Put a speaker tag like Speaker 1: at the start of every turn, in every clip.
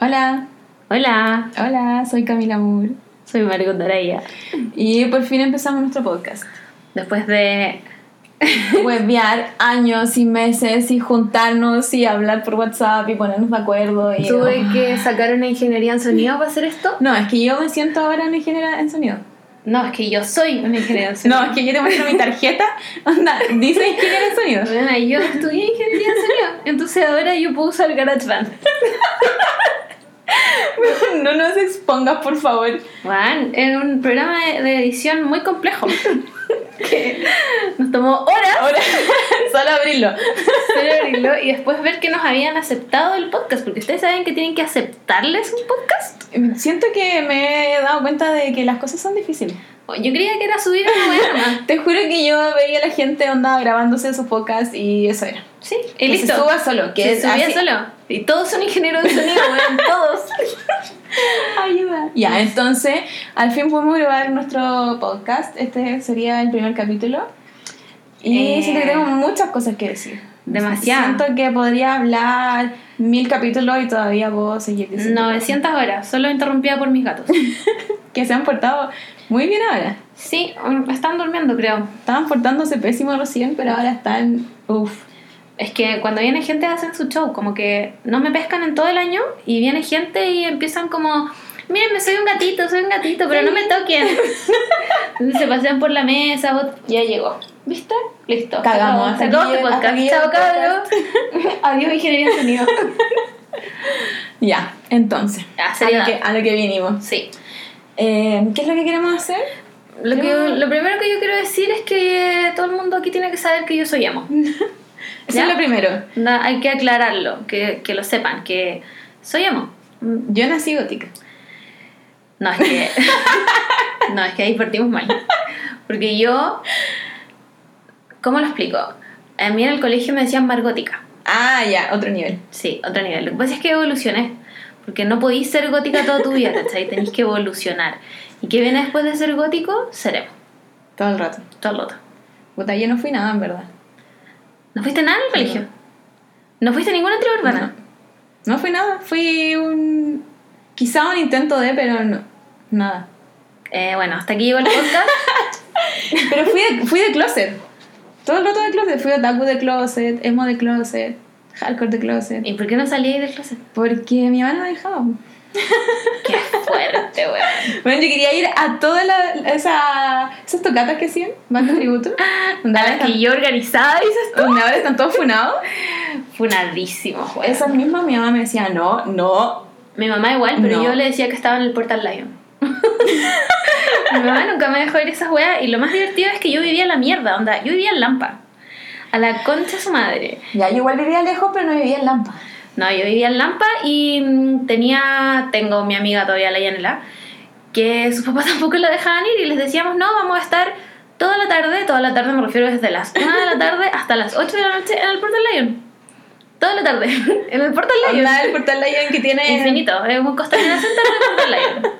Speaker 1: Hola,
Speaker 2: Hola,
Speaker 1: hola, soy Camila Moore.
Speaker 2: soy Margot Doraya.
Speaker 1: Y por fin empezamos nuestro podcast.
Speaker 2: Después de. eh,
Speaker 1: Huevear años y meses y juntarnos y hablar por WhatsApp y ponernos de acuerdo. Y,
Speaker 2: Tuve que sacar una ingeniería en sonido para hacer esto.
Speaker 1: No, es que yo me siento ahora una ingeniera en sonido.
Speaker 2: No, es que yo soy una ingeniera en sonido.
Speaker 1: No, es que yo te muestro mi tarjeta. Onda, dice ingeniera en sonido.
Speaker 2: Bueno, yo estudié ingeniería en sonido. Entonces ahora yo puedo usar GarageBand.
Speaker 1: No nos expongas, por favor.
Speaker 2: Juan, es un programa de, de edición muy complejo. que nos tomó horas
Speaker 1: Ahora, solo abrirlo.
Speaker 2: hacer abrirlo y después ver que nos habían aceptado el podcast. Porque ustedes saben que tienen que aceptarles un podcast.
Speaker 1: Siento que me he dado cuenta de que las cosas son difíciles.
Speaker 2: Yo creía que era subir una weá.
Speaker 1: Te juro que yo veía a la gente onda grabándose sus podcasts y eso era.
Speaker 2: Sí, y
Speaker 1: Que
Speaker 2: listo.
Speaker 1: se suba solo, que
Speaker 2: Se
Speaker 1: es
Speaker 2: subía
Speaker 1: así.
Speaker 2: solo. Y todos son ingenieros de sonido, weón, todos.
Speaker 1: Ayuda. Ya, entonces, al fin podemos grabar nuestro podcast. Este sería el primer capítulo. Y
Speaker 2: Eh.
Speaker 1: siento que tengo muchas cosas que decir.
Speaker 2: Demasiado.
Speaker 1: Siento que podría hablar mil capítulos y todavía puedo seguir diciendo.
Speaker 2: 900 horas, solo interrumpida por mis gatos.
Speaker 1: Que se han portado muy bien ahora.
Speaker 2: Sí, um, están durmiendo, creo.
Speaker 1: Estaban portándose pésimo recién, pero ahora están. Uf.
Speaker 2: Es que cuando viene gente hacen su show, como que no me pescan en todo el año y viene gente y empiezan como, mírenme, soy un gatito, soy un gatito, pero no me toquen. Entonces se pasean por la mesa, bot- ya llegó. ¿Viste? Listo. se
Speaker 1: Cagamos,
Speaker 2: acabó. Se
Speaker 1: hasta
Speaker 2: acabó
Speaker 1: aquí
Speaker 2: este
Speaker 1: llegó- hasta
Speaker 2: podcast.
Speaker 1: aquí
Speaker 2: Chao,
Speaker 1: llegó el
Speaker 2: cabros. Adiós, ingeniería de sonido.
Speaker 1: Ya, entonces.
Speaker 2: Ya,
Speaker 1: a,
Speaker 2: seriedad.
Speaker 1: lo que, a lo que vinimos.
Speaker 2: Sí.
Speaker 1: Eh, ¿Qué es lo que queremos hacer?
Speaker 2: Lo, que yo- lo primero que yo quiero decir es que todo el mundo aquí tiene que saber que yo soy emo.
Speaker 1: Eso
Speaker 2: ¿Ya?
Speaker 1: es lo primero.
Speaker 2: Na- hay que aclararlo, que, que lo sepan, que soy emo. Mm.
Speaker 1: Yo nací gótica.
Speaker 2: No, es que. no, es que ahí partimos mal. Porque yo. ¿Cómo lo explico? A mí en el colegio me decían margótica.
Speaker 1: Ah, ya, otro nivel.
Speaker 2: Sí, otro nivel. Lo que pasa es que evolucioné. Porque no podís ser gótica toda tu vida, ¿cachai? Tenís que evolucionar. ¿Y qué viene después de ser gótico? Ser emo.
Speaker 1: Todo el rato.
Speaker 2: Todo el otro.
Speaker 1: Puta, yo no fui nada, en verdad.
Speaker 2: ¿No fuiste nada en el colegio? ¿No fuiste a ninguna tribu urbana?
Speaker 1: No fui nada. Fui un. Quizá un intento de, pero no. Nada.
Speaker 2: Eh, bueno, hasta aquí llegó el podcast.
Speaker 1: Pero fui de, fui de closet. Todo el rato de closet. Fui otaku de closet, emo de closet, hardcore de closet.
Speaker 2: ¿Y por qué no salí ahí del closet?
Speaker 1: Porque mi mamá no me dejaba. Bueno,
Speaker 2: Qué fuerte, weón.
Speaker 1: yo quería ir a todas la- esa- esas tocatas que hacían, bandas tributo. Donde ahora
Speaker 2: Nada que
Speaker 1: están-
Speaker 2: yo organizaba, dices tú.
Speaker 1: donde ahora están todos funados.
Speaker 2: Funadísimo, weón.
Speaker 1: Esas mismas mi mamá me decía, no, no.
Speaker 2: Mi mamá igual, pero
Speaker 1: No.
Speaker 2: yo le decía que estaba en el Portal Lion. Mi mamá nunca me dejó ir a esas weas. Y lo más divertido es que yo vivía en la mierda, onda. Yo vivía en Lampa. A la concha de su madre.
Speaker 1: Ya, yo igual vivía lejos, pero no vivía en Lampa.
Speaker 2: No, yo vivía en Lampa y mm, tenía, tengo mi amiga todavía, la Yanela, que sus papás tampoco la dejaban ir y les decíamos, no, vamos a estar toda la tarde, toda la tarde me refiero desde las 1 de la tarde hasta las 8 de la noche en el Portal Lion. Toda la tarde, en el Portal Lion.
Speaker 1: Onda, el portal Lion que tiene.
Speaker 2: Infinito, es un costanera sentar en el Portal Lion.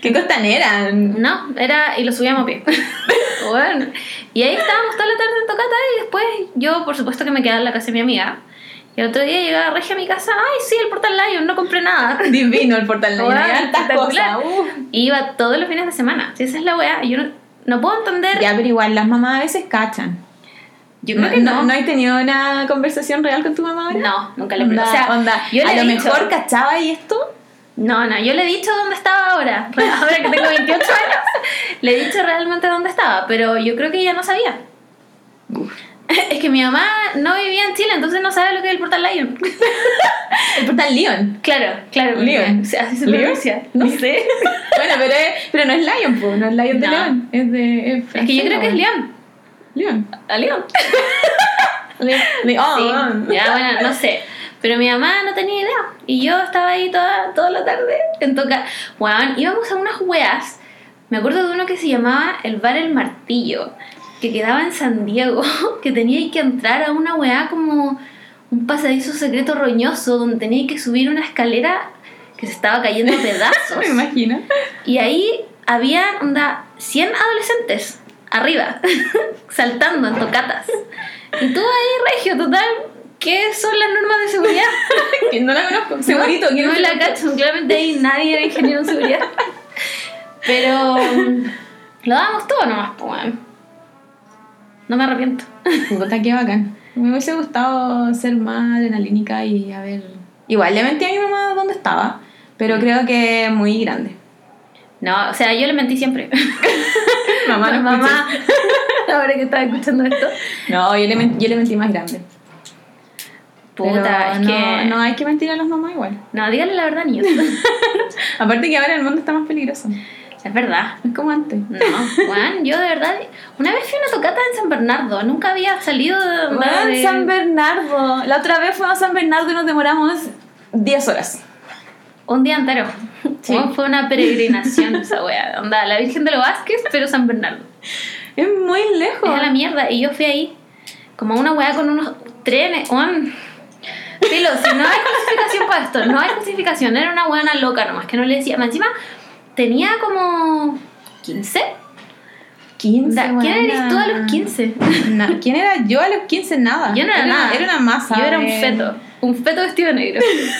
Speaker 1: ¿Qué costanera?
Speaker 2: No, era, y lo subíamos a pie. bueno, y ahí estábamos toda la tarde en Tocata y después yo, por supuesto que me quedaba en la casa de mi amiga. Y el otro día llegaba Regia a mi casa, ay sí, el Portal Lion, no compré nada.
Speaker 1: Divino el portal Lion.
Speaker 2: Weón,
Speaker 1: hay hartas
Speaker 2: espectacular.
Speaker 1: cosas. uh.
Speaker 2: Y iba todos los fines de semana. Si esa es la weá, yo no, no puedo entender.
Speaker 1: Ya, pero igual las mamás a veces cachan.
Speaker 2: Yo creo que no.
Speaker 1: ¿No has tenido una conversación real con tu mamá ahora?
Speaker 2: No, nunca le
Speaker 1: Onda,
Speaker 2: pregunté. O sea,
Speaker 1: onda,
Speaker 2: yo le
Speaker 1: a
Speaker 2: he
Speaker 1: lo
Speaker 2: dicho-
Speaker 1: mejor cachaba y esto.
Speaker 2: No, no, yo le he dicho dónde estaba ahora. Ahora que tengo 28 años, le he dicho realmente dónde estaba, pero yo creo que ella no sabía. Es que mi mamá no vivía en Chile, entonces no sabe lo que es el Portal Lion.
Speaker 1: El portal Lion.
Speaker 2: Claro, claro. porque-
Speaker 1: Lion.
Speaker 2: o sea, Así se
Speaker 1: Lion.
Speaker 2: pronuncia. No sé.
Speaker 1: bueno, pero, es- pero no es Lion, po, no es Lion de
Speaker 2: No.
Speaker 1: León. Es de. Es,
Speaker 2: Es que yo creo que es León.
Speaker 1: León.
Speaker 2: A León.
Speaker 1: León. oh, León.
Speaker 2: Sí, ya, bueno, no sé. Pero mi mamá no tenía idea. Y yo estaba ahí toda, toda la tarde en tocar. Weón, íbamos a unas weas. Me acuerdo de uno que se llamaba el Bar El Martillo, que quedaba en San Diego, que tenía que entrar a una wea como un pasadizo secreto roñoso, donde tenía que subir una escalera que se estaba cayendo a
Speaker 1: Me
Speaker 2: pedazos.
Speaker 1: imagino.
Speaker 2: Y ahí había onda, 100 adolescentes arriba, saltando en tocatas. Y tú ahí, Regio, total, ¿Qué son las normas de seguridad?
Speaker 1: Que no la conozco, segurito. que
Speaker 2: no
Speaker 1: se
Speaker 2: la cacho, claramente ahí nadie era ingeniero en seguridad. Pero mm, lo damos todo nomás, pues. weón. No me arrepiento.
Speaker 1: Puta, qué bacán. Me hubiese gustado ser más adrenalínica y a ver. Igual le mentí a mi mamá dónde estaba, pero creo que muy grande.
Speaker 2: No, o sea, yo le mentí siempre.
Speaker 1: Mamá, no
Speaker 2: mamá ahora que estaba escuchando esto.
Speaker 1: escuches. No, yo le, men- yo le mentí más grande.
Speaker 2: Puta,
Speaker 1: Pero
Speaker 2: es
Speaker 1: no,
Speaker 2: que.
Speaker 1: no hay que mentir a las mamás igual.
Speaker 2: No, díganle la verdad, niños.
Speaker 1: Aparte que ahora el mundo está más peligroso.
Speaker 2: es verdad.
Speaker 1: No es como antes.
Speaker 2: No, Juan, yo de verdad. Una vez fui a una tocata en San Bernardo. Nunca había salido de.
Speaker 1: Weón,
Speaker 2: de-
Speaker 1: San Bernardo. La otra vez fuimos a San Bernardo y nos demoramos 10 horas.
Speaker 2: Un día entero.
Speaker 1: Sí.
Speaker 2: Weón, fue una peregrinación esa wea. Onda, la Virgen de los Vázquez, pero San Bernardo.
Speaker 1: Es muy lejos.
Speaker 2: Es a la mierda. Y yo fui ahí, como una weá con unos trenes. Weón. Filo, si no hay justificación para esto, no hay justificación. Era una weá loca nomás, que no le decía. Más encima, tenía como. 15?
Speaker 1: 15,
Speaker 2: Da- ¿Quién
Speaker 1: weona.
Speaker 2: eres tú a los 15?
Speaker 1: Na- ¿Quién era yo a los 15? Nada.
Speaker 2: Yo no era,
Speaker 1: Era-
Speaker 2: nada.
Speaker 1: Era una masa.
Speaker 2: Yo era un
Speaker 1: de-
Speaker 2: feto. Un feto vestido de negro. Eso,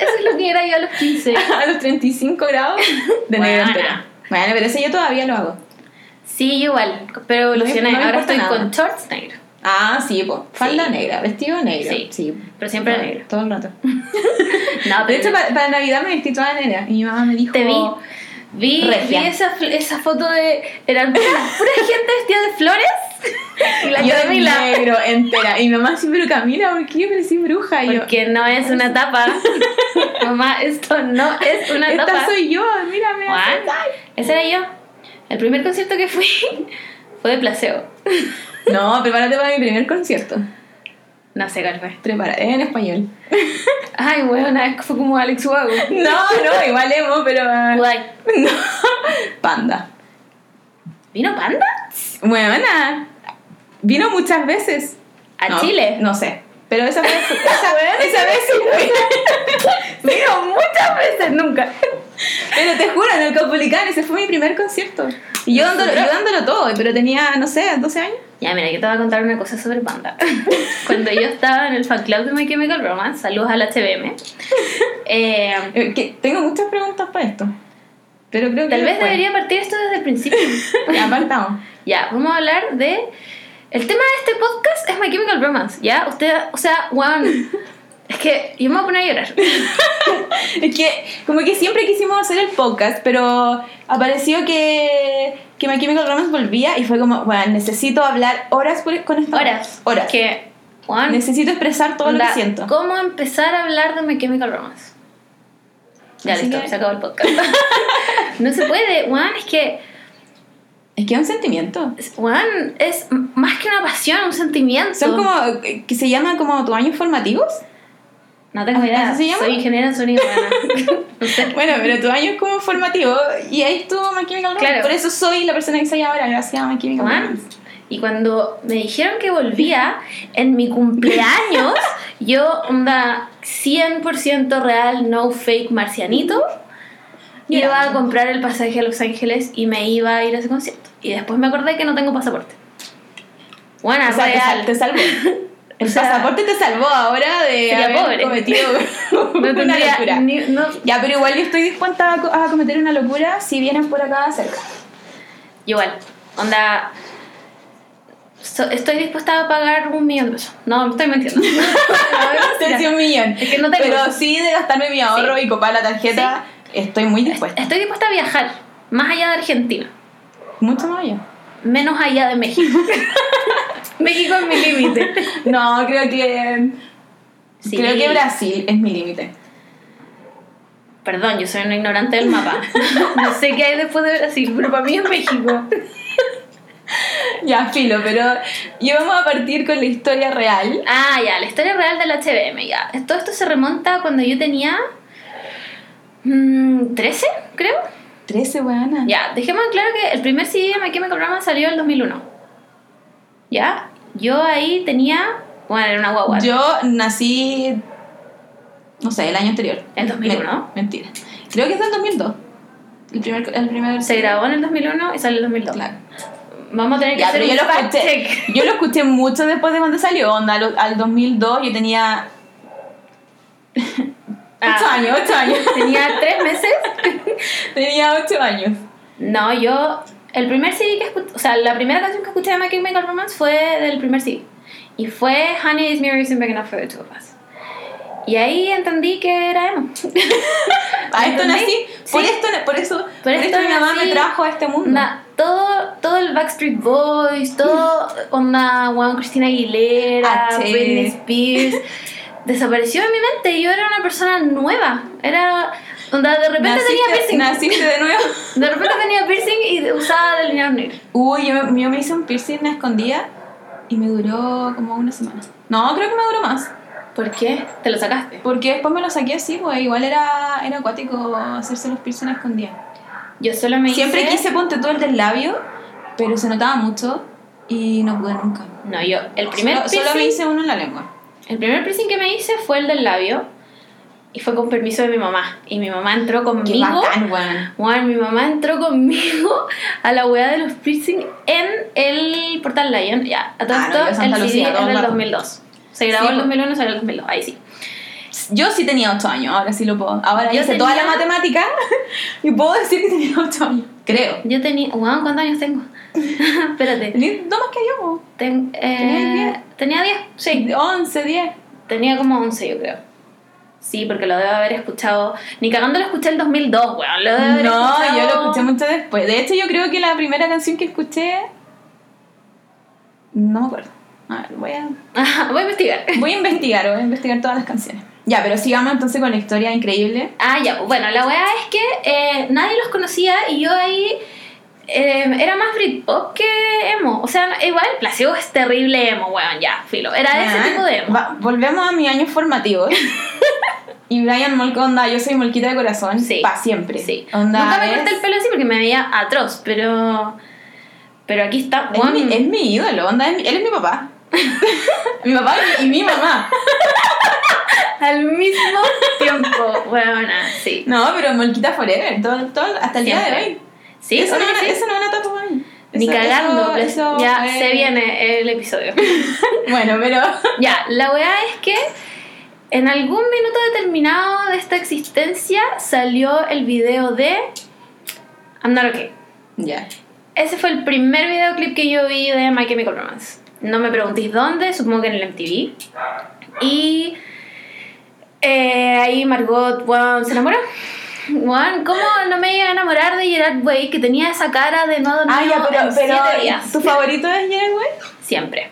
Speaker 2: eso es lo que era yo a los 15.
Speaker 1: a los 35 grados de
Speaker 2: Weona.
Speaker 1: negro entero. Bueno, pero ese yo todavía lo hago.
Speaker 2: Sí, yo igual. Pero evolucioné.
Speaker 1: no me
Speaker 2: Ahora
Speaker 1: importa
Speaker 2: estoy
Speaker 1: nada.
Speaker 2: con shorts negros.
Speaker 1: Ah, sí, po. Falda
Speaker 2: Sí.
Speaker 1: negra, vestido negro.
Speaker 2: Sí. Pero siempre
Speaker 1: Siempre
Speaker 2: negro.
Speaker 1: Todo el rato.
Speaker 2: No,
Speaker 1: De
Speaker 2: pero
Speaker 1: hecho, pa- para, Navidad me vestí toda negra. Y mi mamá me dijo.
Speaker 2: te vi. Vi, vi
Speaker 1: Regia.
Speaker 2: esa, fl- esa foto de. Eran pura, pura gente vestida de flores. Y la
Speaker 1: yo de
Speaker 2: Camila.
Speaker 1: negro entera. Y mi mamá siempre pero Camila, ¿por qué yo parecí bruja? Y yo,
Speaker 2: Porque no es una tapa. Mamá, esto no es una
Speaker 1: esta
Speaker 2: tapa.
Speaker 1: soy yo, mírame.
Speaker 2: Juan,
Speaker 1: así.
Speaker 2: Ese era yo. El primer concierto que fui fue de placebo.
Speaker 1: No, prepárate para mi primer concierto.
Speaker 2: No sé cuál fue.
Speaker 1: Prepárate en español.
Speaker 2: Ay, bueno, una vez fue como Alex Wago.
Speaker 1: No, no, igual emo, pero. ah,
Speaker 2: Like,
Speaker 1: no. Panda.
Speaker 2: ¿Vino Panda?
Speaker 1: Buena. Vino muchas veces.
Speaker 2: ¿A
Speaker 1: No,
Speaker 2: Chile?
Speaker 1: No sé. Pero esa vez. Esa, esa vez sí fui. Vino muchas veces, nunca. Pero te juro, en el Caupolicán, ese fue mi primer concierto. Y yo dándolo, yo dándolo todo, pero tenía, no sé, 12 años.
Speaker 2: Ya, mira, yo te voy a contar una cosa sobre Panda. Cuando yo estaba en el fan club de My Chemical Romance, saludos al HBM, eh,
Speaker 1: Eh, que tengo muchas preguntas para esto. Pero creo que.
Speaker 2: tal vez
Speaker 1: después.
Speaker 2: debería partir esto desde el principio.
Speaker 1: Ya, apartamos.
Speaker 2: Ya, vamos a hablar de... El tema de este podcast es My Chemical Romance, ¿ya? Usted, o sea, weón, es que yo me voy a poner a llorar.
Speaker 1: Es que, como que siempre quisimos hacer el podcast, pero apareció que, que My Chemical Romance volvía y fue como, bueno, necesito hablar horas por- con esta.
Speaker 2: Horas.
Speaker 1: Horas.
Speaker 2: Que, weón,
Speaker 1: Necesito expresar todo lo
Speaker 2: onda,
Speaker 1: que siento.
Speaker 2: ¿Cómo empezar a hablar de My Chemical Romance? Ya,
Speaker 1: Así
Speaker 2: listo,
Speaker 1: que-
Speaker 2: se acabó el podcast. no se puede, weón, es que...
Speaker 1: Es que es un sentimiento.
Speaker 2: Juan, es m- más que una pasión, un sentimiento.
Speaker 1: Son como, que se llaman como tus años formativos.
Speaker 2: No tengo idea.
Speaker 1: ¿Así se llama?
Speaker 2: Soy ingeniera en sonido. Ana. no sé.
Speaker 1: Bueno, pero tu año es como formativo y ahí estuvo My Chemical Romance.
Speaker 2: Claro. Ah,
Speaker 1: Por eso soy la persona que soy ahora, gracias a My Chemical
Speaker 2: Juan.
Speaker 1: Romance.
Speaker 2: Y cuando me dijeron que volvía en mi cumpleaños, yo, onda, 100% real, no fake marcianito,
Speaker 1: Ya.
Speaker 2: iba a comprar el pasaje a Los Ángeles y me iba a ir a ese concierto. Y después me acordé que no tengo pasaporte. Bueno,
Speaker 1: O sea, te, sal-
Speaker 2: real.
Speaker 1: te salvó. El
Speaker 2: O sea,
Speaker 1: pasaporte te salvó ahora de
Speaker 2: sería
Speaker 1: haber
Speaker 2: pobre.
Speaker 1: cometido
Speaker 2: no
Speaker 1: una
Speaker 2: tendría
Speaker 1: locura.
Speaker 2: ni- no-
Speaker 1: Ya, pero igual yo estoy dispuesta a, co- a cometer una locura si vienen por acá cerca.
Speaker 2: Igual, onda. so- estoy dispuesta a pagar un millón de pesos. No, me estoy mintiendo.
Speaker 1: Te hice un millón.
Speaker 2: Es que no tengo.
Speaker 1: Pero sí de gastarme mi ahorro y copar la tarjeta, estoy muy dispuesta.
Speaker 2: estoy dispuesta a viajar más allá de Argentina,
Speaker 1: Mucho más allá.
Speaker 2: menos allá de México. México es mi límite.
Speaker 1: No, creo que.
Speaker 2: Sí.
Speaker 1: Creo que Brasil es mi límite.
Speaker 2: Perdón, yo soy una ignorante del mapa. no sé qué hay después de Brasil, pero para mí es México.
Speaker 1: Ya, filo, pero yo vamos a partir con la historia real.
Speaker 2: Ah, ya, la historia real del HBM, ya. Todo esto se remonta cuando yo tenía. mm, 13, creo.
Speaker 1: 13, weana.
Speaker 2: Ya, dejemos en claro que el primer CD de My Chemical Romance salió en el 2001. Ya, yo ahí tenía. Bueno, era una guagua.
Speaker 1: Yo nací. No sé, el año anterior.
Speaker 2: En 2001.
Speaker 1: Me- mentira. Creo que es del 2002. El primer. El primer
Speaker 2: Se grabó en el 2001 y salió en el 2002.
Speaker 1: Claro.
Speaker 2: Vamos a tener que
Speaker 1: Ya,
Speaker 2: hacer
Speaker 1: pero yo
Speaker 2: un
Speaker 1: lo
Speaker 2: fact
Speaker 1: escuché.
Speaker 2: check.
Speaker 1: Yo lo escuché mucho después de cuando salió. Onda, lo- al 2002 yo tenía. 8
Speaker 2: Ah,
Speaker 1: años, 8 años.
Speaker 2: Tenía tres meses.
Speaker 1: tenía 8 años.
Speaker 2: No, yo. El primer CD que escuché. O sea, la primera canción que escuché de My Chemical Romance fue del primer CD. Y fue Honey is Mirrors and Big Enough for the Two of Us. Y ahí entendí que era emo.
Speaker 1: A esto
Speaker 2: ¿Entendí?
Speaker 1: nací. Por,
Speaker 2: Sí.
Speaker 1: esto, por eso, por
Speaker 2: Por
Speaker 1: esto
Speaker 2: esto
Speaker 1: mi mamá
Speaker 2: nací.
Speaker 1: me trajo a este mundo.
Speaker 2: Onda, todo, todo el Backstreet Boys, todo onda, weón, Cristina Aguilera,
Speaker 1: H.
Speaker 2: Britney Spears, desapareció de mi mente. Yo era una persona nueva. Era, onda, de repente tenía
Speaker 1: Naciste-
Speaker 2: piercing.
Speaker 1: Naciste de nuevo.
Speaker 2: De repente tenía piercing y usaba delineador negro.
Speaker 1: Uy, yo, me- yo me hice un piercing a escondida y me duró como una semana. No, creo que me duró más.
Speaker 2: ¿Por qué? ¿Te lo sacaste?
Speaker 1: Porque después me lo saqué así, pues igual era, era acuático hacerse los piercing a escondida.
Speaker 2: Yo solo me
Speaker 1: Siempre
Speaker 2: hice-
Speaker 1: quise ponte todo el del labio, pero se notaba mucho y no pude nunca.
Speaker 2: No, yo, el primer
Speaker 1: solo,
Speaker 2: piercing.
Speaker 1: solo me hice uno en la lengua.
Speaker 2: El primer piercing que me hice fue el del labio. Y fue con permiso de mi mamá. Y mi mamá entró conmigo.
Speaker 1: weón.
Speaker 2: Bueno, mi mamá entró conmigo a la weá de los piercing en el Portal Lion. Ya, a todo
Speaker 1: Ah, no, yo a
Speaker 2: esto,
Speaker 1: Santa
Speaker 2: el
Speaker 1: Lucía,
Speaker 2: CD
Speaker 1: todo
Speaker 2: es
Speaker 1: el
Speaker 2: del
Speaker 1: rato.
Speaker 2: 2002. Se grabó
Speaker 1: Sí,
Speaker 2: el
Speaker 1: po.
Speaker 2: 2001, salió el 2002. Ahí sí.
Speaker 1: Yo sí tenía 8 años, ahora sí lo puedo. Ahora
Speaker 2: Yo
Speaker 1: yo hice toda la
Speaker 2: tenía-
Speaker 1: matemática y puedo decir que tenía 8 años. Creo.
Speaker 2: Yo tenía. Wow, ¿cuántos años tengo? Espérate.
Speaker 1: Tenía- No más que yo,
Speaker 2: Ten- eh,
Speaker 1: ¿Tenías diez?
Speaker 2: tenía 10. Sí.
Speaker 1: po. 11, 10.
Speaker 2: Tenía como 11, yo creo. Sí, porque lo debo haber escuchado. Ni cagando lo escuché el 2002, weón. Lo debo haber
Speaker 1: No,
Speaker 2: escuchado.
Speaker 1: yo lo escuché mucho después. De hecho, yo creo que la primera canción que escuché. No me acuerdo. A ver, voy a,
Speaker 2: Ajá, Voy a investigar.
Speaker 1: voy a investigar, voy a investigar todas las canciones. Ya, pero sigamos entonces con la historia increíble.
Speaker 2: Ah, ya, pues, bueno, la weá es que eh, nadie los conocía y yo ahí eh, era más Britpop que emo. O sea, igual Placebo es terrible emo, weón, ya, filo. Era
Speaker 1: Ah,
Speaker 2: ese tipo de emo.
Speaker 1: va- volvemos a mis años formativos. y Brian Molko, onda, yo soy molquita de corazón.
Speaker 2: Sí.
Speaker 1: Pa' siempre.
Speaker 2: Sí.
Speaker 1: Onda,
Speaker 2: Nunca me
Speaker 1: es-
Speaker 2: corté el pelo así porque me veía atroz, pero. Pero aquí está,
Speaker 1: Es
Speaker 2: weón.
Speaker 1: mi, es mi ídolo, onda, es mi- él es mi papá. mi papá y mi, y mi mamá.
Speaker 2: Al mismo tiempo, weona, sí.
Speaker 1: No, pero Molquita Forever, todo, todo, hasta el día de
Speaker 2: Siempre.
Speaker 1: hoy.
Speaker 2: Sí,
Speaker 1: eso, no,
Speaker 2: obvio
Speaker 1: van a-
Speaker 2: que sí.
Speaker 1: eso no van a tatuar para mí.
Speaker 2: Ni
Speaker 1: Eso-
Speaker 2: cagando,
Speaker 1: eso-
Speaker 2: Plas-
Speaker 1: eso
Speaker 2: ya
Speaker 1: fue-
Speaker 2: se viene el episodio.
Speaker 1: Bueno, pero.
Speaker 2: Ya, la weá es que en algún minuto determinado de esta existencia salió el video de I'm Not Okay.
Speaker 1: Ya.
Speaker 2: Ese fue el primer videoclip que yo vi de My Chemical Romance. No me preguntéis dónde, supongo que en el MTV. Y eh, ahí Margot weón, se enamoró. Weón, ¿cómo no me iba a enamorar de Gerard Way que tenía esa cara de no dormir
Speaker 1: Ah, ya, pero.
Speaker 2: en siete
Speaker 1: pero
Speaker 2: días?
Speaker 1: ¿Tu favorito es Jared Way?
Speaker 2: Siempre.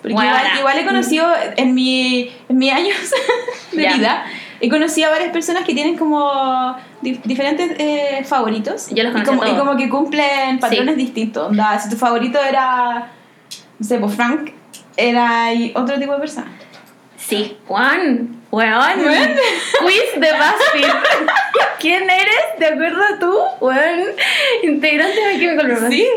Speaker 1: Porque
Speaker 2: Bueno,
Speaker 1: igual, igual he conocido en, mi, en mis años de
Speaker 2: Ya.
Speaker 1: vida. He conocido a varias personas que tienen como di- diferentes eh, favoritos.
Speaker 2: Yo los
Speaker 1: y
Speaker 2: conocí
Speaker 1: como,
Speaker 2: a
Speaker 1: y
Speaker 2: todos.
Speaker 1: como que cumplen patrones distintos. Onda, si tu favorito era, no sé, pues Frank, era y- otro tipo de persona.
Speaker 2: Sí, Juan. Weón. Quiz de BuzzFeed. ¿Quién eres? ¿De acuerdo a tú? Weón. Integrante de Químico Romance.
Speaker 1: Sí.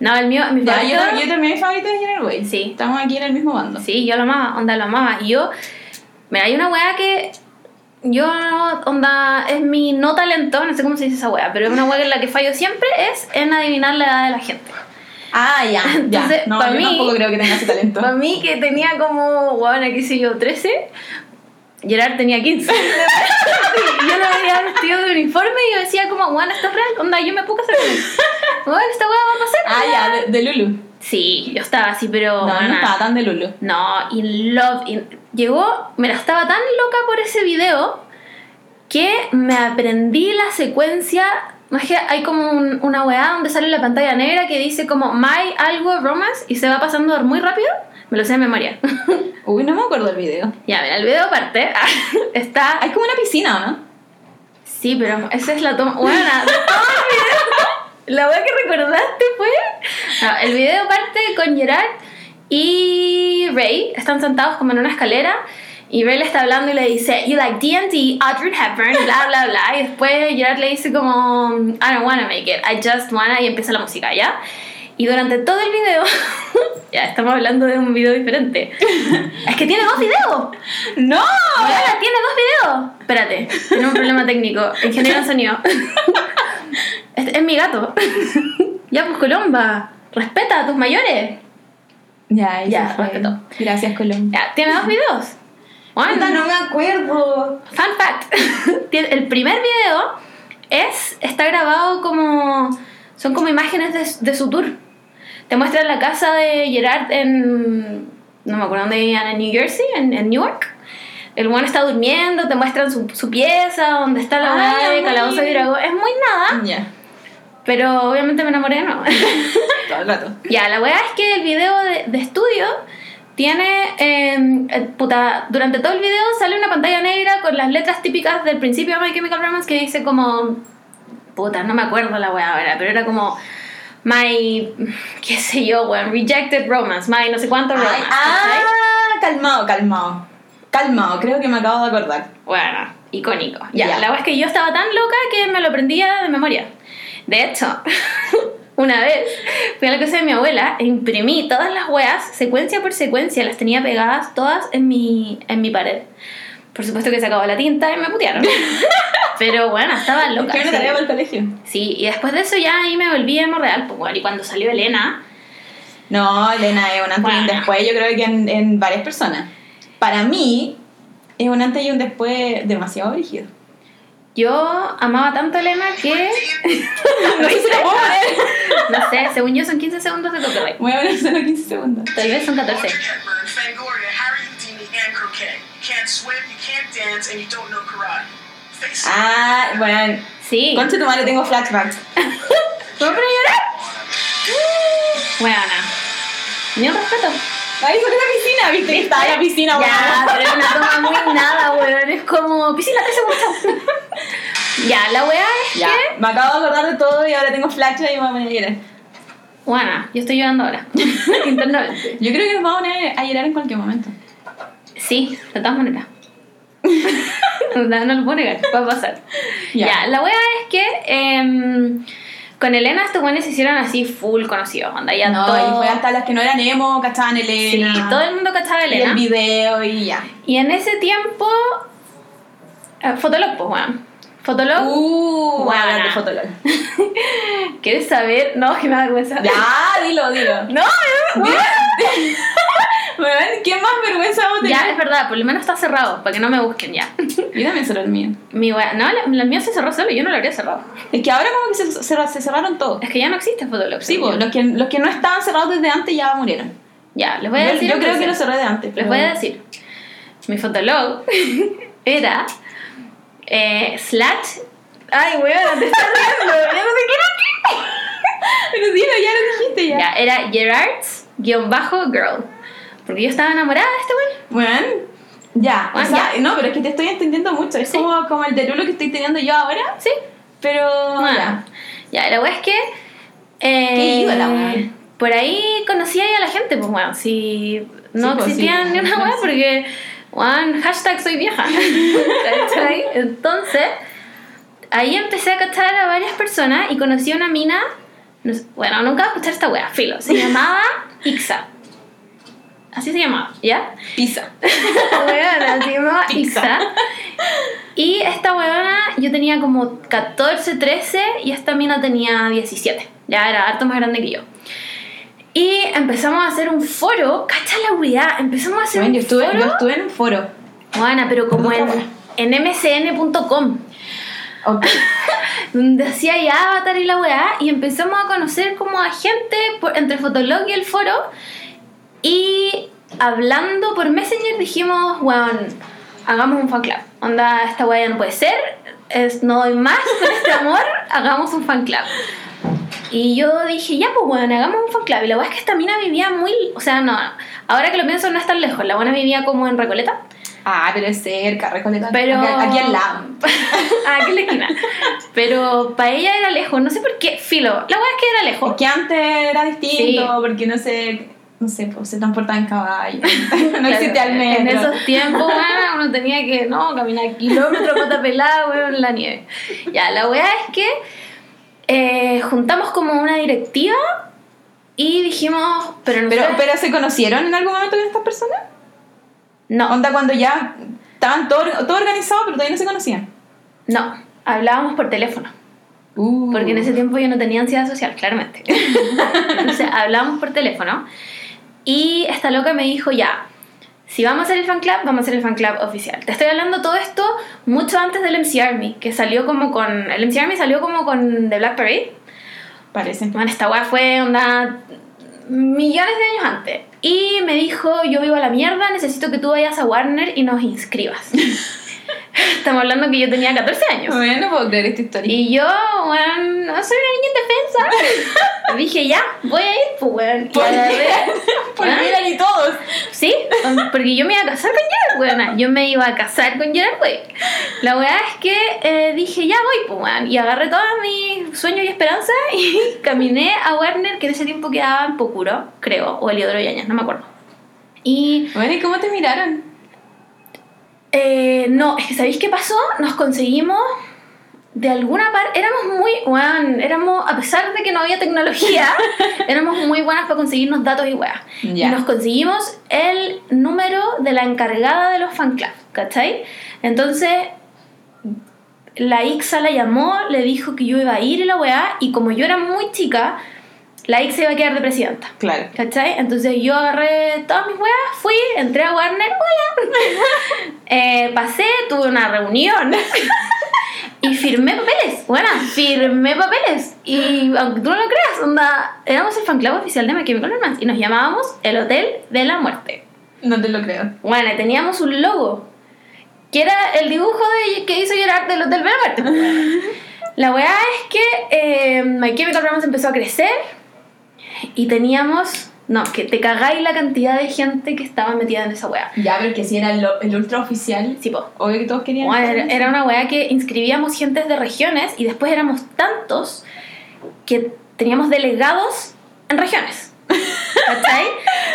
Speaker 2: No, el mío, mi
Speaker 1: Ya, yo,
Speaker 2: favorito.
Speaker 1: yo también mi favorito es Gerard Way.
Speaker 2: Sí.
Speaker 1: Estamos aquí en el mismo bando.
Speaker 2: Sí, yo lo amaba, onda, lo amaba. Y yo, mira, hay una weá que yo, onda, es mi no talento, no sé cómo se dice esa weá, pero es una weá que en la que fallo siempre es en adivinar la edad de la gente.
Speaker 1: Ah, ya. ya.
Speaker 2: Entonces,
Speaker 1: no,
Speaker 2: pa'
Speaker 1: yo
Speaker 2: mí-
Speaker 1: tampoco creo que tenga ese talento.
Speaker 2: Para mí que tenía como, bueno, qué sé yo, 13. Gerard tenía 15. Y yo lo veía vestido de uniforme y yo decía como, bueno, esto es real, onda, yo me puedo casar con él. Bueno, esta weá va a pasar.
Speaker 1: ah, ya, de, de Lulu.
Speaker 2: Sí, yo estaba así,
Speaker 1: No,
Speaker 2: pero...
Speaker 1: no,
Speaker 2: nada.
Speaker 1: estaba tan de Lulu.
Speaker 2: No, in love. in- Llegó, mira, estaba tan loca por ese video que me aprendí la secuencia. No es que hay como un- una weá donde sale la pantalla negra que dice como My algo romance y se va pasando muy rápido. Me lo sé de memoria.
Speaker 1: Uy, no me acuerdo del video.
Speaker 2: ya, mira, el video aparte está.
Speaker 1: Hay como una piscina, ¿o no?
Speaker 2: Sí, pero esa es la toma. Bueno, de todo el video, la weá que recordaste fue. No, el video parte con Gerard y Ray. Están sentados como en una escalera. Y Ray le está hablando y le dice, You like DD, Audrey Hepburn, bla, bla, bla. Y después Gerard le dice, como, I don't wanna make it, I just wanna. Y empieza la música, ¿ya? Y durante todo el video. ya, estamos hablando de un video diferente. es que tiene dos videos.
Speaker 1: ¡No!
Speaker 2: Ahora Oh, tiene dos videos. Espérate, tiene un problema técnico. Ingeniero en sonido. Este es mi gato. ya, pues Colomba. respeta a tus mayores.
Speaker 1: Ya,
Speaker 2: Ya,
Speaker 1: ya,
Speaker 2: respeto.
Speaker 1: Gracias, Colón.
Speaker 2: Ya, tiene dos videos. Bueno,
Speaker 1: Puta, no me acuerdo.
Speaker 2: Fun fact. Tiene- El primer video es, está grabado como... Son como imágenes de, de su tour. Te muestran la casa de Gerard en... No me acuerdo dónde vivían, en New Jersey, en, en Newark. El bueno está durmiendo, te muestran su, su pieza, donde está la
Speaker 1: Ay,
Speaker 2: weá de
Speaker 1: muy-
Speaker 2: Calabozo y Dragón. Es muy nada,
Speaker 1: Ya.
Speaker 2: pero obviamente me enamoré de nuevo.
Speaker 1: Todo el rato.
Speaker 2: Ya, la weá es que el video de, de estudio tiene. eh, eh, puta, durante todo el video sale una pantalla negra con las letras típicas del principio de My Chemical Romance que dice como. Puta, no me acuerdo la weá ahora, pero era como. My. qué sé yo, weón. Rejected Romance. My no sé cuánto romance.
Speaker 1: Ay,
Speaker 2: ¿cachai?
Speaker 1: ah, calmado, calmado. Calmado, creo que me acabo de acordar.
Speaker 2: Bueno, icónico. Ya,
Speaker 1: Ya.
Speaker 2: la verdad es que yo estaba tan loca que me lo aprendía de memoria. De hecho, una vez fui a la casa de mi abuela e imprimí todas las weas, secuencia por secuencia, las tenía pegadas todas en mi, en mi pared. Por supuesto que se acabó la tinta y me putearon. Pero bueno, estaba loca.
Speaker 1: Fue una
Speaker 2: sí.
Speaker 1: tarea para el colegio.
Speaker 2: Sí, y después de eso ya ahí me volví a Morreal. Pues bueno, y cuando salió Elena,
Speaker 1: No, Elena, es un antes y un
Speaker 2: Bueno.
Speaker 1: después, yo creo que en, en varias personas. Para mí, es un antes y un después demasiado brígido.
Speaker 2: yo amaba tanto a Elena que.
Speaker 1: no hice la puedo ver.
Speaker 2: No sé, según yo son 15 segundos de copyright.
Speaker 1: Voy a hablar solo 15 segundos.
Speaker 2: Tal vez son 14.
Speaker 3: Jackman, Fangoria, Harry Houdini, and croquet. You can't swim, you can't dance, and you don't know karate. Face
Speaker 1: Ah, bueno,
Speaker 2: Sí.
Speaker 1: concha tu madre, tengo flashbacks.
Speaker 2: ¿Puedo poner a llorar? Weona. Ni un respeto.
Speaker 1: Ahí solo la piscina, viste, está en la piscina,
Speaker 2: Ya,
Speaker 1: weón.
Speaker 2: pero es una toma muy nada, weón. Es como piscina 3 segundos. ya, la weá es
Speaker 1: Ya,
Speaker 2: que.
Speaker 1: me acabo de acordar de todo y ahora tengo flashbacks y me voy a poner a llorar.
Speaker 2: Weona, yo estoy llorando ahora. Internamente.
Speaker 1: Yo creo que nos vamos a poner a llorar en cualquier momento.
Speaker 2: Sí, de todas maneras. no, no lo puedo negar, va a pasar.
Speaker 1: Ya.
Speaker 2: Ya, la wea es que. em, con Elena estos weones se hicieron así full conocidos, onda ya
Speaker 1: No,
Speaker 2: todo.
Speaker 1: y fue hasta las que no eran emo, cachaban Elena.
Speaker 2: Sí, todo el mundo cachaba a
Speaker 1: y
Speaker 2: Elena.
Speaker 1: el video y ya.
Speaker 2: Y en ese tiempo. eh, Fotolog, pues, weón. Fotolog.
Speaker 1: Uh, voy a hablar de
Speaker 2: buena.
Speaker 1: Fotolog.
Speaker 2: ¿Quieres saber? No, que me da vergüenza.
Speaker 1: Ya, dilo, dilo.
Speaker 2: No, me da vergüenza.
Speaker 1: Weón, ¿Qué más vergüenza vos tenés?
Speaker 2: Ya, es verdad, por lo menos está cerrado, para que no me busquen ya.
Speaker 1: Yo también cerré el mío.
Speaker 2: Mi wea, no, la, la mía se cerró solo, yo no la habría cerrado.
Speaker 1: Es que ahora como que se, cerra- se cerraron todos.
Speaker 2: Es que ya no existe Fotolog.
Speaker 1: Sí,
Speaker 2: según
Speaker 1: pues,
Speaker 2: yo.
Speaker 1: los que, los que no estaban cerrados desde antes ya murieron.
Speaker 2: Ya, les voy a
Speaker 1: Yo,
Speaker 2: decir.
Speaker 1: yo creo que lo
Speaker 2: entonces.
Speaker 1: cerré de antes.
Speaker 2: Les
Speaker 1: pero-
Speaker 2: voy a decir. Mi Fotolog era. eh, slash. Ay, weón, te estás riendo. Yo no sé qué era.
Speaker 1: Pero dilo, ya lo dijiste ya.
Speaker 2: Ya, era Gerards-girl. Porque yo estaba enamorada de este güey.
Speaker 1: Bueno, ya. o
Speaker 2: Bueno,
Speaker 1: sea,
Speaker 2: ya.
Speaker 1: no, pero es que te estoy entendiendo mucho. Es
Speaker 2: Sí.
Speaker 1: como, como el derulo que estoy teniendo yo ahora,
Speaker 2: Sí.
Speaker 1: pero...
Speaker 2: Bueno,
Speaker 1: ya.
Speaker 2: ya, la wea es que. eh,
Speaker 1: Qué ídola, weón.
Speaker 2: Por ahí conocía ahí a la gente, pues weón. Si no
Speaker 1: Sí, pues,
Speaker 2: existía
Speaker 1: sí.
Speaker 2: ni una wea, porque. Weón, hashtag soy vieja. ¿Cachai? Entonces, ahí empecé a cachar a varias personas y conocí a una mina. no sé- bueno, nunca voy a escuchar esta wea, filo. Se llamaba Ixa. Así se llamaba, ¿ya?
Speaker 1: Pizza.
Speaker 2: Weona, se llamaba
Speaker 1: Pizza.
Speaker 2: Ixa. Y esta weona, yo tenía como 14, 13 y esta mina tenía 17. Ya era harto más grande que yo. Y empezamos a hacer un foro, cacha la weá, empezamos a hacer
Speaker 1: Bueno,
Speaker 2: un
Speaker 1: yo estuve,
Speaker 2: foro.
Speaker 1: yo estuve en un foro.
Speaker 2: Weona, pero como
Speaker 1: Puta
Speaker 2: en,
Speaker 1: weá.
Speaker 2: en mcn.com,
Speaker 1: Ok.
Speaker 2: donde hacía ahí avatar y la weá, y empezamos a conocer como a gente por- entre Fotolog y el foro. Y hablando por Messenger dijimos, weón, hagamos un fan club. Onda, esta weá ya no puede ser, es, no doy más con este amor, hagamos un fan club. Y yo dije, ya pues weón, hagamos un fan club. Y la weá es que esta mina vivía muy, o sea, no, ahora que lo pienso no es tan lejos, la buena vivía como en Recoleta.
Speaker 1: Ah, pero es cerca, Recoleta.
Speaker 2: Pero...
Speaker 1: Acá- Aquí al lado.
Speaker 2: ah, aquí en la esquina. Pero para ella era lejos, no sé por qué. Filo, la verdad es que era lejos.
Speaker 1: Porque antes era distinto,
Speaker 2: Sí.
Speaker 1: porque no sé, no sé, pues, se transportaban en caballo. no
Speaker 2: Claro,
Speaker 1: existe al
Speaker 2: En
Speaker 1: metro.
Speaker 2: esos tiempos, weona, uno tenía que, no, caminar kilómetros, pata pelada, weón, en la nieve. Ya, la weá es que eh, juntamos como una directiva y dijimos, pero no
Speaker 1: Pero, pero se conocieron en algún momento con estas personas?
Speaker 2: No,
Speaker 1: Onda cuando ya estaban todo, todo organizado, pero todavía no se conocían.
Speaker 2: no, hablábamos por teléfono.
Speaker 1: Uh.
Speaker 2: Porque en ese tiempo yo no tenía ansiedad social, claramente. Entonces hablamos por teléfono y esta loca me dijo ya, si vamos a hacer el fan club, vamos a hacer el fan club oficial. Te estoy hablando todo esto mucho antes del MC Army, que salió como con... El MC Army salió como con The Black Parade.
Speaker 1: Parecen.
Speaker 2: Bueno, esta weá fue onda millones de años antes. Y me dijo, yo vivo a la mierda, necesito que tú vayas a Warner y nos inscribas. Estamos hablando que yo tenía 14 años.
Speaker 1: Bueno, no puedo creer esta historia.
Speaker 2: Y yo, weón, no soy una niña indefensa. Dije, ya, voy a ir, pues, weón. Y
Speaker 1: Por
Speaker 2: agarré-
Speaker 1: Por
Speaker 2: ¿Ah?
Speaker 1: Milan Pues y todos.
Speaker 2: Sí, um, porque yo me iba a casar con Gerard, weón. Yo me iba a casar con Gerard, weón. La weá es que eh, dije, ya voy, pues, weón. Y agarré todos mis sueños y esperanzas y caminé a Warner, que en ese tiempo quedaba en Pocuro, creo, o Eliodoro Yañas, no me acuerdo. Y
Speaker 1: Bueno, ¿y cómo te miraron?
Speaker 2: Eh, no, es que ¿sabéis qué pasó? Nos conseguimos de alguna parte, éramos muy, weón, éramos, a pesar de que no había tecnología, éramos muy buenas para conseguirnos datos y weas.
Speaker 1: Ya.
Speaker 2: Y nos conseguimos el número de la encargada de los fan club, ¿cachai? Entonces, la Ixa la llamó, le dijo que yo iba a ir y la wea, y como yo era muy chica, la Ixa iba a quedar de presidenta.
Speaker 1: Claro.
Speaker 2: ¿Cachai? Entonces yo agarré todas mis weas, fui, entré a Warner, hola. Eh, pasé, tuve una reunión y firmé papeles. Bueno, firmé papeles. Y aunque tú no lo creas, onda, éramos el fan club oficial de My Chemical Romance y nos llamábamos el Hotel de la Muerte.
Speaker 1: No te lo creo.
Speaker 2: Bueno, y teníamos un logo que era el dibujo de, que hizo Gerard del Hotel de la Muerte. pues, weón. La weá es que eh, My Chemical Romance empezó a crecer y teníamos. No, que te cagáis la cantidad de gente que estaba metida en esa weá.
Speaker 1: Ya, pero que si era el, el ultra oficial.
Speaker 2: Sí, po.
Speaker 1: Obvio que todos querían.
Speaker 2: Bueno,
Speaker 1: estar
Speaker 2: era,
Speaker 1: en
Speaker 2: era una weá que inscribíamos gentes de regiones y después éramos tantos que teníamos delegados en regiones. ¿Cachai?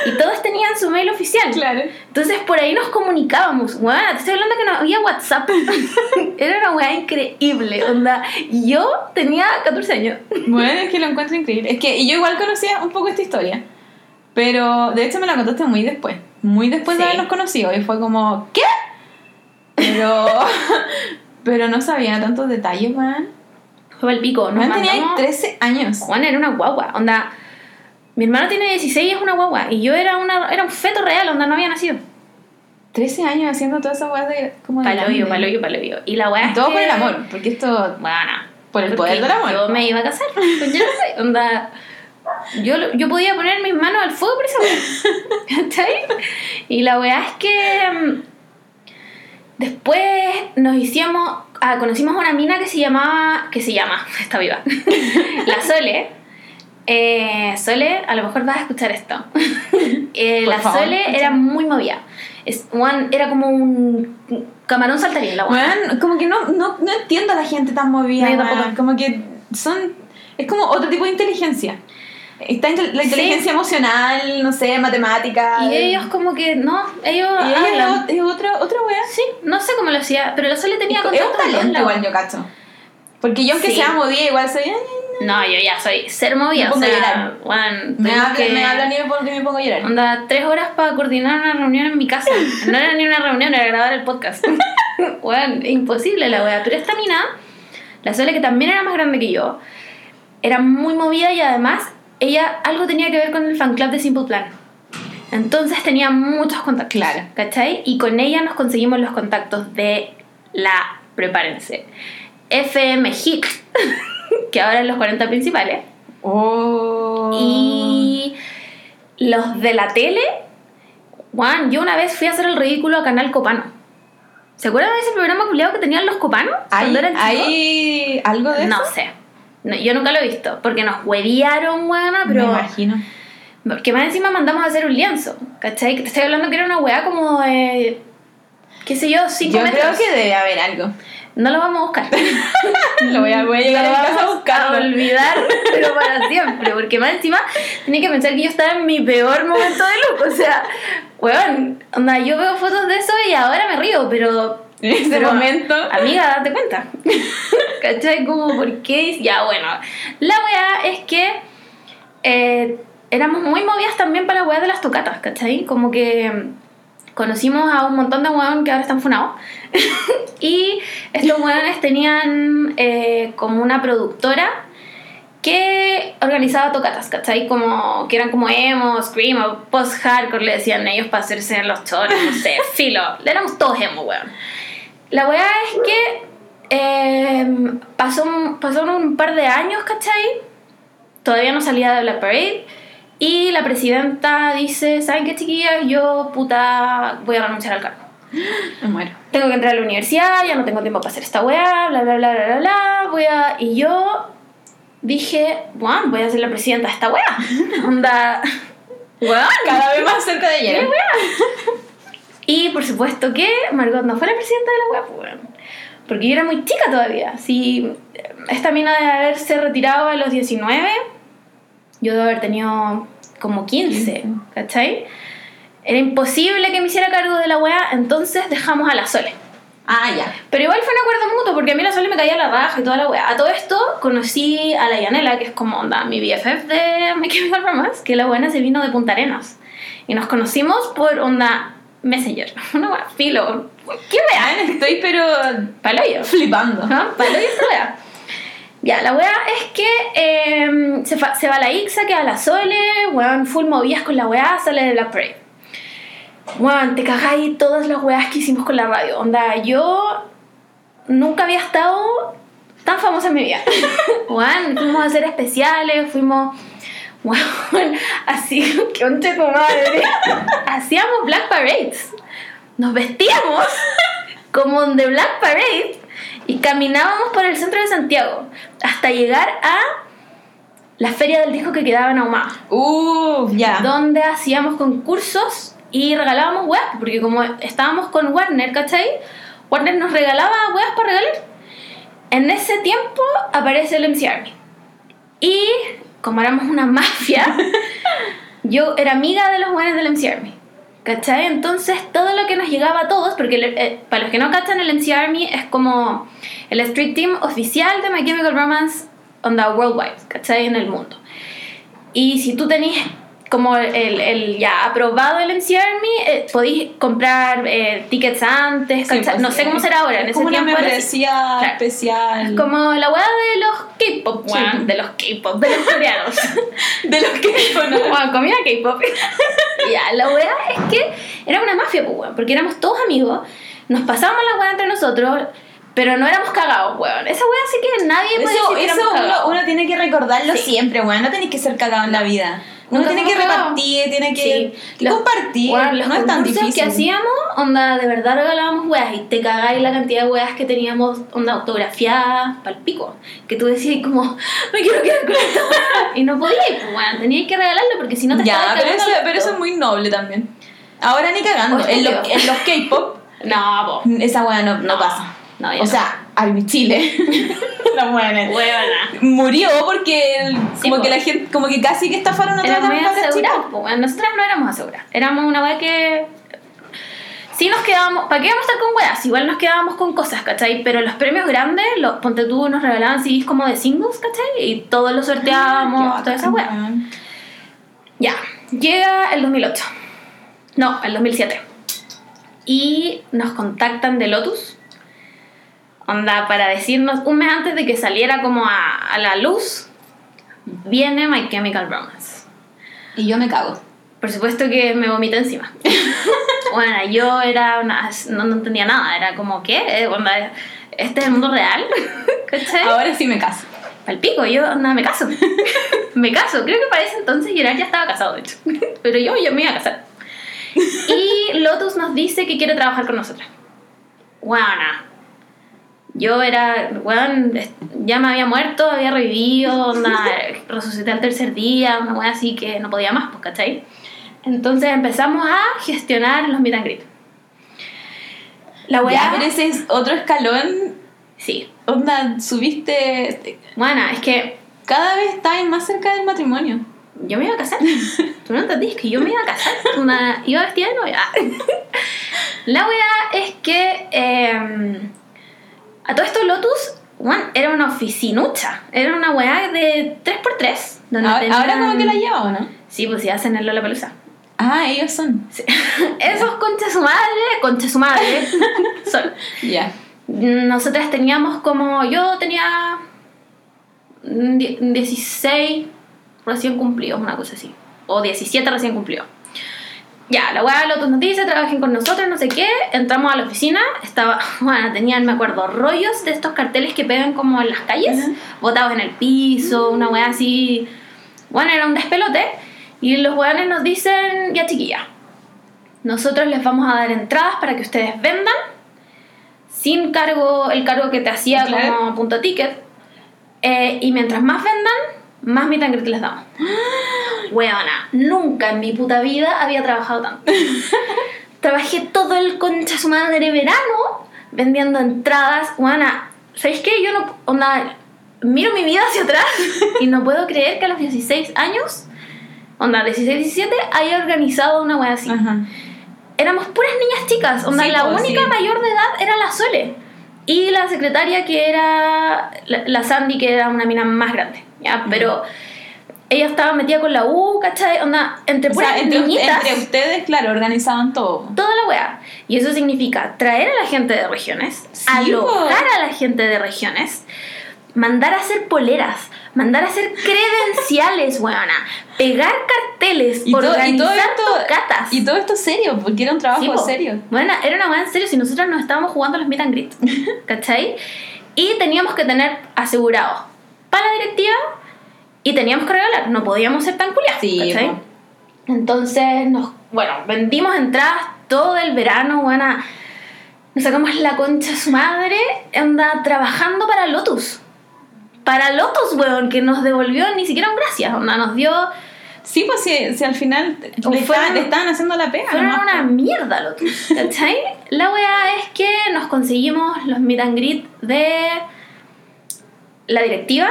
Speaker 2: Y todos tenían su mail oficial.
Speaker 1: esa- Claro.
Speaker 2: Entonces por ahí nos comunicábamos. Weona, te estoy hablando que no había WhatsApp. Era una weá increíble. Onda, Y yo tenía 14 años.
Speaker 1: Bueno, es que lo encuentro increíble. Es que y yo igual conocía un poco esta historia. Pero de hecho me la contaste muy después. Muy después de
Speaker 2: Sí.
Speaker 1: habernos conocido. Y fue como, ¿qué? Pero. pero no sabía tantos detalles, weón.
Speaker 2: Fue el pico, nos
Speaker 1: Weón tenía
Speaker 2: mandamos-
Speaker 1: 13 años.
Speaker 2: Juan era una guagua. Onda, mi hermano tiene 16 y es una guagua. Y yo era, una, era un feto real, onda, no había nacido.
Speaker 1: 13 años haciendo todas esas weas de. como de grande.
Speaker 2: Paloyo, paloyo, paloyo. Y la weá.
Speaker 1: Y Todo por el amor, porque esto.
Speaker 2: Bueno.
Speaker 1: Por el
Speaker 2: Porque
Speaker 1: poder del amor.
Speaker 2: Yo me iba a casar. con Gerard, onda, yo, lo- yo podía poner mis manos al fuego por esa weá. ¿Cachai? Y la weá es que. mm, Después nos hicimos. ah, conocimos a una mina que se llamaba. que se llama, está viva. la Sole. Eh, Sole, a lo mejor vas a escuchar esto. Eh,
Speaker 1: Por
Speaker 2: la
Speaker 1: favor,
Speaker 2: Sole era muy movida. Es, one, era como un camarón saltarín la weá.
Speaker 1: Weón, como que no, no, no entiendo a la gente tan movida.
Speaker 2: No, yo
Speaker 1: weón.
Speaker 2: tampoco.
Speaker 1: Como que son. Es como otro tipo de inteligencia. Está inte- la inteligencia emocional, no sé, matemática.
Speaker 2: Y ellos como que, no, ellos...
Speaker 1: Y ella es, la-
Speaker 2: hablan.
Speaker 1: es otra, otra wea.
Speaker 2: Sí, no sé cómo lo hacía, pero la Sole tenía
Speaker 1: es un
Speaker 2: contacto con
Speaker 1: talento
Speaker 2: la-
Speaker 1: igual, yo cacho. Porque yo, aunque
Speaker 2: Sí.
Speaker 1: sea movida, igual soy. ay, ay,
Speaker 2: No, yo ya soy ser movida,
Speaker 1: Me
Speaker 2: o
Speaker 1: pongo a
Speaker 2: sea,
Speaker 1: llorar.
Speaker 2: bueno,
Speaker 1: Me,
Speaker 2: tuvimos
Speaker 1: hablan,
Speaker 2: que- Mm.
Speaker 1: me hablan y me pongo, y me pongo a llorar.
Speaker 2: Onda, tres horas para coordinar una reunión en mi casa. No era ni una reunión, era grabar el podcast. Weón, imposible la wea. Pero esta mina, la Sole, que también era más grande que yo, era muy movida y además ella algo tenía que ver con el fan club de Simple Plan. Entonces tenía muchos contactos.
Speaker 1: Claro.
Speaker 2: ¿Cachai? Y con ella nos conseguimos los contactos de la, prepárense, FM Hit, que ahora es los 40 principales.
Speaker 1: Oh.
Speaker 2: Y los de la tele, Juan, yo una vez fui a hacer el ridículo a Canal Copano. ¿Se acuerdan de ese programa culiado que tenían los copanos?
Speaker 1: ¿Hay,
Speaker 2: cuando eran chicos?
Speaker 1: hay algo de
Speaker 2: No
Speaker 1: eso?
Speaker 2: sé. No, yo nunca lo he visto, porque nos hueviaron, weona, pero...
Speaker 1: Me imagino.
Speaker 2: Porque más encima mandamos a hacer un lienzo, ¿cachai? Que Te estoy hablando que era una weá como de... qué sé yo, cinco
Speaker 1: Yo creo
Speaker 2: metros.
Speaker 1: que debe haber algo.
Speaker 2: No lo vamos a buscar.
Speaker 1: Lo voy a, voy a llegar a
Speaker 2: Lo
Speaker 1: mi casa a
Speaker 2: vamos
Speaker 1: buscarlo.
Speaker 2: a olvidar, pero para siempre. Porque más encima, tenía que pensar que yo estaba en mi peor momento de look. O sea, weón, onda, yo veo fotos de eso y ahora me río, pero.
Speaker 1: En ese
Speaker 2: pero,
Speaker 1: momento.
Speaker 2: Amiga, date cuenta. ¿Cachai? Como, ¿por qué? Ya, bueno. La weá es que. eh, éramos muy movidas también para la weá de las tocatas, ¿cachai? Como que. mm, conocimos a un montón de hueones que ahora están funados. y estos hueones tenían eh, como una productora que organizaba tocatas, ¿cachai? Como, que eran como emo, scream, o post-hardcore, le decían ellos para hacerse en los choros, no sé, filo. Éramos todos emo, weón. La weá es que eh, pasó, un- pasaron un par de años, ¿cachai? Todavía no salía de Black Parade. Y la presidenta dice, ¿saben qué, chiquillas? Yo, puta, voy a renunciar al cargo
Speaker 1: Me muero.
Speaker 2: tengo que entrar a la universidad, ya no tengo tiempo para hacer esta weá, bla, bla, bla, bla, bla, bla, voy a... Y yo dije, bueno, voy a ser la presidenta de esta weá. Onda, weón,
Speaker 1: Ah, Cada vez más cerca de
Speaker 2: qué
Speaker 1: ayer. ¿eh?
Speaker 2: weá. Y por supuesto que Margot no fue la presidenta de la weá, pues, weón. Porque yo era muy chica todavía. Si eh, esta mina de haberse retirado a los 19, yo debo haber tenido como 15, ¿cachai? Era imposible que me hiciera cargo de la weá, entonces dejamos a la Sole.
Speaker 1: Ah, ya.
Speaker 2: Pero igual fue un acuerdo mutuo, porque a mí la Sole me caía la raja y toda la weá. A todo esto conocí a la Yanela, que es como onda, mi BFF de Me Chemical Romance, que la buena se vino de Punta Arenas. Y nos conocimos por onda Messenger. Una weá, filo. ¿Qué weá?
Speaker 1: Vean, estoy pero
Speaker 2: Paloyo.
Speaker 1: flipando.
Speaker 2: ¿No? Paloyo esta weá. Ya, la weá es que eh, se, fa- se va la Ixa, queda la Sole, weón, full movidas con la weá, sale de Black Parade. Weón, te cagáis todas las weas que hicimos con la radio. Onda, yo nunca había estado tan famosa en mi vida. Weón, fuimos a hacer especiales, fuimos. Weón, así, que onche tu madre. Hacíamos Black Parades. Nos vestíamos como de Black Parade y caminábamos por el centro de Santiago hasta llegar a la feria del disco que quedaba en Ahumada
Speaker 1: Uh, ya.
Speaker 2: donde hacíamos concursos y regalábamos weas, porque como estábamos con Warner, ¿cachai? Warner nos regalaba weas para regalar. En ese tiempo aparece el MC Army. Y como éramos una mafia, yo era amiga de los weones del MC Army. ¿Cachai? Entonces todo lo que nos llegaba a todos, porque eh, para los que no cachan, el MC Army es como el street team oficial de My Chemical Romance on the worldwide, ¿cachai? En el mundo. Y si tú tenés como el, el ya aprobado el MC Army, eh, podís comprar eh, tickets antes,
Speaker 1: Sí,
Speaker 2: ¿cachai?
Speaker 1: pues,
Speaker 2: no sé cómo será ahora, en
Speaker 1: es
Speaker 2: ese
Speaker 1: como una
Speaker 2: tiempo era así.
Speaker 1: membresía
Speaker 2: Claro.
Speaker 1: especial.
Speaker 2: Como la weá de los K-pop,
Speaker 1: Sí.
Speaker 2: weón, de los K-pop, de los coreanos.
Speaker 1: De los que
Speaker 2: Weón, comida K-pop. ya, la weá es que era una mafia, pues, weón, porque éramos todos amigos, nos pasábamos la weá entre nosotros, pero no éramos cagados, weón. Esa weá sí que nadie podía
Speaker 1: Eso,
Speaker 2: decir que
Speaker 1: eso
Speaker 2: éramos cagados.
Speaker 1: uno, uno tiene que recordarlo siempre, weón. No tenés que ser cagado en la vida. Uno
Speaker 2: Nunca
Speaker 1: tiene que
Speaker 2: somos cagados.
Speaker 1: repartir, tiene que
Speaker 2: Sí. Los-
Speaker 1: compartir.
Speaker 2: weón, los
Speaker 1: no es tan
Speaker 2: concursos
Speaker 1: difícil.
Speaker 2: que hacíamos, onda, de verdad regalábamos weas y te cagáis la cantidad de weas que teníamos, onda, autografiadas, palpico. Que tú decías como, me quiero quedar con esta wea. Y no podías, pues, weón, tenías que regalarlo porque si no te
Speaker 1: ya,
Speaker 2: estabas
Speaker 1: pero
Speaker 2: cagando
Speaker 1: eso,
Speaker 2: al
Speaker 1: pero eso es
Speaker 2: resto.
Speaker 1: muy noble también. Ahora ni cagando.
Speaker 2: Oye,
Speaker 1: en, los-
Speaker 2: tío.
Speaker 1: en los K-pop,
Speaker 2: No, po.
Speaker 1: esa weá no, no pasa.
Speaker 2: No, ya
Speaker 1: O
Speaker 2: no.
Speaker 1: sea, a mi Chile. la buena.
Speaker 2: Huevona.
Speaker 1: Murió porque el-
Speaker 2: Sí,
Speaker 1: como
Speaker 2: po.
Speaker 1: que la gente, como que casi que estafaron a todas
Speaker 2: Era
Speaker 1: las
Speaker 2: muy
Speaker 1: vacas
Speaker 2: asegurado,
Speaker 1: chicas.
Speaker 2: po, weón. Nosotras no éramos aseguradas. Éramos una wea que. Sí nos quedábamos. ¿Para qué íbamos a estar con weas? Igual nos quedábamos con cosas, ¿cachai? Pero los premios grandes, los ponte tú, nos regalaban CDs como de singles, ¿cachai? Y todos los sorteábamos, toda esa wea. Ya. Llega el 2008. No, el 2007. Y nos contactan de Lotus. Onda, para decirnos, un mes antes de que saliera como a, a la luz, viene My Chemical Romance.
Speaker 1: Y yo me cago.
Speaker 2: Por supuesto que me vomité encima. bueno, yo era una. No, no entendía nada, era como, ¿qué? Eh, onda, ¿Este es el mundo real? ¿Cachai?
Speaker 1: Ahora sí me caso.
Speaker 2: Palpico, yo, nada, me caso. me caso. Creo que para ese entonces Gerard ya estaba casado, de hecho. Pero yo, yo me iba a casar. Y Lotus nos dice que quiere trabajar con nosotras. Guana. Yo era, weón, es- ya me había muerto, había revivido, onda, resucité al tercer día, una weá así que no podía más, pues, ¿cachai? Entonces empezamos a gestionar los meet and greet. La
Speaker 1: Ya,
Speaker 2: weá,
Speaker 1: pero ese es otro escalón.
Speaker 2: sí.
Speaker 1: Onda, subiste. te-
Speaker 2: Guana, es que
Speaker 1: Cada vez estáis más cerca del matrimonio.
Speaker 2: yo me iba a casar. Tú no entendís que yo me iba a casar. Una, iba vestida de novia. La weá es que eh, a todo esto Lotus weón, era una oficinucha. Era una weá de 3x3. donde
Speaker 1: Ah, Ahora,
Speaker 2: tenían-
Speaker 1: ahora como que la lleva, ¿o no?
Speaker 2: Sí, pues si hacen el Lola Pelusa.
Speaker 1: Ah, ellos son.
Speaker 2: Sí. Esos concha su madre, concha su madre, son.
Speaker 1: Ya.
Speaker 2: Nosotras teníamos como. Yo tenía. die- 16 recién cumplidos, una cosa así. O 17 recién cumplidos. Ya, la weá Lotus nos dice: trabajen con nosotros, no sé qué. Entramos a la oficina, estaba. Bueno, tenían, me acuerdo, rollos de estos carteles que pegan como en las calles,
Speaker 1: Ajá.
Speaker 2: botados en el piso, una weá así. Bueno, era un despelote. Y los weones nos dicen: ya chiquilla, nosotros les vamos a dar entradas para que ustedes vendan sin cargo, el cargo que te hacía
Speaker 1: Claro.
Speaker 2: como punto ticket. Eh, y mientras más vendan, más meet and greet les damos. Weona, nunca en mi puta vida había trabajado tanto. Trabajé todo el concha su madre verano vendiendo entradas. Weona, ¿sabéis qué? Yo no. Onda, miro mi vida hacia atrás y no puedo creer que a los 16 años, onda, 16, 17, haya organizado una wea así
Speaker 1: Ajá.
Speaker 2: éramos puras niñas chicas. Onda,
Speaker 1: Sí,
Speaker 2: la
Speaker 1: po,
Speaker 2: única
Speaker 1: sí.
Speaker 2: mayor de edad era la Sole. Y la secretaria que era la, la Sandy, que era una mina más grande. ¿ya? Pero ella estaba metida con la U, ¿cachai? Onda, entre
Speaker 1: O
Speaker 2: puras
Speaker 1: sea, entre,
Speaker 2: niñitas.
Speaker 1: entre ustedes, claro, organizaban todo.
Speaker 2: Toda la weá. Y eso significa traer a la gente de regiones,
Speaker 1: Sí,
Speaker 2: alojar a la gente de regiones, mandar a hacer poleras, mandar a hacer credenciales, weona, pegar carteles,
Speaker 1: Y todo-
Speaker 2: organizar
Speaker 1: y todo esto-
Speaker 2: tocatas.
Speaker 1: Y todo esto serio, porque era un trabajo
Speaker 2: Sí, po.
Speaker 1: serio.
Speaker 2: Bueno, era una weá en serio, si nosotros nos estábamos jugando los meet and greet, ¿cachai? Y teníamos que tener asegurados para la directiva y teníamos que regalar, no podíamos ser tan culiados,
Speaker 1: Sí,
Speaker 2: ¿cachai?
Speaker 1: po.
Speaker 2: Entonces, nos, bueno, vendimos entradas todo el verano, buena. Nos sacamos la concha a su madre, anda trabajando para Lotus. Para Lotus, weón, que nos devolvió ni siquiera un gracias, onda, nos dio.
Speaker 1: Sí, pues si, si al final te-
Speaker 2: O
Speaker 1: le,
Speaker 2: fueron-
Speaker 1: estaban, le estaban haciendo la pega.
Speaker 2: Fueron
Speaker 1: nomás,
Speaker 2: una mierda Lotus, ¿cachai? La weá es que nos conseguimos los meet and greet de la directiva,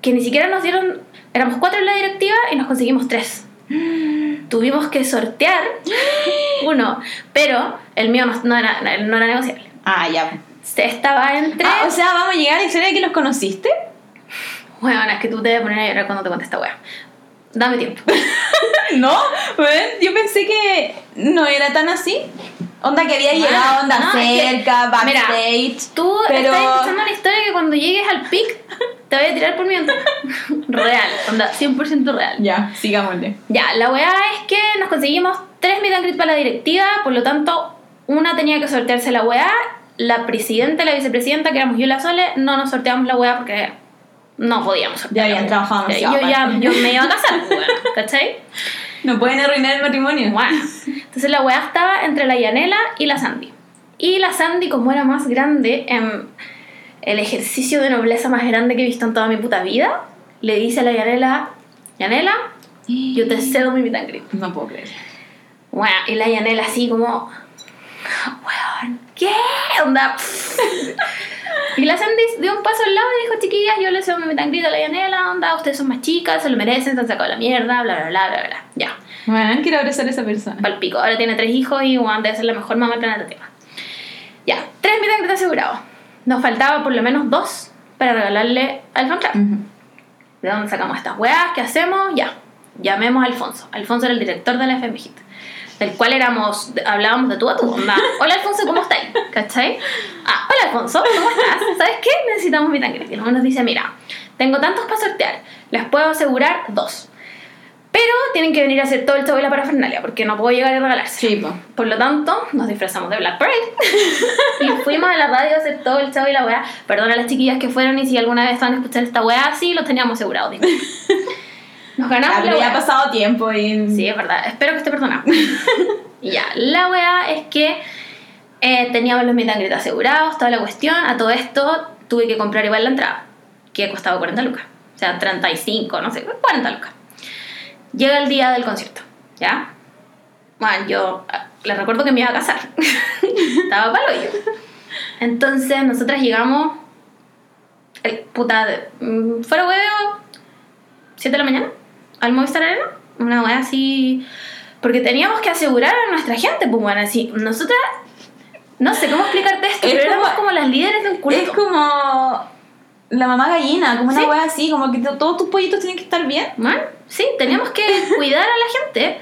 Speaker 2: que ni siquiera nos dieron. Éramos cuatro en la directiva y nos conseguimos tres. Tuvimos que sortear uno, pero el mío no, no era, no era negociable.
Speaker 1: po. Ah, ya.
Speaker 2: Se estaba entre.
Speaker 1: Ah, o sea, vamos a llegar a la historia de que los conociste.
Speaker 2: Bueno, es que tú te debes poner a llorar cuando te cuente esta weá. Dame tiempo.
Speaker 1: No, weón, yo pensé que no era tan así. Onda que había llegado, onda
Speaker 2: Ah, no, es que-
Speaker 1: cerca,
Speaker 2: mira,
Speaker 1: backstage.
Speaker 2: Tú
Speaker 1: Pero-
Speaker 2: estás escuchando la historia que cuando llegues al pic te voy a tirar por mi ventana. Real, onda, 100% real.
Speaker 1: Ya, sigámosle.
Speaker 2: Ya, la weá es que nos conseguimos tres meet and greet para la directiva, por lo tanto, una tenía que sortearse la weá, la presidenta y la vicepresidenta, que éramos yo y la Sole, no nos sorteamos la weá porque no podíamos sortear.
Speaker 1: Ya habían trabajado
Speaker 2: Eh,
Speaker 1: demasiado,
Speaker 2: Yo ya
Speaker 1: aparte.
Speaker 2: yo me iba a casar, weón, ¿cachai?
Speaker 1: No pueden arruinar el matrimonio.
Speaker 2: Bueno, "Ah". entonces la weá estaba entre la Yanela y la Sandy. Y la Sandy, como era más grande, em, el ejercicio de nobleza más grande que he visto en toda mi puta vida, le dice a la Yanela, Yanela, yo te cedo mi meet and greet".
Speaker 1: No puedo creer.
Speaker 2: Bueno, y la Yanela así como, weón, ¿qué onda? Pff. Y la Sandy dio un paso al lado y dijo, chiquillas, yo le cedo mi meet and greet a la Yanela, onda, ustedes son más chicas, se lo merecen, se han sacado la mierda, bla, bla, bla, bla, bla. Ya.
Speaker 1: Bueno, quiero abrazar a esa persona.
Speaker 2: Palpico. Ahora tiene tres hijos y Juan debe ser la mejor mamá del planeta Tierra. Ya, tres meet and greet asegurados. Nos faltaba por lo menos dos para regalarle al fan club.
Speaker 1: Ujú.
Speaker 2: ¿De dónde sacamos estas weas? ¿Qué hacemos? Ya, llamemos a Alfonso. Alfonso era el director de la FMG, del cual éramos, hablábamos de tú a tú. onda, Hola Alfonso, ¿cómo estás? ¿Cachai? Ah, hola Alfonso, ¿cómo estás? ¿Sabes qué? Necesitamos meet and greet. Y el weón nos dice, mira, tengo tantos para sortear, les puedo asegurar dos. Pero tienen que venir a hacer todo el show y la parafernalia, porque no puedo llegar a regalarse.
Speaker 1: Sí, po.
Speaker 2: Por lo tanto, nos disfrazamos de Black Parade y fuimos a la radio a hacer todo el chavo y la weá. Perdón a las chiquillas que fueron y si alguna vez van a escuchar esta weá, sí, los teníamos asegurados. disculpa. Nos ganamos la
Speaker 1: Habría
Speaker 2: weá.
Speaker 1: pasado tiempo y.
Speaker 2: Sí, es verdad. Espero que esté perdonado. ya, la weá es que eh, teníamos los meet and greet asegurados, toda la cuestión. A todo esto tuve que comprar igual la entrada, que costaba 40 lucas. O sea, 35, no sé, 40 lucas. Llega el día del concierto, ¿ya? Bueno, yo ah, les recuerdo que me iba a casar. Estaba palo yo. Entonces, nosotras llegamos. El, puta, de- mm, fuera huevo, 7 de la mañana al Movistar Arena. Una weá así. Porque teníamos que asegurar a nuestra gente, pues bueno, así. Nosotras. No sé cómo explicarte esto,
Speaker 1: Es
Speaker 2: pero éramos
Speaker 1: como-
Speaker 2: como las líderes de un culto.
Speaker 1: Es como la mamá gallina, como
Speaker 2: Sí.
Speaker 1: una wea así, como que to- todos tus pollitos tienen que estar bien.
Speaker 2: Man, sí, teníamos que cuidar a la gente.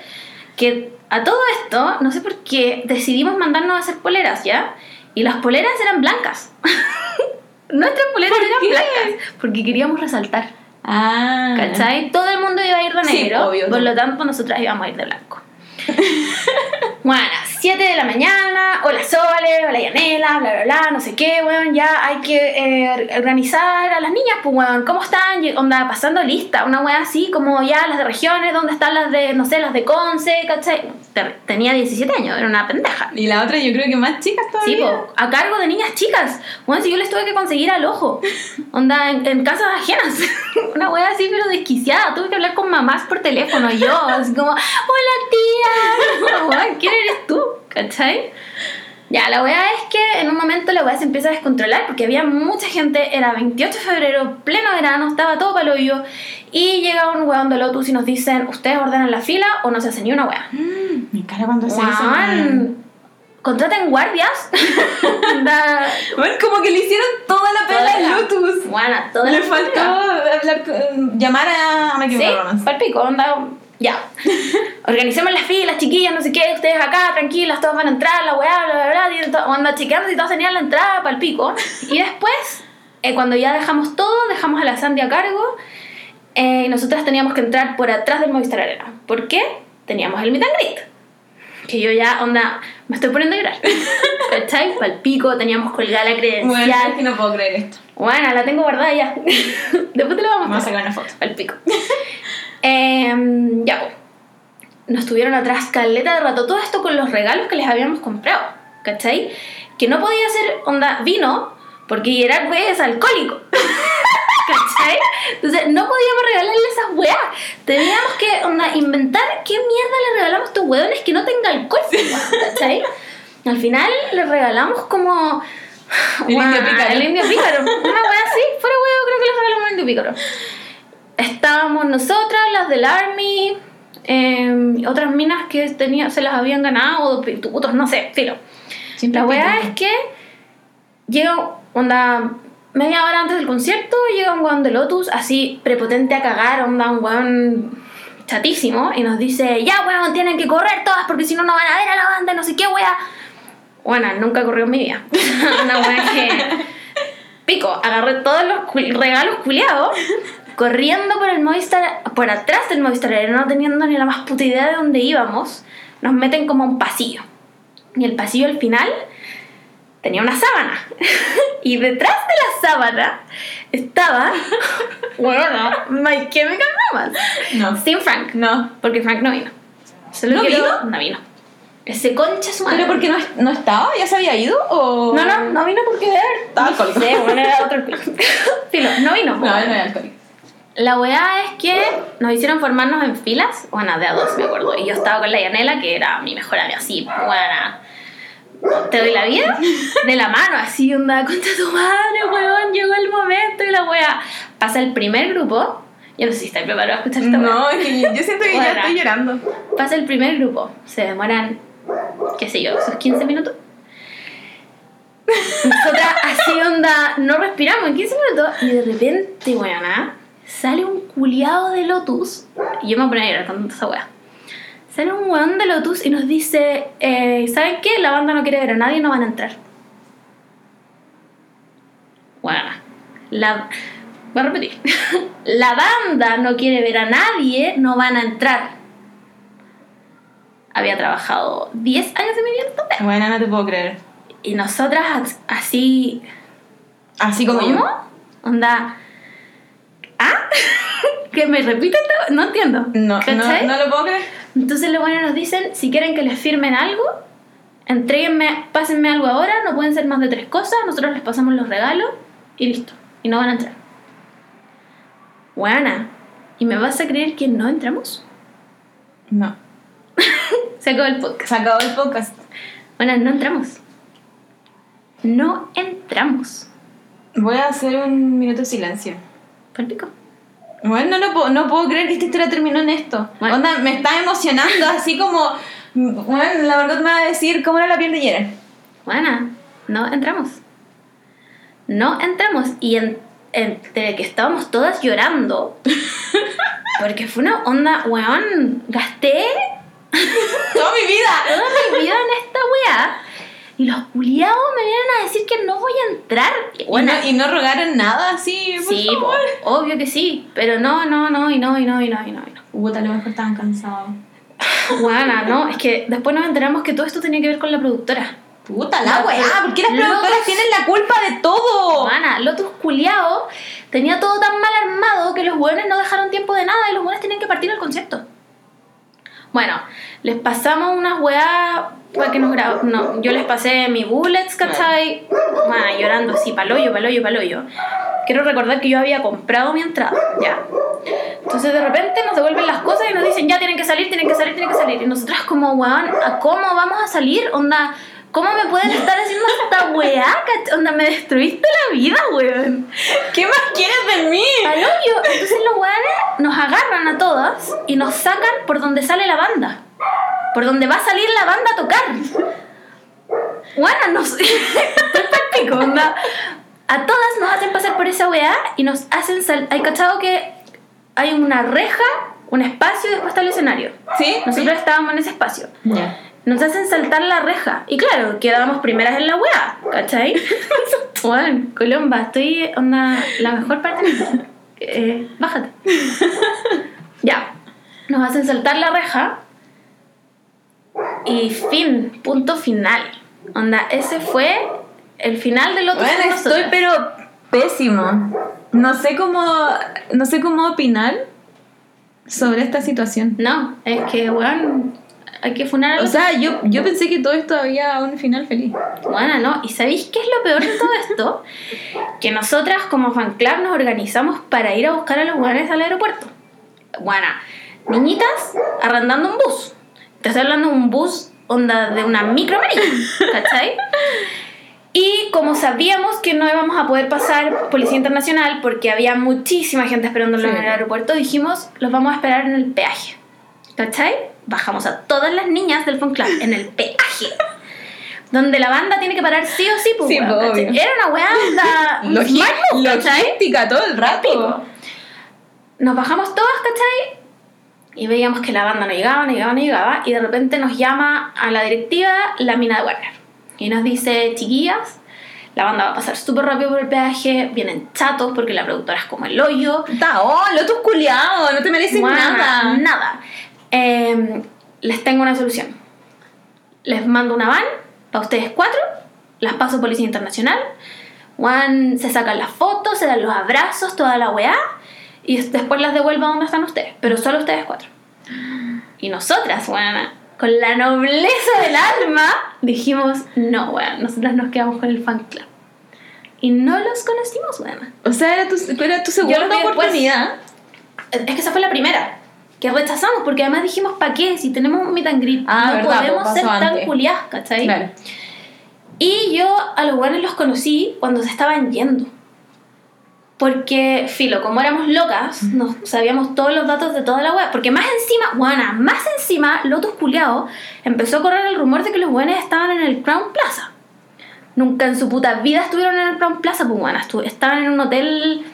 Speaker 2: que a todo esto, no sé por qué, decidimos mandarnos a hacer poleras, ¿ya? Y las poleras eran blancas. Nuestras poleras
Speaker 1: ¿Por
Speaker 2: eran
Speaker 1: qué?
Speaker 2: blancas porque queríamos resaltar,
Speaker 1: Ah.
Speaker 2: ¿cachai? Todo el mundo iba a ir de
Speaker 1: Sí,
Speaker 2: negro,
Speaker 1: obvio,
Speaker 2: por
Speaker 1: no.
Speaker 2: lo tanto nosotras íbamos a ir de blanco. Bueno, 7 de la mañana, hola Sole, hola Yanela, bla bla bla, no sé qué, weón, ya hay que eh, organizar a las niñas, pues weón, ¿cómo están? Y Onda, pasando lista, una weá así, como ya las de regiones, ¿dónde están las de, no sé, las de Conce, cachai? Ter- Tenía 17 años, era una pendeja.
Speaker 1: Y la otra yo creo que más chicas
Speaker 2: Sí,
Speaker 1: todavía.
Speaker 2: po, a cargo de niñas chicas. Bueno, si yo les tuve que conseguir al ojo. Onda, en, en casas ajenas. Una wea así, pero desquiciada. Tuve que hablar con mamás por teléfono. Yo, así como, hola tía. Weón, ¿Quién eres tú? ¿Cachai? Ya, la wea es que en un momento la wea se empieza a descontrolar porque había mucha gente. Era 28 de febrero, pleno verano, estaba todo palo yo. Y llega un weón de Lotus y nos dicen, ¿ustedes ordenan la fila o no se hace ni una wea?
Speaker 1: Mm, me encanta cuando se eso. weón.
Speaker 2: Juan, contraten guardias. Onda,
Speaker 1: Weón, como que le hicieron toda la
Speaker 2: Toda
Speaker 1: pela
Speaker 2: la-
Speaker 1: a Lotus.
Speaker 2: Juan, a toda
Speaker 1: Le
Speaker 2: la
Speaker 1: faltó
Speaker 2: cultura.
Speaker 1: hablar, con- llamar a My Chemical
Speaker 2: Sí,
Speaker 1: Romance.
Speaker 2: pa'l pico, onda. Ya. Organicemos las filas, chiquillas, no sé qué, ustedes acá, tranquilas, todos van a entrar, la weá, bla, bla, bla. y to- Onda, chequeando si todos tenían la entrada pa'l pico. Y después, eh, cuando ya dejamos todo, dejamos a la Sandy a cargo. eh, y nosotras teníamos que entrar por atrás del Movistar Arena. ¿Por qué? Teníamos el meet and greet. Que yo ya, onda, me estoy poniendo a llorar. ¿Cachai? Pa'l pico, teníamos colgada la credencial.
Speaker 1: Bueno, es que no puedo creer esto.
Speaker 2: Bueno, la tengo guardada ya. Después te la vamos a
Speaker 1: Vamos a
Speaker 2: mostrar.
Speaker 1: sacar una foto.
Speaker 2: Al pico. Em, ya, pues. Nos tuvieron atrás caleta de rato. Todo esto con los regalos que les habíamos comprado. ¿Cachai? Que no podía ser onda vino porque Gerard güey, es alcohólico. ¿Cachai? Entonces no podíamos regalarle esas weas. Teníamos que onda, inventar qué mierda le regalamos a estos weones que no tenga alcohol. ¿Cachai? Al final le regalamos como.
Speaker 1: El
Speaker 2: Guau,
Speaker 1: indio pícaro.
Speaker 2: El indio pícaro. Una wea así. Fuera huevo, creo que le regalamos el indio pícaro. Estábamos nosotras, las del Army, eh, otras minas que tenía, se las habían ganado, o pitutos, no sé, filo. La weá es que llega, onda, media hora antes del concierto, llega un weón de Lotus, así prepotente a cagar, onda, un weón chatísimo, y nos dice, ya weón, tienen que correr todas porque si no, no van a ver a la banda, no sé qué weá. Bueno, nunca corrió en mi vida. Una weá que. Pico, agarré todos los cul- regalos culiados, corriendo por el Movistar, por atrás del Movistar, Arena, no teniendo ni la más puta idea de dónde íbamos, nos meten como a un pasillo. Y el pasillo al final tenía una sábana. y detrás de la sábana estaba. Bueno, My Chemical Romance.
Speaker 1: No.
Speaker 2: Sin Frank.
Speaker 1: No.
Speaker 2: Porque Frank no vino. Solo
Speaker 1: ¿No
Speaker 2: quiero-
Speaker 1: vino?
Speaker 2: No vino. Ese concha su madre.
Speaker 1: ¿Pero por qué no, no estaba? ¿Ya se había ido? ¿O...
Speaker 2: No, no, no vino porque
Speaker 1: Estaba alcohólico.
Speaker 2: Sí, bueno, era otro alcohólico. Filo, no vino.
Speaker 1: No, no era alcohólico.
Speaker 2: La weá es que nos hicieron formarnos en filas, bueno, de a dos, me acuerdo. Y yo estaba con la Yanela, que era mi mejor amiga, así, bueno, te doy la vida de la mano, así, onda, contra tu madre, weón, llegó el momento y la weá. Pasa el primer grupo, yo no sé si estáis preparados a escuchar esta weá.
Speaker 1: No, es que yo siento que ya
Speaker 2: Bueno.
Speaker 1: estoy llorando.
Speaker 2: Pasa el primer grupo, se demoran, qué sé yo, sus 15 minutos. Nosotras así onda, no respiramos en 15 minutos y de repente, weona, sale un culiado de Lotus. Y yo me voy a poner a llorar con tanta esa wea. Sale un weón de Lotus y nos dice, eh, ¿saben qué? La banda no quiere ver a nadie, no van a entrar. Weona, la... Voy a repetir. la banda no quiere ver a nadie, no van a entrar había trabajado 10 años en mi vida en total.
Speaker 1: Bueno, no te puedo creer.
Speaker 2: Y nosotras as- así.
Speaker 1: Así como yo.
Speaker 2: ¿Cómo? Onda. ¿Ah? que me repitan todo. No entiendo.
Speaker 1: No, no,
Speaker 2: ¿Cachai?
Speaker 1: no lo puedo creer.
Speaker 2: Entonces los buenos nos dicen: si quieren que les firmen algo, entreguenme, pásenme algo ahora. No pueden ser más de tres cosas. Nosotros les pasamos los regalos y listo. Y no van a entrar. Buena. ¿Y me vas a creer que no entramos?
Speaker 1: No.
Speaker 2: Se acabó el podcast.
Speaker 1: Se acabó el podcast.
Speaker 2: Bueno, no entramos. No entramos.
Speaker 1: Voy a hacer un minuto de silencio.
Speaker 2: Pa'l pico.
Speaker 1: Bueno, no, lo puedo, no puedo creer que esta historia terminó en esto.
Speaker 2: Bueno.
Speaker 1: Onda, me está emocionando, así como. mm, Bueno, la verdad me va a decir cómo era la piel de Gerard.
Speaker 2: Juana, no entramos. No entramos. Y en- entre que estábamos todas llorando, porque fue una onda, weón, gasté
Speaker 1: Toda mi vida.
Speaker 2: toda mi vida en esta weá. Y los culiados me vienen a decir que no voy a entrar. Bueno,
Speaker 1: y, no, y no rogaron nada así, por
Speaker 2: sí,
Speaker 1: favor.
Speaker 2: po, obvio que sí. Pero no, no, no, y no, y no, y no, y no, y no.
Speaker 1: Puta, a lo mejor estaban cansados.
Speaker 2: Guana, no, es que después nos enteramos que todo esto tenía que ver con la productora.
Speaker 1: Puta la
Speaker 2: No,
Speaker 1: weá,
Speaker 2: pero-
Speaker 1: ¿por qué las
Speaker 2: Locos.
Speaker 1: productoras tienen la culpa de todo?
Speaker 2: Guana, Lotus culiao tenía todo tan mal armado que los hueones no dejaron tiempo de nada y los hueones tenían que partir al concepto. Bueno, les pasamos unas weas para que nos gra- No, yo les pasé mi bullets, ¿cachai? Guana, llorando así, paloyo, paloyo, paloyo. Quiero recordar que yo había comprado mi entrada, ya. Entonces de repente nos devuelven las cosas y nos dicen, ya tienen que salir, tienen que salir, tienen que salir. Y nosotras como, weón, ¿a cómo vamos a salir? Onda, ¿cómo me pueden estar haciendo esta weá? cach- Onda, me destruiste la vida, weón.
Speaker 1: ¿Qué más quieres de mí?
Speaker 2: Al hoyo. Entonces los weones nos agarran a todas y nos sacan por donde sale la banda. Por donde va a salir la banda a tocar. Weona, nos... Estoy pa'l pico, onda. A todas nos hacen pasar por esa weá y nos hacen sal... Hay cachado que hay una reja, un espacio y después está el escenario.
Speaker 1: ¿Sí?
Speaker 2: Nosotros estábamos en ese espacio.
Speaker 1: Ya.
Speaker 2: Nos hacen saltar la reja. Y claro, quedábamos primeras en la weá, ¿cachai? Juan, Colomba, estoy onda la mejor parte. de mi- Eh, bájate. ya. Nos hacen saltar la reja. Y fin, punto final. Onda, ese fue el final del otro.
Speaker 1: Bueno, estoy pero pésimo. No sé cómo, no sé cómo opinar sobre esta situación.
Speaker 2: No, es que, weón, hay que funar a
Speaker 1: O
Speaker 2: los
Speaker 1: sea, yo, yo pensé que todo esto había un final feliz.
Speaker 2: Bueno, no, ¿y sabéis qué es lo peor de todo esto? que nosotras como fan club nos organizamos para ir a buscar a los guanes al aeropuerto. Bueno, niñitas arrendando un bus. Te estoy hablando de un bus onda de una micro amarilla, ¿cachai? Y como sabíamos que no íbamos a poder pasar Policía Internacional porque había muchísima gente esperándolo
Speaker 1: Sí.
Speaker 2: en el aeropuerto, dijimos, los vamos a esperar en el peaje. ¿Cachai? Bajamos a todas las niñas del fan club en el peaje. Donde la banda tiene que parar sí o sí, pues,
Speaker 1: Sí,
Speaker 2: weón,
Speaker 1: pues,
Speaker 2: ¿cachai?
Speaker 1: obvio.
Speaker 2: Era una weá onda un
Speaker 1: Logi-
Speaker 2: smart move, ¿cachai?
Speaker 1: logística todo el rato.
Speaker 2: Pico. Nos bajamos todas, ¿cachai? Y veíamos que la banda no llegaba, no llegaba, no llegaba. Y de repente nos llama a la directiva la mina de Warner. Y nos dice, chiquillas, la banda va a pasar súper rápido por el peaje, vienen chatos porque la productora es como el hoyo.
Speaker 1: Taol, lo tus culiado, no te mereces
Speaker 2: Guana,
Speaker 1: nada.
Speaker 2: Nada. Eh, les tengo una solución. Les mando una van para ustedes cuatro, las paso a Policía Internacional. Juan se sacan las fotos, se dan los abrazos, toda la weá, y des- después las devuelvo a donde están ustedes, pero solo ustedes cuatro. Y nosotras, Juana, con la nobleza del alma, dijimos, no, weón, nosotras nos quedamos con el fan club. Y no los conocimos, Juana.
Speaker 1: O sea, era tu, era tu
Speaker 2: Yo
Speaker 1: segunda
Speaker 2: lo vi después.
Speaker 1: oportunidad.
Speaker 2: Es que esa fue la primera que rechazamos, porque además dijimos, ¿para qué? Si tenemos un meet and greet,
Speaker 1: Ah,
Speaker 2: no
Speaker 1: verdad, pues,
Speaker 2: podemos
Speaker 1: pasó
Speaker 2: ser tan
Speaker 1: antes.
Speaker 2: culiás, ¿cachai?
Speaker 1: Claro.
Speaker 2: Y yo a los buenos los conocí cuando se estaban yendo. Porque, filo, como éramos locas, nos sabíamos todos los datos de toda la web. Porque más encima, guana, más encima, Lotus Culeado empezó a correr el rumor de que los buenos estaban en el Crown Plaza. Nunca en su puta vida estuvieron en el Crown Plaza, pues guana, estu- estaban en un hotel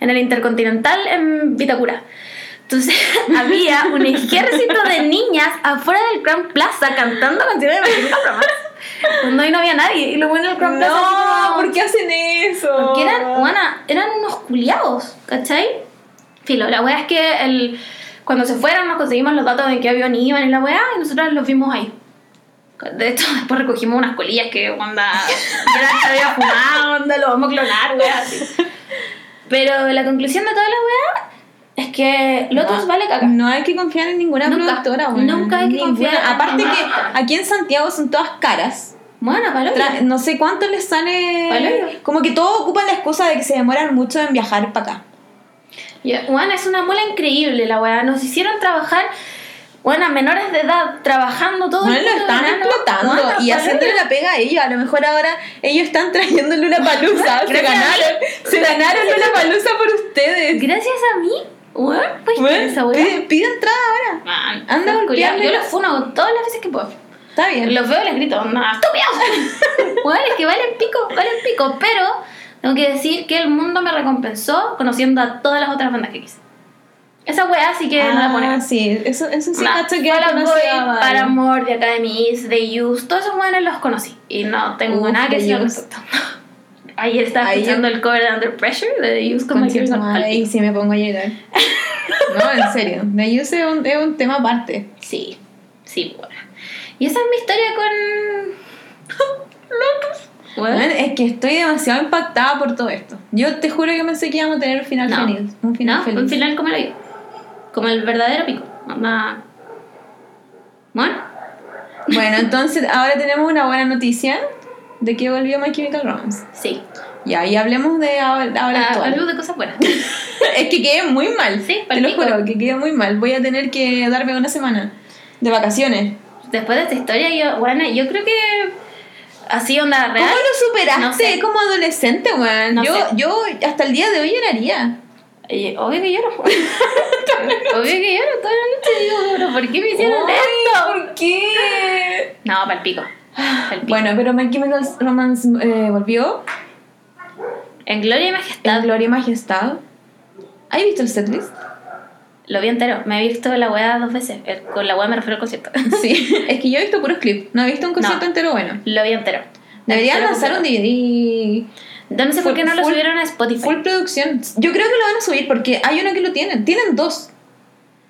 Speaker 2: en el Intercontinental en Vitacura. Entonces había un ejército de niñas afuera del Crown Plaza cantando canciones de Matilda Promas. Cuando ahí Pues no había nadie. Y lo bueno del Crown Plaza. así
Speaker 1: No,
Speaker 2: como- ah,
Speaker 1: ¿por qué hacen eso?
Speaker 2: porque eran, guana, eran unos culiados, ¿cachai? Filo, la weá es que el, cuando se fueron nos conseguimos los datos de en qué avión iban y la weá, y nosotros los vimos ahí. De hecho, después recogimos unas colillas que, onda, ya se había fumado, onda, lo vamos a clonar, weá, así. Pero la conclusión de toda la weá es que Lotus
Speaker 1: No,
Speaker 2: vale caca.
Speaker 1: No hay que confiar en ninguna
Speaker 2: Nunca,
Speaker 1: productora, bueno,
Speaker 2: nunca hay que confiar en
Speaker 1: Aparte
Speaker 2: ninguna.
Speaker 1: que aquí en Santiago son todas caras.
Speaker 2: Bueno, palo.
Speaker 1: Tra- no sé cuánto les sale.
Speaker 2: Vale.
Speaker 1: Como que todos ocupan la excusa de que se demoran mucho en viajar para acá.
Speaker 2: Ya, Juana, es una muela increíble la weá. Nos hicieron trabajar, bueno, menores de edad, trabajando todo
Speaker 1: Bueno,
Speaker 2: el
Speaker 1: lo
Speaker 2: puto
Speaker 1: están
Speaker 2: verano.
Speaker 1: explotando
Speaker 2: Juana,
Speaker 1: y
Speaker 2: para
Speaker 1: haciéndole la pega a ellos. A lo mejor ahora ellos están trayéndole una palusa. se
Speaker 2: Gracias a
Speaker 1: ganaron, se ganaron una palusa por ustedes.
Speaker 2: Gracias a mí, weón, pues
Speaker 1: Bueno,
Speaker 2: esa weá.
Speaker 1: pide, pide entrada ahora.
Speaker 2: Man,
Speaker 1: eh, anda a
Speaker 2: los culiados,
Speaker 1: golpearle.
Speaker 2: Yo los funo todas las veces que puedo.
Speaker 1: Está bien.
Speaker 2: Los veo y les grito, ¡Nah, estúpidos! weón, es que valen pico, valen pico. Pero tengo que decir que el mundo me recompensó conociendo a todas las otras bandas que quise. Esa weá así que no la
Speaker 1: Ah,
Speaker 2: ponemos.
Speaker 1: sí, eso, eso sí,
Speaker 2: Ma,
Speaker 1: cacho que
Speaker 2: Fall Out Boy,
Speaker 1: conocía, vale.
Speaker 2: Paramore, The Academies, The Youth, todos esos buenos los conocí y no tengo
Speaker 1: Uf,
Speaker 2: nada que
Speaker 1: The
Speaker 2: decir al
Speaker 1: Used.
Speaker 2: respecto. Ayer estaba
Speaker 1: Ayer-
Speaker 2: escuchando el cover de Under Pressure de The Youth con Michael
Speaker 1: Conchita madre,
Speaker 2: Jackson.
Speaker 1: y si me pongo a llorar. No, en serio. The Use es un, es un tema aparte.
Speaker 2: Sí, sí, bueno. Y esa es mi historia con. Lotus.
Speaker 1: Bueno,
Speaker 2: Bueno,
Speaker 1: es que estoy demasiado impactada por todo esto. Yo te juro que pensé que íbamos a tener un final
Speaker 2: No.
Speaker 1: feliz. Un final
Speaker 2: no,
Speaker 1: feliz.
Speaker 2: un final como lo yo. Como el verdadero pico. Mamá. Bueno,
Speaker 1: Bueno, entonces ahora tenemos una buena noticia de que volvió My Chemical Romance.
Speaker 2: sí.
Speaker 1: Ya, y hablemos de ahora, ahora
Speaker 2: Ah,
Speaker 1: actual.
Speaker 2: Hablemos de cosas buenas.
Speaker 1: Es que quedé muy mal.
Speaker 2: Sí,
Speaker 1: te lo
Speaker 2: palpico.
Speaker 1: juro, que quedé muy mal. Voy a tener que darme una semana de vacaciones.
Speaker 2: Después de esta historia, yo, bueno, yo creo que así onda real.
Speaker 1: ¿Cómo lo superaste
Speaker 2: No sé.
Speaker 1: como adolescente, weón?
Speaker 2: No
Speaker 1: yo,
Speaker 2: sé.
Speaker 1: yo hasta el día de hoy lloraría.
Speaker 2: Eh, Obvio que lloro. Obvio que lloro toda la noche. Digo, pero ¿por qué me hicieron
Speaker 1: Ay,
Speaker 2: esto?
Speaker 1: ¿Por qué?
Speaker 2: No, palpico. palpico.
Speaker 1: Bueno, pero My Chemical Romance eh, volvió
Speaker 2: En Gloria y
Speaker 1: en
Speaker 2: Majestad
Speaker 1: Gloria y Majestad. ¿Has visto el setlist?
Speaker 2: lo vi entero. Me he visto la weá dos veces. El- con la weá me refiero al concierto.
Speaker 1: Sí, es que yo he visto puros clips. No he visto un concierto
Speaker 2: No.
Speaker 1: entero bueno.
Speaker 2: Lo vi entero.
Speaker 1: Deberían
Speaker 2: Entero
Speaker 1: lanzar un
Speaker 2: completo.
Speaker 1: DVD.
Speaker 2: Yo no sé por
Speaker 1: full-
Speaker 2: qué no lo
Speaker 1: full-
Speaker 2: subieron a Spotify.
Speaker 1: Full producción. Yo creo que lo van a subir porque hay uno que lo tienen. Tienen dos.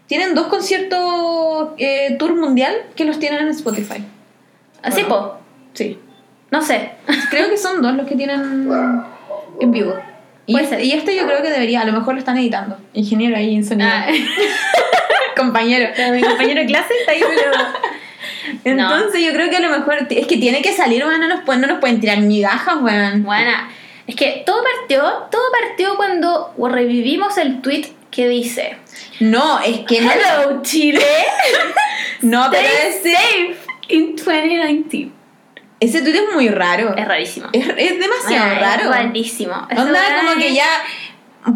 Speaker 1: Tienen dos conciertos eh, tour mundial que los tienen en Spotify.
Speaker 2: Así,
Speaker 1: ¿o
Speaker 2: ¿Ah, po.
Speaker 1: Sí.
Speaker 2: No sé.
Speaker 1: Creo que son dos los que tienen en vivo. Y,
Speaker 2: Puede
Speaker 1: este,
Speaker 2: ser.
Speaker 1: y este yo creo que debería, a lo mejor lo están editando. Ingeniero ahí en sonido.
Speaker 2: Ah,
Speaker 1: Compañero.
Speaker 2: mi compañero de clase está ahí. pero-
Speaker 1: Entonces yo creo que a lo mejor t- es que tiene que salir, weón, no nos pueden, no nos pueden tirar migajas, weón.
Speaker 2: Buena. Es que todo partió, todo partió cuando revivimos el tweet que dice
Speaker 1: No, es que no.
Speaker 2: Hello Chile,
Speaker 1: No, pero
Speaker 2: stay
Speaker 1: ese,
Speaker 2: safe in 2019.
Speaker 1: ese tuit es muy raro.
Speaker 2: Es rarísimo.
Speaker 1: Es, es demasiado
Speaker 2: Buena,
Speaker 1: raro.
Speaker 2: Es rarísimo. Esa
Speaker 1: Onda,
Speaker 2: weá
Speaker 1: como
Speaker 2: es-
Speaker 1: que ya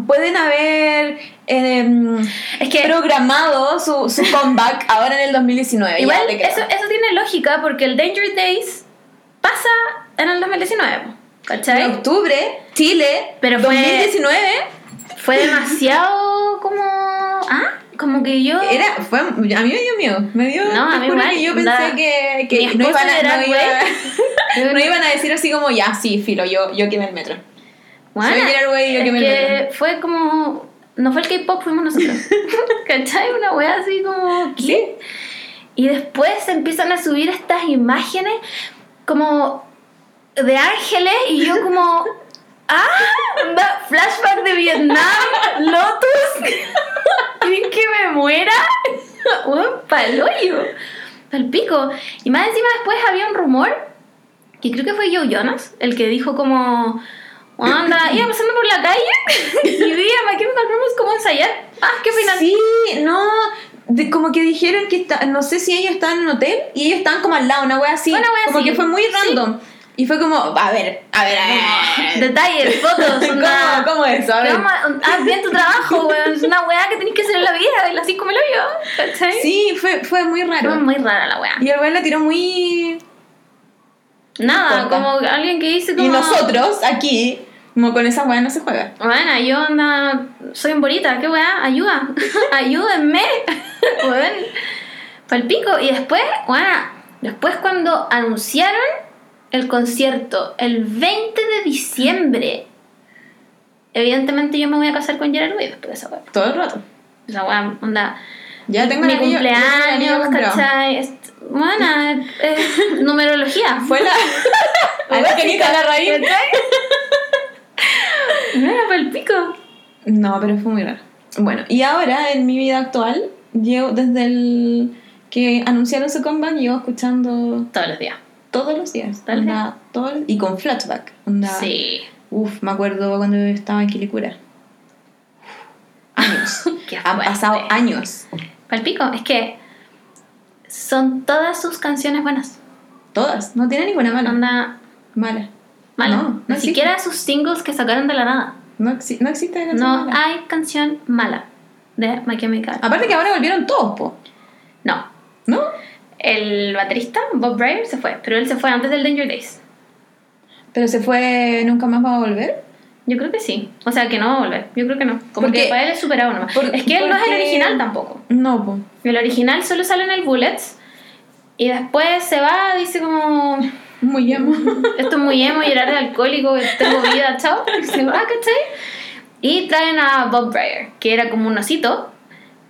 Speaker 1: pueden haber eh,
Speaker 2: Es que-
Speaker 1: programado su, su comeback ahora en el 2019. ya
Speaker 2: Igual
Speaker 1: te creo.
Speaker 2: eso, eso tiene lógica porque el Danger Days pasa en el 2019. po, ¿Cachai?
Speaker 1: En octubre, Chile,
Speaker 2: Pero fue-
Speaker 1: 2019,
Speaker 2: Fue demasiado como. Ah, como que yo.
Speaker 1: era, fue, a mí me dio miedo. Me dio,
Speaker 2: No, a
Speaker 1: te
Speaker 2: mí
Speaker 1: juro
Speaker 2: igual,
Speaker 1: que yo
Speaker 2: onda,
Speaker 1: pensé que, que
Speaker 2: mi
Speaker 1: no,
Speaker 2: esposo
Speaker 1: iban a,
Speaker 2: era
Speaker 1: no, iba- no iban a decir así como, ya, sí, filo, yo, yo quemé el metro.
Speaker 2: Bueno,
Speaker 1: Soy Gerard Way y yo
Speaker 2: es
Speaker 1: que me
Speaker 2: que fue como. No fue el K-pop, fuimos nosotros. ¿Cachai? Una wea así como. ¿qué?
Speaker 1: Sí.
Speaker 2: Y después empiezan a subir estas imágenes como. de ángeles y yo como. ¡Ah! va- Flashback de Vietnam, Lotus. ¿Quieren que me muera? Weón, paloyo. Palpico. Y más encima después había un rumor que creo que fue Joe Jonas, el que dijo como, onda, iba pasando por la calle y vi a My Chemical Romance como ensayar. Ah, ¿qué opinan?
Speaker 1: Sí, no, de- como que dijeron que está, no sé si ellos estaban en un hotel y ellos estaban como al lado, una wea así.
Speaker 2: Una wea
Speaker 1: como
Speaker 2: así,
Speaker 1: que fue muy
Speaker 2: sí.
Speaker 1: random. Y fue como, a ver, a ver, a ver.
Speaker 2: Detalles, fotos, onda.
Speaker 1: ¿Cómo, ¿Cómo es eso? A
Speaker 2: ¿Qué
Speaker 1: ver.
Speaker 2: vamos a- Haz bien tu trabajo, weón. Es una weá que tenés que hacer en la vida, y así como lo yo. ¿Cachai?
Speaker 1: Sí, fue, fue muy
Speaker 2: Fue
Speaker 1: raro.
Speaker 2: muy rara la weá.
Speaker 1: Y el weón la tiró muy.
Speaker 2: Nada,
Speaker 1: Corta.
Speaker 2: como alguien que dice como.
Speaker 1: Y nosotros aquí, como con esa wea no se juega.
Speaker 2: Bueno, yo onda, soy en bolita, qué weá, ayuda, ayúdenme, weón, palpico. Y después, bueno, después cuando anunciaron el concierto, el 20 de diciembre, evidentemente yo me voy a casar con Gerard Way después de esa weá.
Speaker 1: Todo el rato.
Speaker 2: Esa weá, onda,
Speaker 1: Ya tengo
Speaker 2: mi
Speaker 1: el anillo- ya tengo el anillo
Speaker 2: cumpleaños,
Speaker 1: comprado.
Speaker 2: ¿cachai? Es- Bueno, es numerología.
Speaker 1: Fue la. a la canita la raíz.
Speaker 2: ¿cachai? No era palpico.
Speaker 1: No, pero fue muy raro. Bueno, y ahora en mi vida actual, llevo desde el que anunciaron su comeback, llevo escuchando
Speaker 2: Todos los días.
Speaker 1: todos los días.
Speaker 2: Todos los
Speaker 1: onda, todos los- y con flashback. Onda,
Speaker 2: Sí.
Speaker 1: Uf, me acuerdo cuando yo estaba en Quilicura. Años.
Speaker 2: Qué
Speaker 1: Han
Speaker 2: fuerte.
Speaker 1: pasado años.
Speaker 2: Palpico, es que son todas sus canciones buenas.
Speaker 1: Todas. No tiene ninguna mala.
Speaker 2: Onda
Speaker 1: Mala.
Speaker 2: mala.
Speaker 1: No, no
Speaker 2: Ni
Speaker 1: existe.
Speaker 2: siquiera sus singles que sacaron de la nada.
Speaker 1: No, exi- no existe canción
Speaker 2: No
Speaker 1: mala. Ah.
Speaker 2: hay canción mala de My Chemical.
Speaker 1: Aparte que ahora volvieron todos, po.
Speaker 2: No.
Speaker 1: ¿No?
Speaker 2: El baterista, Bob Breyer, se fue, pero él se fue antes del Danger Days.
Speaker 1: Pero se fue, nunca más va a volver.
Speaker 2: Yo creo que sí. O sea, que no va a volver. Yo creo que no. Como
Speaker 1: Porque-
Speaker 2: que para él es superado nomás.
Speaker 1: por-
Speaker 2: es que él no es el
Speaker 1: porque-
Speaker 2: original tampoco.
Speaker 1: No, po.
Speaker 2: El original solo sale en el Bullets. Y después se va, dice como...
Speaker 1: Muy emo.
Speaker 2: Esto es muy emo, llorar de alcohólico, tengo vida, chao. Y se va, ¿cachai? Y traen a Bob Breyer, que era como un osito.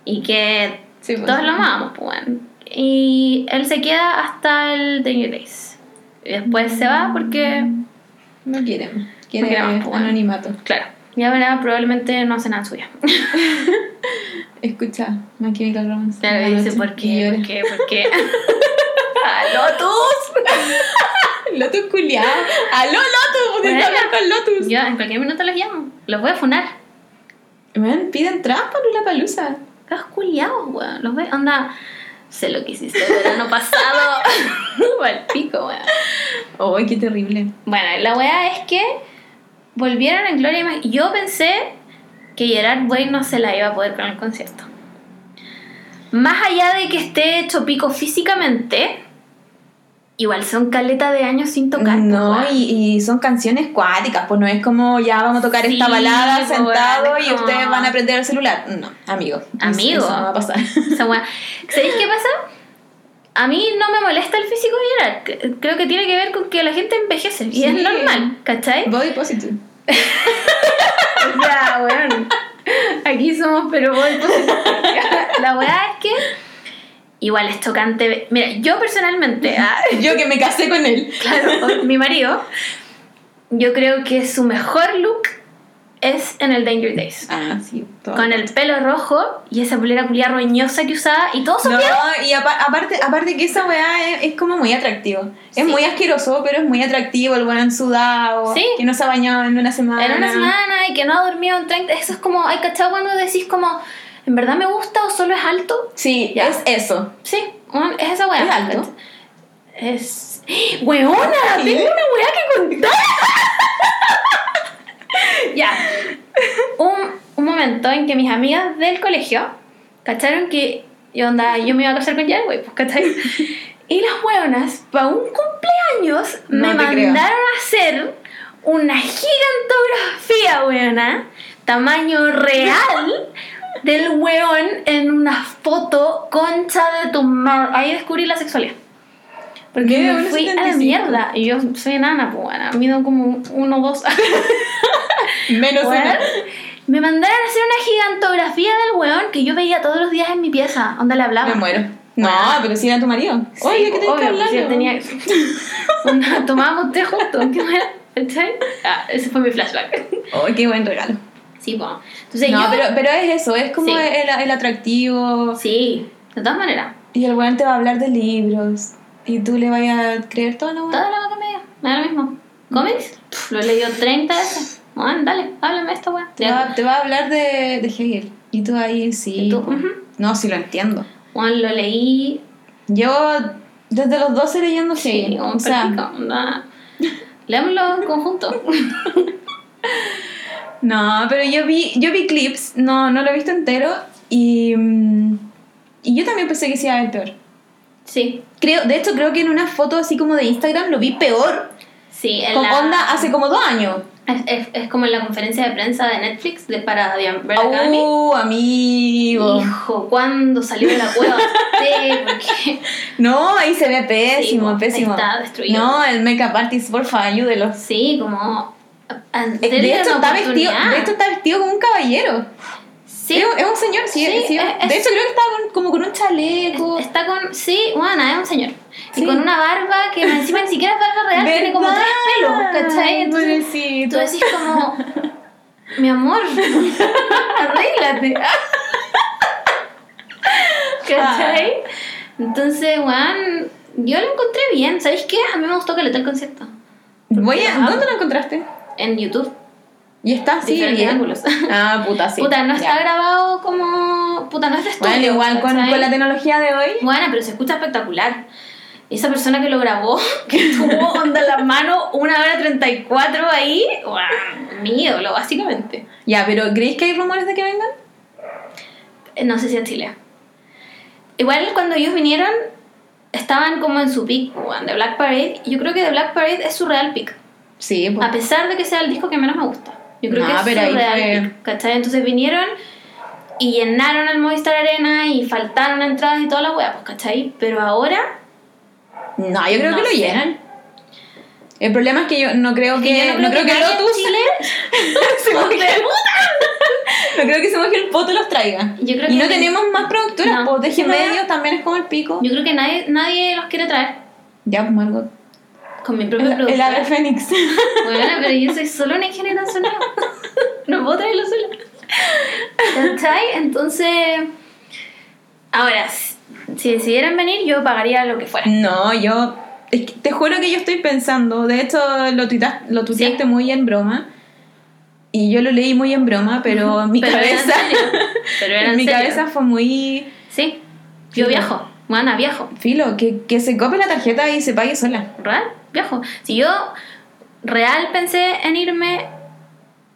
Speaker 2: Y que
Speaker 1: Sí, pues.
Speaker 2: todos lo amábamos, pues bueno. Y él se queda hasta el The New Days. Y después se va porque...
Speaker 1: No quieren. Quieren
Speaker 2: queremos, po.
Speaker 1: anonimato.
Speaker 2: Claro. Ya verá, probablemente no hace nada suya.
Speaker 1: Escucha, My Chemical Romance.
Speaker 2: Claro, y
Speaker 1: La
Speaker 2: dice,
Speaker 1: noche.
Speaker 2: ¿por
Speaker 1: Y
Speaker 2: qué?
Speaker 1: llora.
Speaker 2: ¿Por qué? ¿Por qué? ¡Ah, Lotus!
Speaker 1: Lotus culiado. ¡Aló, Lotus! ¡Tienes que hablar con Lotus!
Speaker 2: Yo en cualquier minuto los llamo. Los voy a funar.
Speaker 1: Man, piden trampa Lula Palusa.
Speaker 2: Estás culiados, weón. Los voy Onda, sé lo que hiciste el verano pasado. Igual pico, weón.
Speaker 1: ¡Oh, qué terrible!
Speaker 2: Bueno, la weá es que volvieron en Gloria y Mag- Yo pensé que Gerard Way no se la iba a poder con el concierto. Más allá de que esté hecho pico físicamente, igual son caleta de años sin tocar. pues,
Speaker 1: no,
Speaker 2: weón.
Speaker 1: y, y son canciones cuáticas, pues no es como ya vamos a tocar esta
Speaker 2: Sí,
Speaker 1: balada
Speaker 2: pues,
Speaker 1: sentado
Speaker 2: bueno,
Speaker 1: y
Speaker 2: no.
Speaker 1: ustedes van a prender el celular. No, amigo.
Speaker 2: Amigo.
Speaker 1: Eso no va a pasar.
Speaker 2: Esa weá. ¿Sabéis qué pasa? A mí no me molesta el físico de Gerard. C- Creo que tiene que ver con que la gente envejece y es
Speaker 1: Sí.
Speaker 2: normal, ¿cachai?
Speaker 1: Body positive.
Speaker 2: O sea, weón. Aquí somos, pero voy La weá es que igual es chocante. ve- Mira, yo personalmente, ah,
Speaker 1: Yo que me casé con él.
Speaker 2: claro, o- mi marido, yo creo que su mejor look es en el Danger Days.
Speaker 1: Ah, sí. todo.
Speaker 2: Con el pelo rojo y esa polera culia roñosa que usaba y todo su
Speaker 1: No,
Speaker 2: piel.
Speaker 1: y apa- aparte, aparte que esa weá es, es como muy atractivo. Es
Speaker 2: Sí.
Speaker 1: muy asqueroso, pero es muy atractivo el buen sudado,
Speaker 2: Sí.
Speaker 1: que no se ha bañado en una semana.
Speaker 2: en una semana y que no ha dormido en 30. Eso es como, hay cachado cuando decís como, ¿en verdad me gusta o solo es alto?
Speaker 1: Sí,
Speaker 2: Ya.
Speaker 1: es eso.
Speaker 2: Sí, un- es esa weá.
Speaker 1: ¿Es alto?
Speaker 2: Es. ¡Weona!
Speaker 1: ¿Sí?
Speaker 2: Tengo una weá que contar. ya. Un, un momento en que mis amigas del colegio cacharon que yo, onda, yo me iba a casar con Jared, wey, pues cachai. Y las weonas, para un cumpleaños,
Speaker 1: No
Speaker 2: me
Speaker 1: te creo.
Speaker 2: mandaron a hacer una gigantografía, weona, tamaño real del weón en una foto concha de tu mar. Ahí descubrí la sexualidad. Porque
Speaker 1: Mira,
Speaker 2: me fui a la
Speaker 1: 1,75.
Speaker 2: mierda. Y yo soy enana, pues, weona. Mido como uno, dos.
Speaker 1: Menos
Speaker 2: Weón,
Speaker 1: una.
Speaker 2: me mandaron a hacer una gigantografía del weón que yo veía todos los días en mi pieza, donde le hablaba.
Speaker 1: Me muero. No, pero si era tu marido.
Speaker 2: Sí,
Speaker 1: Oye, ¿qué tenés
Speaker 2: obvio,
Speaker 1: que
Speaker 2: pues,
Speaker 1: hablar?
Speaker 2: yo tenía Una- tomábamos té juntos. ¿qué más? ¿Cachai? Ah, ese fue mi flashback.
Speaker 1: Ay, qué buen regalo.
Speaker 2: Sí, pues. Entonces
Speaker 1: no,
Speaker 2: yo.
Speaker 1: pero, pero es eso, es como
Speaker 2: Sí.
Speaker 1: el, el atractivo.
Speaker 2: Sí, de todas maneras.
Speaker 1: Y el weón te va a hablar de libros. Y tú le vayas a creer todo, ¿no?
Speaker 2: Todo lo que me diga, me da lo mismo. ¿Cómics? Pff, Lo he leído 30 veces. Bueno, dale, háblame de esta weá.
Speaker 1: Te va, te va a hablar de, de Hegel. Y tú ahí Ah, sí.
Speaker 2: Y tú,
Speaker 1: pues.
Speaker 2: ujú.
Speaker 1: No, sí lo entiendo.
Speaker 2: Bueno, lo leí.
Speaker 1: Llevo desde los 12 leyendo Hegel.
Speaker 2: Sí,
Speaker 1: o sea,
Speaker 2: Leámoslo en conjunto.
Speaker 1: no, pero yo vi, yo vi clips, no, no lo he visto entero. Y, mm, y yo también pensé que sí iba a ver peor.
Speaker 2: Sí.
Speaker 1: Creo, de hecho, creo que en una foto así como de Instagram lo vi peor.
Speaker 2: Sí, en
Speaker 1: Con
Speaker 2: la-
Speaker 1: onda hace como dos años.
Speaker 2: Es, es- es como en la conferencia de prensa de Netflix de para The Umbrella Academy.
Speaker 1: Uh, amigo.
Speaker 2: Hijo, ¿cuándo salió de la cueva? Sí, porque
Speaker 1: No, ahí se ve pésimo,
Speaker 2: Sí, ahí
Speaker 1: pésimo.
Speaker 2: está destruido.
Speaker 1: No, el makeup artist, porfa, ayúdelos.
Speaker 2: sí, como an-
Speaker 1: Eh,
Speaker 2: denle
Speaker 1: De hecho,
Speaker 2: una
Speaker 1: está vestido,
Speaker 2: oportunidad.
Speaker 1: de hecho, está vestido como un caballero.
Speaker 2: sí,
Speaker 1: Es, un- es un señor, sí.
Speaker 2: Sí,
Speaker 1: sí,
Speaker 2: es-
Speaker 1: de
Speaker 2: es-
Speaker 1: hecho, creo que está con- como con un chaleco.
Speaker 2: está con sí, bueno, es un señor.
Speaker 1: Sí.
Speaker 2: Y con una barba que encima ni siquiera es barba real, tiene como tres pelos, ¿cachai? Entonces,
Speaker 1: Pobrecito.
Speaker 2: tú decís como mi amor, arréglate. ¿Cachai?
Speaker 1: Ah.
Speaker 2: Entonces, weón, yo lo encontré bien. ¿Sabéis qué? A mí me gustó que le el concierto.
Speaker 1: Voy a- ¿Dónde lo encontraste?
Speaker 2: En YouTube.
Speaker 1: Y está así,
Speaker 2: Diferentes
Speaker 1: bien.
Speaker 2: ángulos.
Speaker 1: Ah, puta, sí.
Speaker 2: puta, no
Speaker 1: ya.
Speaker 2: está grabado como. Puta, no es de estudio.
Speaker 1: Bueno, igual con,
Speaker 2: ¿cachai?
Speaker 1: con la tecnología de hoy.
Speaker 2: Bueno, pero se escucha espectacular. Esa persona que lo grabó, que tuvo onda en la mano una hora 34 ahí, ¡guau! mi ídolo, básicamente.
Speaker 1: Ya, pero ¿creéis que hay rumores de que vengan?
Speaker 2: Eh, No sé si en Chile. Igual cuando ellos vinieron, estaban como en su pick, weón, de Black Parade. Yo creo que The Black Parade es su real pick.
Speaker 1: Sí, pues,
Speaker 2: A pesar de que sea el disco que menos me gusta. Yo creo
Speaker 1: No,
Speaker 2: que es
Speaker 1: Ah, pero ahí
Speaker 2: surreal, ¿cachai? Entonces vinieron y llenaron el Movistar Arena y faltaron entradas y toda la wea, pues, ¿cachai? Pero ahora,
Speaker 1: No, yo creo
Speaker 2: No
Speaker 1: que lo
Speaker 2: sé.
Speaker 1: llenan. El problema es que yo no creo que,
Speaker 2: yo
Speaker 1: no creo que,
Speaker 2: nadie en
Speaker 1: Lotus
Speaker 2: Chile,
Speaker 1: se moje- no creo que se moje el poto y los traiga.
Speaker 2: Yo creo
Speaker 1: y
Speaker 2: que
Speaker 1: no
Speaker 2: nadie-
Speaker 1: tenemos más productoras,
Speaker 2: No.
Speaker 1: pues de
Speaker 2: Esa
Speaker 1: Medio
Speaker 2: weá-
Speaker 1: también es como el pico.
Speaker 2: yo creo que nadie, nadie los quiere traer
Speaker 1: Ya, pues Margot.
Speaker 2: con mi propio
Speaker 1: El, el
Speaker 2: producto.
Speaker 1: ave fénix.
Speaker 2: Bueno, pero yo soy solo una ingeniera sonora. No puedo traerlo sola. ¿Cachai? Entonces, ahora, si si decidieran venir, yo pagaría lo que fuera.
Speaker 1: no, yo... es que te juro que yo estoy pensando, de hecho lo, tuita- lo tuiteaste muy en broma y yo lo leí muy en broma, pero en mi
Speaker 2: Pero era en
Speaker 1: cabeza...
Speaker 2: serio, Pero era
Speaker 1: en
Speaker 2: en
Speaker 1: mi
Speaker 2: serio.
Speaker 1: cabeza fue muy...
Speaker 2: Sí, yo
Speaker 1: Sí.
Speaker 2: viajo. Mana, viajo.
Speaker 1: Filo, que, que se cope la tarjeta y se pague sola.
Speaker 2: Real, viajo. Si yo real pensé en irme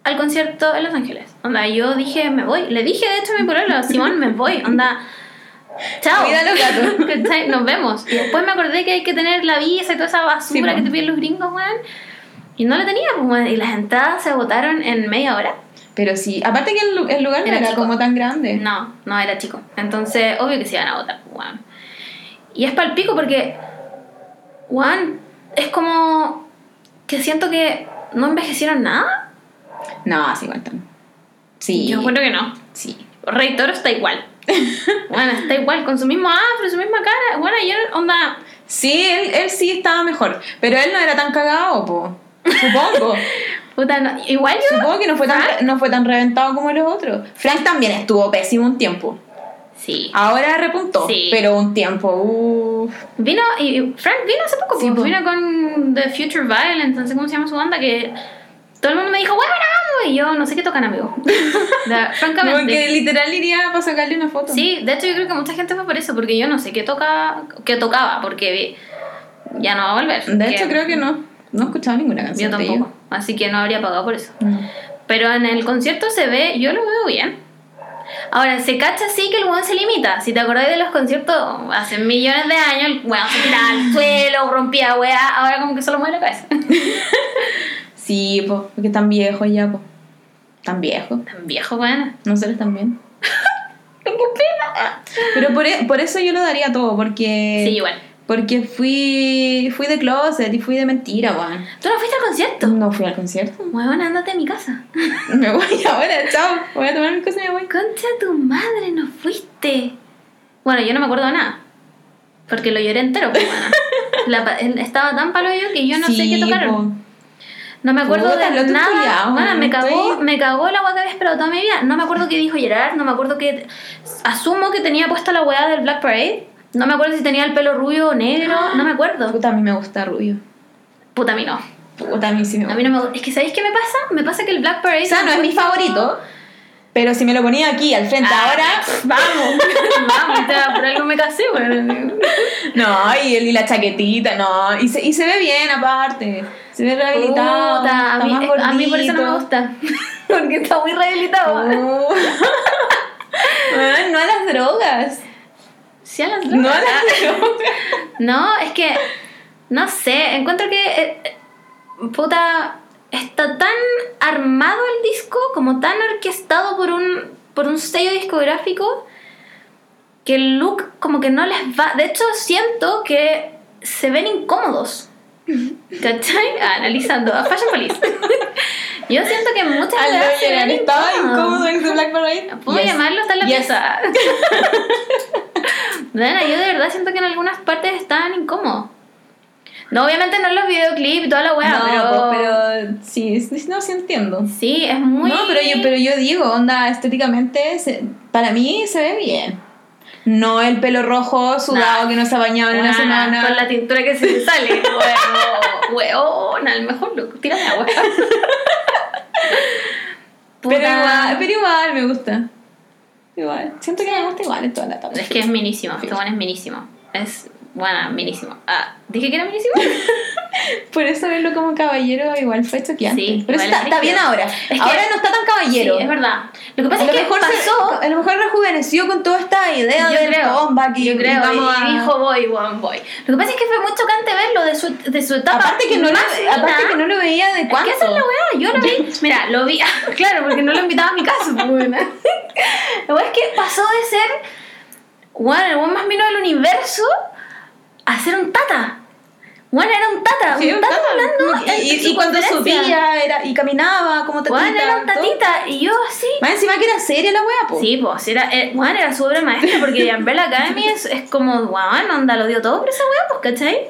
Speaker 2: al concierto en Los Ángeles. Onda, yo dije, me voy. Le dije, de hecho, a mi pololo, Simón, me voy. Onda, chao.
Speaker 1: Cuida los gatos.
Speaker 2: ¿Cachai? Nos vemos. Y después me acordé que hay que tener la visa y toda esa basura
Speaker 1: Sí, po.
Speaker 2: que te piden los gringos, weón. Y no la tenía, pues, weón. Y las entradas se agotaron en media hora.
Speaker 1: Pero sí, aparte que el, lu- el lugar no
Speaker 2: Era
Speaker 1: era,
Speaker 2: chico.
Speaker 1: como tan grande.
Speaker 2: No, no era chico. Entonces, obvio que se iban a votar, weón. Y es palpico porque, weón, es como que siento que no envejecieron nada.
Speaker 1: No, así igual tan. Sí.
Speaker 2: Yo creo que no.
Speaker 1: Sí.
Speaker 2: Rey Toro está igual. bueno, está igual, con su mismo afro, su misma cara. Bueno, ayer, onda,
Speaker 1: Sí, él, él sí estaba mejor. Pero él no era tan cagado, po. Supongo.
Speaker 2: puta, no- igual yo.
Speaker 1: Supongo que no fue, tan, no fue tan reventado como los otros. Frank también estuvo pésimo un tiempo.
Speaker 2: Sí.
Speaker 1: Ahora repuntó.
Speaker 2: Sí.
Speaker 1: Pero un tiempo, uff.
Speaker 2: Vino, y y Frank vino hace poco,
Speaker 1: Sí,
Speaker 2: pues,
Speaker 1: po.
Speaker 2: vino con The Future Violence, no sé cómo se llama su banda, que todo el mundo me dijo, bueno, vamos, y yo no sé qué tocan, amigo. O sea, francamente.
Speaker 1: Porque literal iría para sacarle una foto.
Speaker 2: Sí, de hecho yo creo que mucha gente fue por eso, porque yo no sé qué toca, qué tocaba, porque ya no va a volver.
Speaker 1: De hecho, creo que no. No he escuchado ninguna
Speaker 2: Yo
Speaker 1: canción. de ellos.
Speaker 2: tampoco, así que no habría pagado por eso.
Speaker 1: No.
Speaker 2: Pero en el concierto se ve, yo lo veo bien. Ahora, se cacha sí que el weón se limita. Si te acordáis de los conciertos hace millones de años, el weón se tiraba al suelo, rompía weá, ahora como que solo mueve la cabeza.
Speaker 1: Sí, po. Porque están viejos ya, po. Tan viejos.
Speaker 2: Tan viejo, weón.
Speaker 1: Nosotros también. Pero por, e- por eso yo lo daría todo, porque.
Speaker 2: Sí, igual.
Speaker 1: Porque fui, fui de closet y fui de mentira, weón.
Speaker 2: ¿Tú no fuiste al concierto?
Speaker 1: No fui al concierto.
Speaker 2: Weón, ándate de mi casa.
Speaker 1: Me voy ahora, chao. Voy a tomar mis cosas y me voy.
Speaker 2: Concha tu madre, no fuiste. Bueno, yo no me acuerdo de nada. Porque lo lloré entero, pues, bueno. La pa- Estaba tan palo yo que yo no sé
Speaker 1: Sí,
Speaker 2: qué tocaron.
Speaker 1: po.
Speaker 2: No me acuerdo
Speaker 1: Puta,
Speaker 2: de
Speaker 1: lo otro
Speaker 2: nada.
Speaker 1: culiao,
Speaker 2: Bueno, me
Speaker 1: no
Speaker 2: cagó,
Speaker 1: estoy-
Speaker 2: me cagó la agua que había esperado toda mi vida. No me acuerdo qué dijo Gerard, no me acuerdo qué. Asumo que tenía puesta la weá del Black Parade. No me acuerdo si tenía el pelo rubio o negro, no me acuerdo.
Speaker 1: Puta, a mí me gusta Rubio.
Speaker 2: Puta, a mí no.
Speaker 1: Puta, a mí sí me
Speaker 2: A
Speaker 1: gusta.
Speaker 2: mí no me gusta. Es que ¿sabéis qué me pasa? Me pasa que el Black Parade.
Speaker 1: O sea, no es mi favorito, pero si me lo ponía aquí al frente
Speaker 2: Ah.
Speaker 1: ahora, vamos.
Speaker 2: Vamos, por algo me casé, bueno.
Speaker 1: No, y, el, y la chaquetita, no. Y se, y se ve bien aparte. Se ve rehabilitado.
Speaker 2: Puta, a,
Speaker 1: está
Speaker 2: mí, eh,
Speaker 1: más
Speaker 2: a mí por eso no me
Speaker 1: gordito. Uh,
Speaker 2: gusta. Porque está muy rehabilitado.
Speaker 1: No. Weón, Ah, no a las drogas.
Speaker 2: Sí, a las drogas.
Speaker 1: No a
Speaker 2: Ah,
Speaker 1: las Ah, drogas.
Speaker 2: No, es que. No sé, encuentro que. eh, eh, puta. Está tan armado el disco, como tan orquestado por un, por un sello discográfico, que el look como que no les va. De hecho, siento que se ven incómodos. ¿Cachai? Analizando a Fashion Police. Yo siento que muchas
Speaker 1: Al
Speaker 2: veces se
Speaker 1: llegar
Speaker 2: ven
Speaker 1: estaba
Speaker 2: incómodos.
Speaker 1: incómodo en The Black Parade.
Speaker 2: ¿Puedo
Speaker 1: Yes.
Speaker 2: llamarlo? Está en la
Speaker 1: Yes.
Speaker 2: pieza. Bueno, yo de verdad siento que en algunas partes están incómodos. No, obviamente no en los videoclips y toda la weá,
Speaker 1: no,
Speaker 2: pero,
Speaker 1: pues, pero sí, sí, no, sí entiendo.
Speaker 2: Sí, es muy.
Speaker 1: No, pero yo, pero yo digo, onda, estéticamente, se- para mí se ve bien. No el pelo rojo sudado
Speaker 2: Nah.
Speaker 1: que no se ha bañado en una
Speaker 2: Weona,
Speaker 1: semana.
Speaker 2: Con la tintura que se le sale. Weón, weón, al mejor look. Tírame agua.
Speaker 1: Pero
Speaker 2: Puta.
Speaker 1: igual, pero igual me gusta. Igual. Siento que me gusta igual en toda la tabla.
Speaker 2: Es que es minísimo, este weón es minísimo. Es, bueno, minísimo. Ah, ¿dije que era minísimo?
Speaker 1: Por eso verlo como caballero igual fue choqueante.
Speaker 2: Sí,
Speaker 1: pero
Speaker 2: igual
Speaker 1: está,
Speaker 2: es
Speaker 1: está bien
Speaker 2: brígido.
Speaker 1: ahora.
Speaker 2: que-
Speaker 1: ahora no está tan caballero.
Speaker 2: Sí, es verdad. Lo que pasa
Speaker 1: a lo
Speaker 2: es que
Speaker 1: mejor se-
Speaker 2: pasó.
Speaker 1: a lo mejor rejuveneció con toda esta idea
Speaker 2: yo
Speaker 1: del
Speaker 2: creo,
Speaker 1: comeback y
Speaker 2: yo creo,
Speaker 1: vamos
Speaker 2: y
Speaker 1: a-
Speaker 2: dijo voy, one boy. Lo que pasa es que fue muy chocante verlo de su, de su etapa.
Speaker 1: aparte que no lo,
Speaker 2: más
Speaker 1: aparte
Speaker 2: fina.
Speaker 1: que no lo veía de
Speaker 2: ¿Qué
Speaker 1: cuánto
Speaker 2: hacer la weá? Yo lo vi. Mira, lo vi. claro, porque no lo invitaba a mi casa. pues, weona. La weá es que pasó de ser. Weón, el weón más mino del universo. A ser un tata. Weón, era un tata.
Speaker 1: Sí,
Speaker 2: un
Speaker 1: un
Speaker 2: tata,
Speaker 1: tata.
Speaker 2: hablando. en-
Speaker 1: y,
Speaker 2: en
Speaker 1: y-
Speaker 2: su
Speaker 1: y cuando
Speaker 2: conferencia.
Speaker 1: subía era, y caminaba como tatita
Speaker 2: Weón, era un
Speaker 1: todo.
Speaker 2: tatita. Y yo así.
Speaker 1: más encima que era seria la wea po.
Speaker 2: Sí, pues era, eh, weón, era su obra maestra porque The Umbrella Academy es, es como, weón, onda, lo dio todo por esa weá, pues, ¿cachai?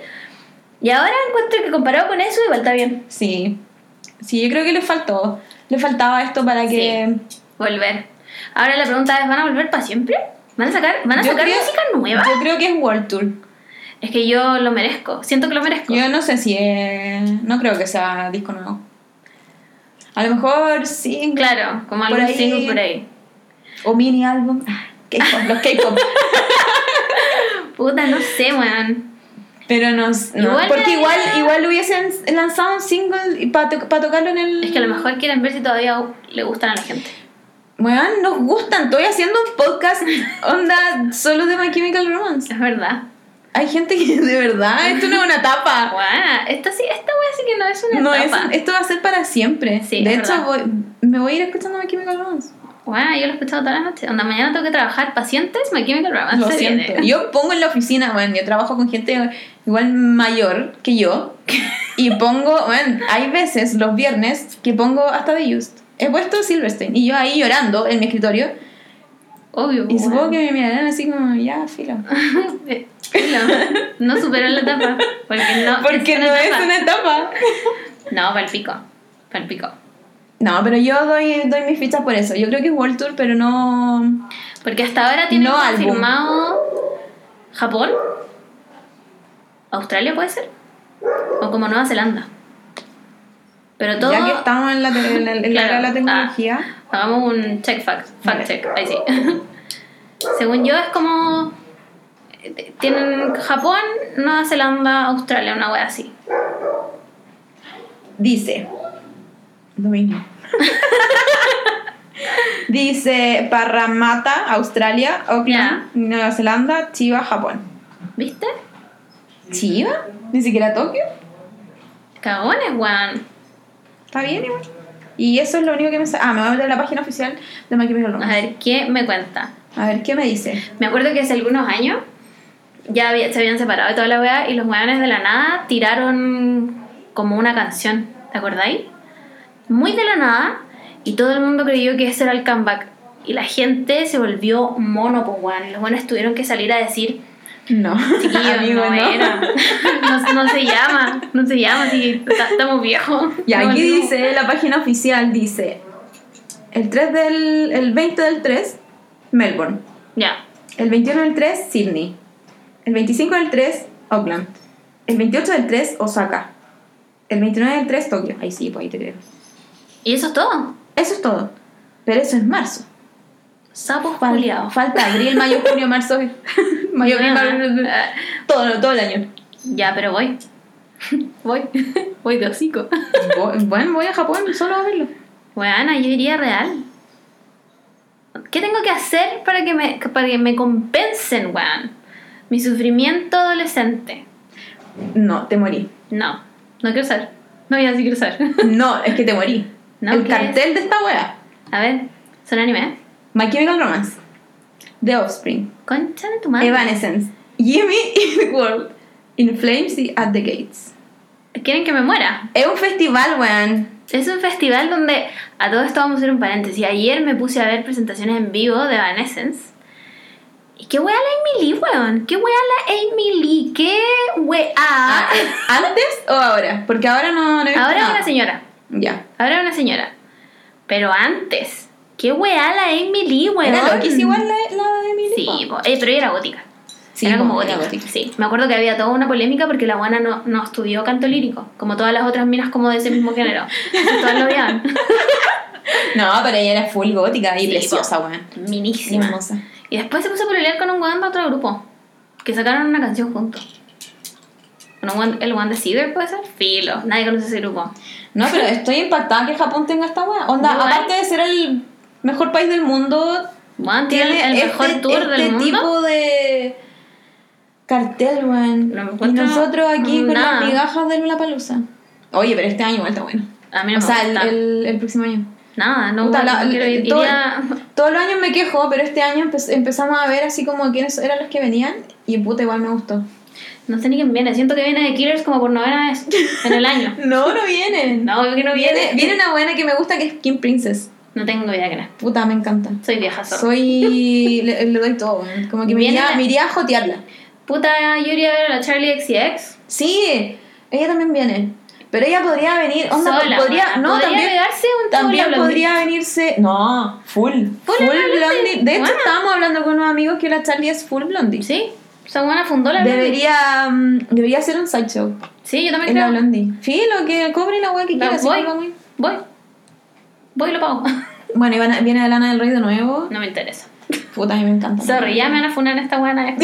Speaker 2: Y ahora encuentro que comparado con eso, igual está bien.
Speaker 1: sí Sí, yo creo que le faltó le faltaba esto para que
Speaker 2: Volver. Ahora la pregunta es, ¿van a volver para siempre? ¿Van a sacar, van a
Speaker 1: Yo
Speaker 2: sacar
Speaker 1: creo-
Speaker 2: música nueva?
Speaker 1: yo creo que es World Tour
Speaker 2: Es que yo lo merezco, siento que lo merezco.
Speaker 1: yo no sé si es no creo que sea disco nuevo a lo mejor sí
Speaker 2: Claro, como
Speaker 1: Por
Speaker 2: algún
Speaker 1: ahí-
Speaker 2: single por ahí.
Speaker 1: o mini álbum Ah, K-pop, los K-pop
Speaker 2: Puta, no sé, weón.
Speaker 1: Pero nos, no,
Speaker 2: Igual
Speaker 1: porque
Speaker 2: me-
Speaker 1: igual, igual hubiesen lanzado un single para tocarlo en el.
Speaker 2: Es que a lo mejor quieren ver si todavía le gustan a la gente.
Speaker 1: Weón, nos gustan. Estoy haciendo un podcast onda solo de My Chemical Romance.
Speaker 2: Es verdad.
Speaker 1: Hay gente que de verdad, esto no es una etapa.
Speaker 2: Guau, esta sí, esta weá sí que no es una
Speaker 1: No es,
Speaker 2: etapa.
Speaker 1: esto va a ser para siempre.
Speaker 2: Sí,
Speaker 1: de
Speaker 2: es
Speaker 1: hecho,
Speaker 2: verdad.
Speaker 1: voy- me voy a ir escuchando My Chemical Romance.
Speaker 2: Wow, yo lo he escuchado toda la noche. Onda, mañana tengo que trabajar pacientes, me química el
Speaker 1: Lo siento. Yo pongo en la oficina, weón. Yo trabajo con gente igual mayor que yo. Y pongo, weón, hay veces los viernes que pongo hasta The Used. He puesto Silverstein y yo ahí llorando en mi escritorio.
Speaker 2: Obvio.
Speaker 1: Y supongo
Speaker 2: weón.
Speaker 1: que me mirarán así como, ya, filo.
Speaker 2: Eh, filo. No superó la etapa. Porque no.
Speaker 1: Porque no es una etapa.
Speaker 2: No, palpico. Palpico.
Speaker 1: No, pero yo doy, doy mis fichas por eso. Yo creo que es World Tour, pero no.
Speaker 2: Porque hasta ahora tienen
Speaker 1: No álbum.
Speaker 2: confirmado Japón, Australia puede ser, o como Nueva Zelanda. Pero todo.
Speaker 1: Ya que estamos en la, te- en la- en la
Speaker 2: Claro. ah.
Speaker 1: era de la tecnología.
Speaker 2: Hagamos un check fact, fact
Speaker 1: Vale.
Speaker 2: check, ahí sí. Según yo es como eh, tienen Japón, Nueva Zelanda, Australia, una wea así.
Speaker 1: Dice. Domingo. Dice Parramatta, Australia, Auckland,
Speaker 2: Ya.
Speaker 1: Nueva Zelanda, Chiba, Japón.
Speaker 2: ¿Viste?
Speaker 1: ¿Chiba? Ni siquiera Tokio.
Speaker 2: Cagones, weón.
Speaker 1: Está bien igual. Y eso es lo único que me sale. Ah, me voy a meter a la página oficial de My Chemical
Speaker 2: A
Speaker 1: Romance.
Speaker 2: ver, ¿qué me cuenta?
Speaker 1: A ver, ¿qué me dice?
Speaker 2: Me acuerdo que hace algunos años ya había- se habían separado de toda la wea y los weones de la nada tiraron como una canción, ¿te acordáis? Muy de la nada y todo el mundo creyó que ese era el comeback. Y la gente se volvió mono, pues weón. Los weones tuvieron que salir a decir
Speaker 1: No.
Speaker 2: Chiquillos,
Speaker 1: Amigo,
Speaker 2: no, era. No, no se llama, no se llama, sí, ta- estamos viejos.
Speaker 1: Y
Speaker 2: No,
Speaker 1: aquí
Speaker 2: no.
Speaker 1: dice, la página oficial dice, el 3 del, el 20 del 3, Melbourne.
Speaker 2: Ya,
Speaker 1: El 21 del 3, Sydney. El 25 del 3, Auckland. El 28 del 3, Osaka. El 29 del 3, Tokio. Ahí sí, pues ahí te creo.
Speaker 2: y eso es todo.
Speaker 1: Eso es todo. Pero eso es marzo.
Speaker 2: Sapos
Speaker 1: Fal-
Speaker 2: paliados.
Speaker 1: Falta abril, mayo, junio, marzo. Mayo, abril, mayo, todo, todo el año.
Speaker 2: Ya, pero voy. Voy, voy de hocico.
Speaker 1: Voy- Bueno, voy a Japón solo a verlo.
Speaker 2: Bueno, yo diría real. ¿Qué tengo que hacer para que me, para que me compensen, weón? Mi sufrimiento adolescente.
Speaker 1: No, te morí.
Speaker 2: No, no quiero ser. No, ya sí quiero ser.
Speaker 1: No, es que te morí.
Speaker 2: No,
Speaker 1: el
Speaker 2: ¿qué es?
Speaker 1: cartel de esta wea.
Speaker 2: A ver, son anime. ¿eh?
Speaker 1: My Chemical Romance, The Offspring,
Speaker 2: Concha de tu madre.
Speaker 1: Evanescence, Jimmy in the World, In Flames y At the Gates.
Speaker 2: Quieren que me muera.
Speaker 1: Es un festival, weón.
Speaker 2: Es un festival donde a todo esto vamos a hacer un paréntesis. Ayer me puse a ver presentaciones en vivo de Van Essence. ¿Y qué wea la Amy Lee, weón? ¿Qué wea la Amy Lee? ¿Qué wea?
Speaker 1: ¿Antes o ahora? Porque ahora Ah, no, no he visto
Speaker 2: Ah. Ahora es
Speaker 1: nada.
Speaker 2: una señora.
Speaker 1: Ya.
Speaker 2: Ahora es una señora. Pero antes. ¿Qué wea la Amy Lee, weón?
Speaker 1: Era loquis igual la, la de Emily.
Speaker 2: Sí, po. Eh, pero ella era gótica.
Speaker 1: Sí,
Speaker 2: era como
Speaker 1: po, era
Speaker 2: gótica.
Speaker 1: gótica.
Speaker 2: Sí, me acuerdo que había toda una polémica porque la buena no, no estudió canto lírico, como todas las otras minas como de ese mismo género. Entonces, todas lo veían.
Speaker 1: No, pero ella era full gótica y
Speaker 2: Sí,
Speaker 1: preciosa,
Speaker 2: po.
Speaker 1: weón.
Speaker 2: Minísima.
Speaker 1: Hermosa.
Speaker 2: Y después se puso a pelear con un weón de otro grupo. Que sacaron una canción juntos. Con un weón- el weón de Cedar puede ser. Filo. Nadie conoce ese grupo.
Speaker 1: No, pero estoy impactada que Japón tenga esta weá. Onda,
Speaker 2: Igual.
Speaker 1: aparte de ser el mejor país del mundo,
Speaker 2: Weón, tiene el
Speaker 1: este-
Speaker 2: mejor tour
Speaker 1: este
Speaker 2: del mundo.
Speaker 1: tipo de cartel, weón.
Speaker 2: No me
Speaker 1: y
Speaker 2: encuentro
Speaker 1: nosotros aquí con
Speaker 2: nada.
Speaker 1: las migajas de la palusa. Oye, pero este año igual está bueno.
Speaker 2: A mí no
Speaker 1: o
Speaker 2: me
Speaker 1: sea, el,
Speaker 2: gusta.
Speaker 1: el- el próximo año.
Speaker 2: Nada, no,
Speaker 1: Puta,
Speaker 2: no
Speaker 1: la-
Speaker 2: quiero ir.
Speaker 1: todo-
Speaker 2: Iría-
Speaker 1: Todos los años me quejo, pero este año empe- empezamos a ver así como quiénes eran los que venían y puta, igual me gustó.
Speaker 2: No sé ni quién viene. Siento que viene de Killers como por novena vez en el año.
Speaker 1: No, no vienen.
Speaker 2: No, obvio que no viene.
Speaker 1: viene, viene una buena que me gusta que es Kim Princess.
Speaker 2: No tengo idea que no.
Speaker 1: Puta, me encanta.
Speaker 2: Soy vieja zorra.
Speaker 1: Soy. le, le doy todo, weón. Como que me
Speaker 2: Viene
Speaker 1: iría,
Speaker 2: la-
Speaker 1: me iría a jotearla.
Speaker 2: Puta, yo iría a ver a la Charlie XCX.
Speaker 1: Sí, ella también viene. Pero ella podría venir. Onda,
Speaker 2: sola.
Speaker 1: podría.
Speaker 2: weona.
Speaker 1: No,
Speaker 2: podría
Speaker 1: también.
Speaker 2: pegarse un
Speaker 1: También
Speaker 2: doble blondie.
Speaker 1: podría venirse. No, full. Full,
Speaker 2: Blondie.
Speaker 1: blondie. De hecho,
Speaker 2: Buena.
Speaker 1: estábamos hablando con unos amigos que la Charlie es full blondie.
Speaker 2: Sí, esa buena fundó la blondie.
Speaker 1: Debería, mm, debería ser un sideshow.
Speaker 2: Sí, yo también
Speaker 1: En la
Speaker 2: creo.
Speaker 1: blondie. Filo, que cobre la weá que
Speaker 2: La
Speaker 1: quiera. si
Speaker 2: voy.
Speaker 1: no, vamos a ir.
Speaker 2: Voy. Voy y lo pago.
Speaker 1: Bueno, y van a- viene Lana del Rey de nuevo.
Speaker 2: No me interesa.
Speaker 1: Puta, a mí me encanta.
Speaker 2: Mm. Sorry, ya me van a funar esta buena.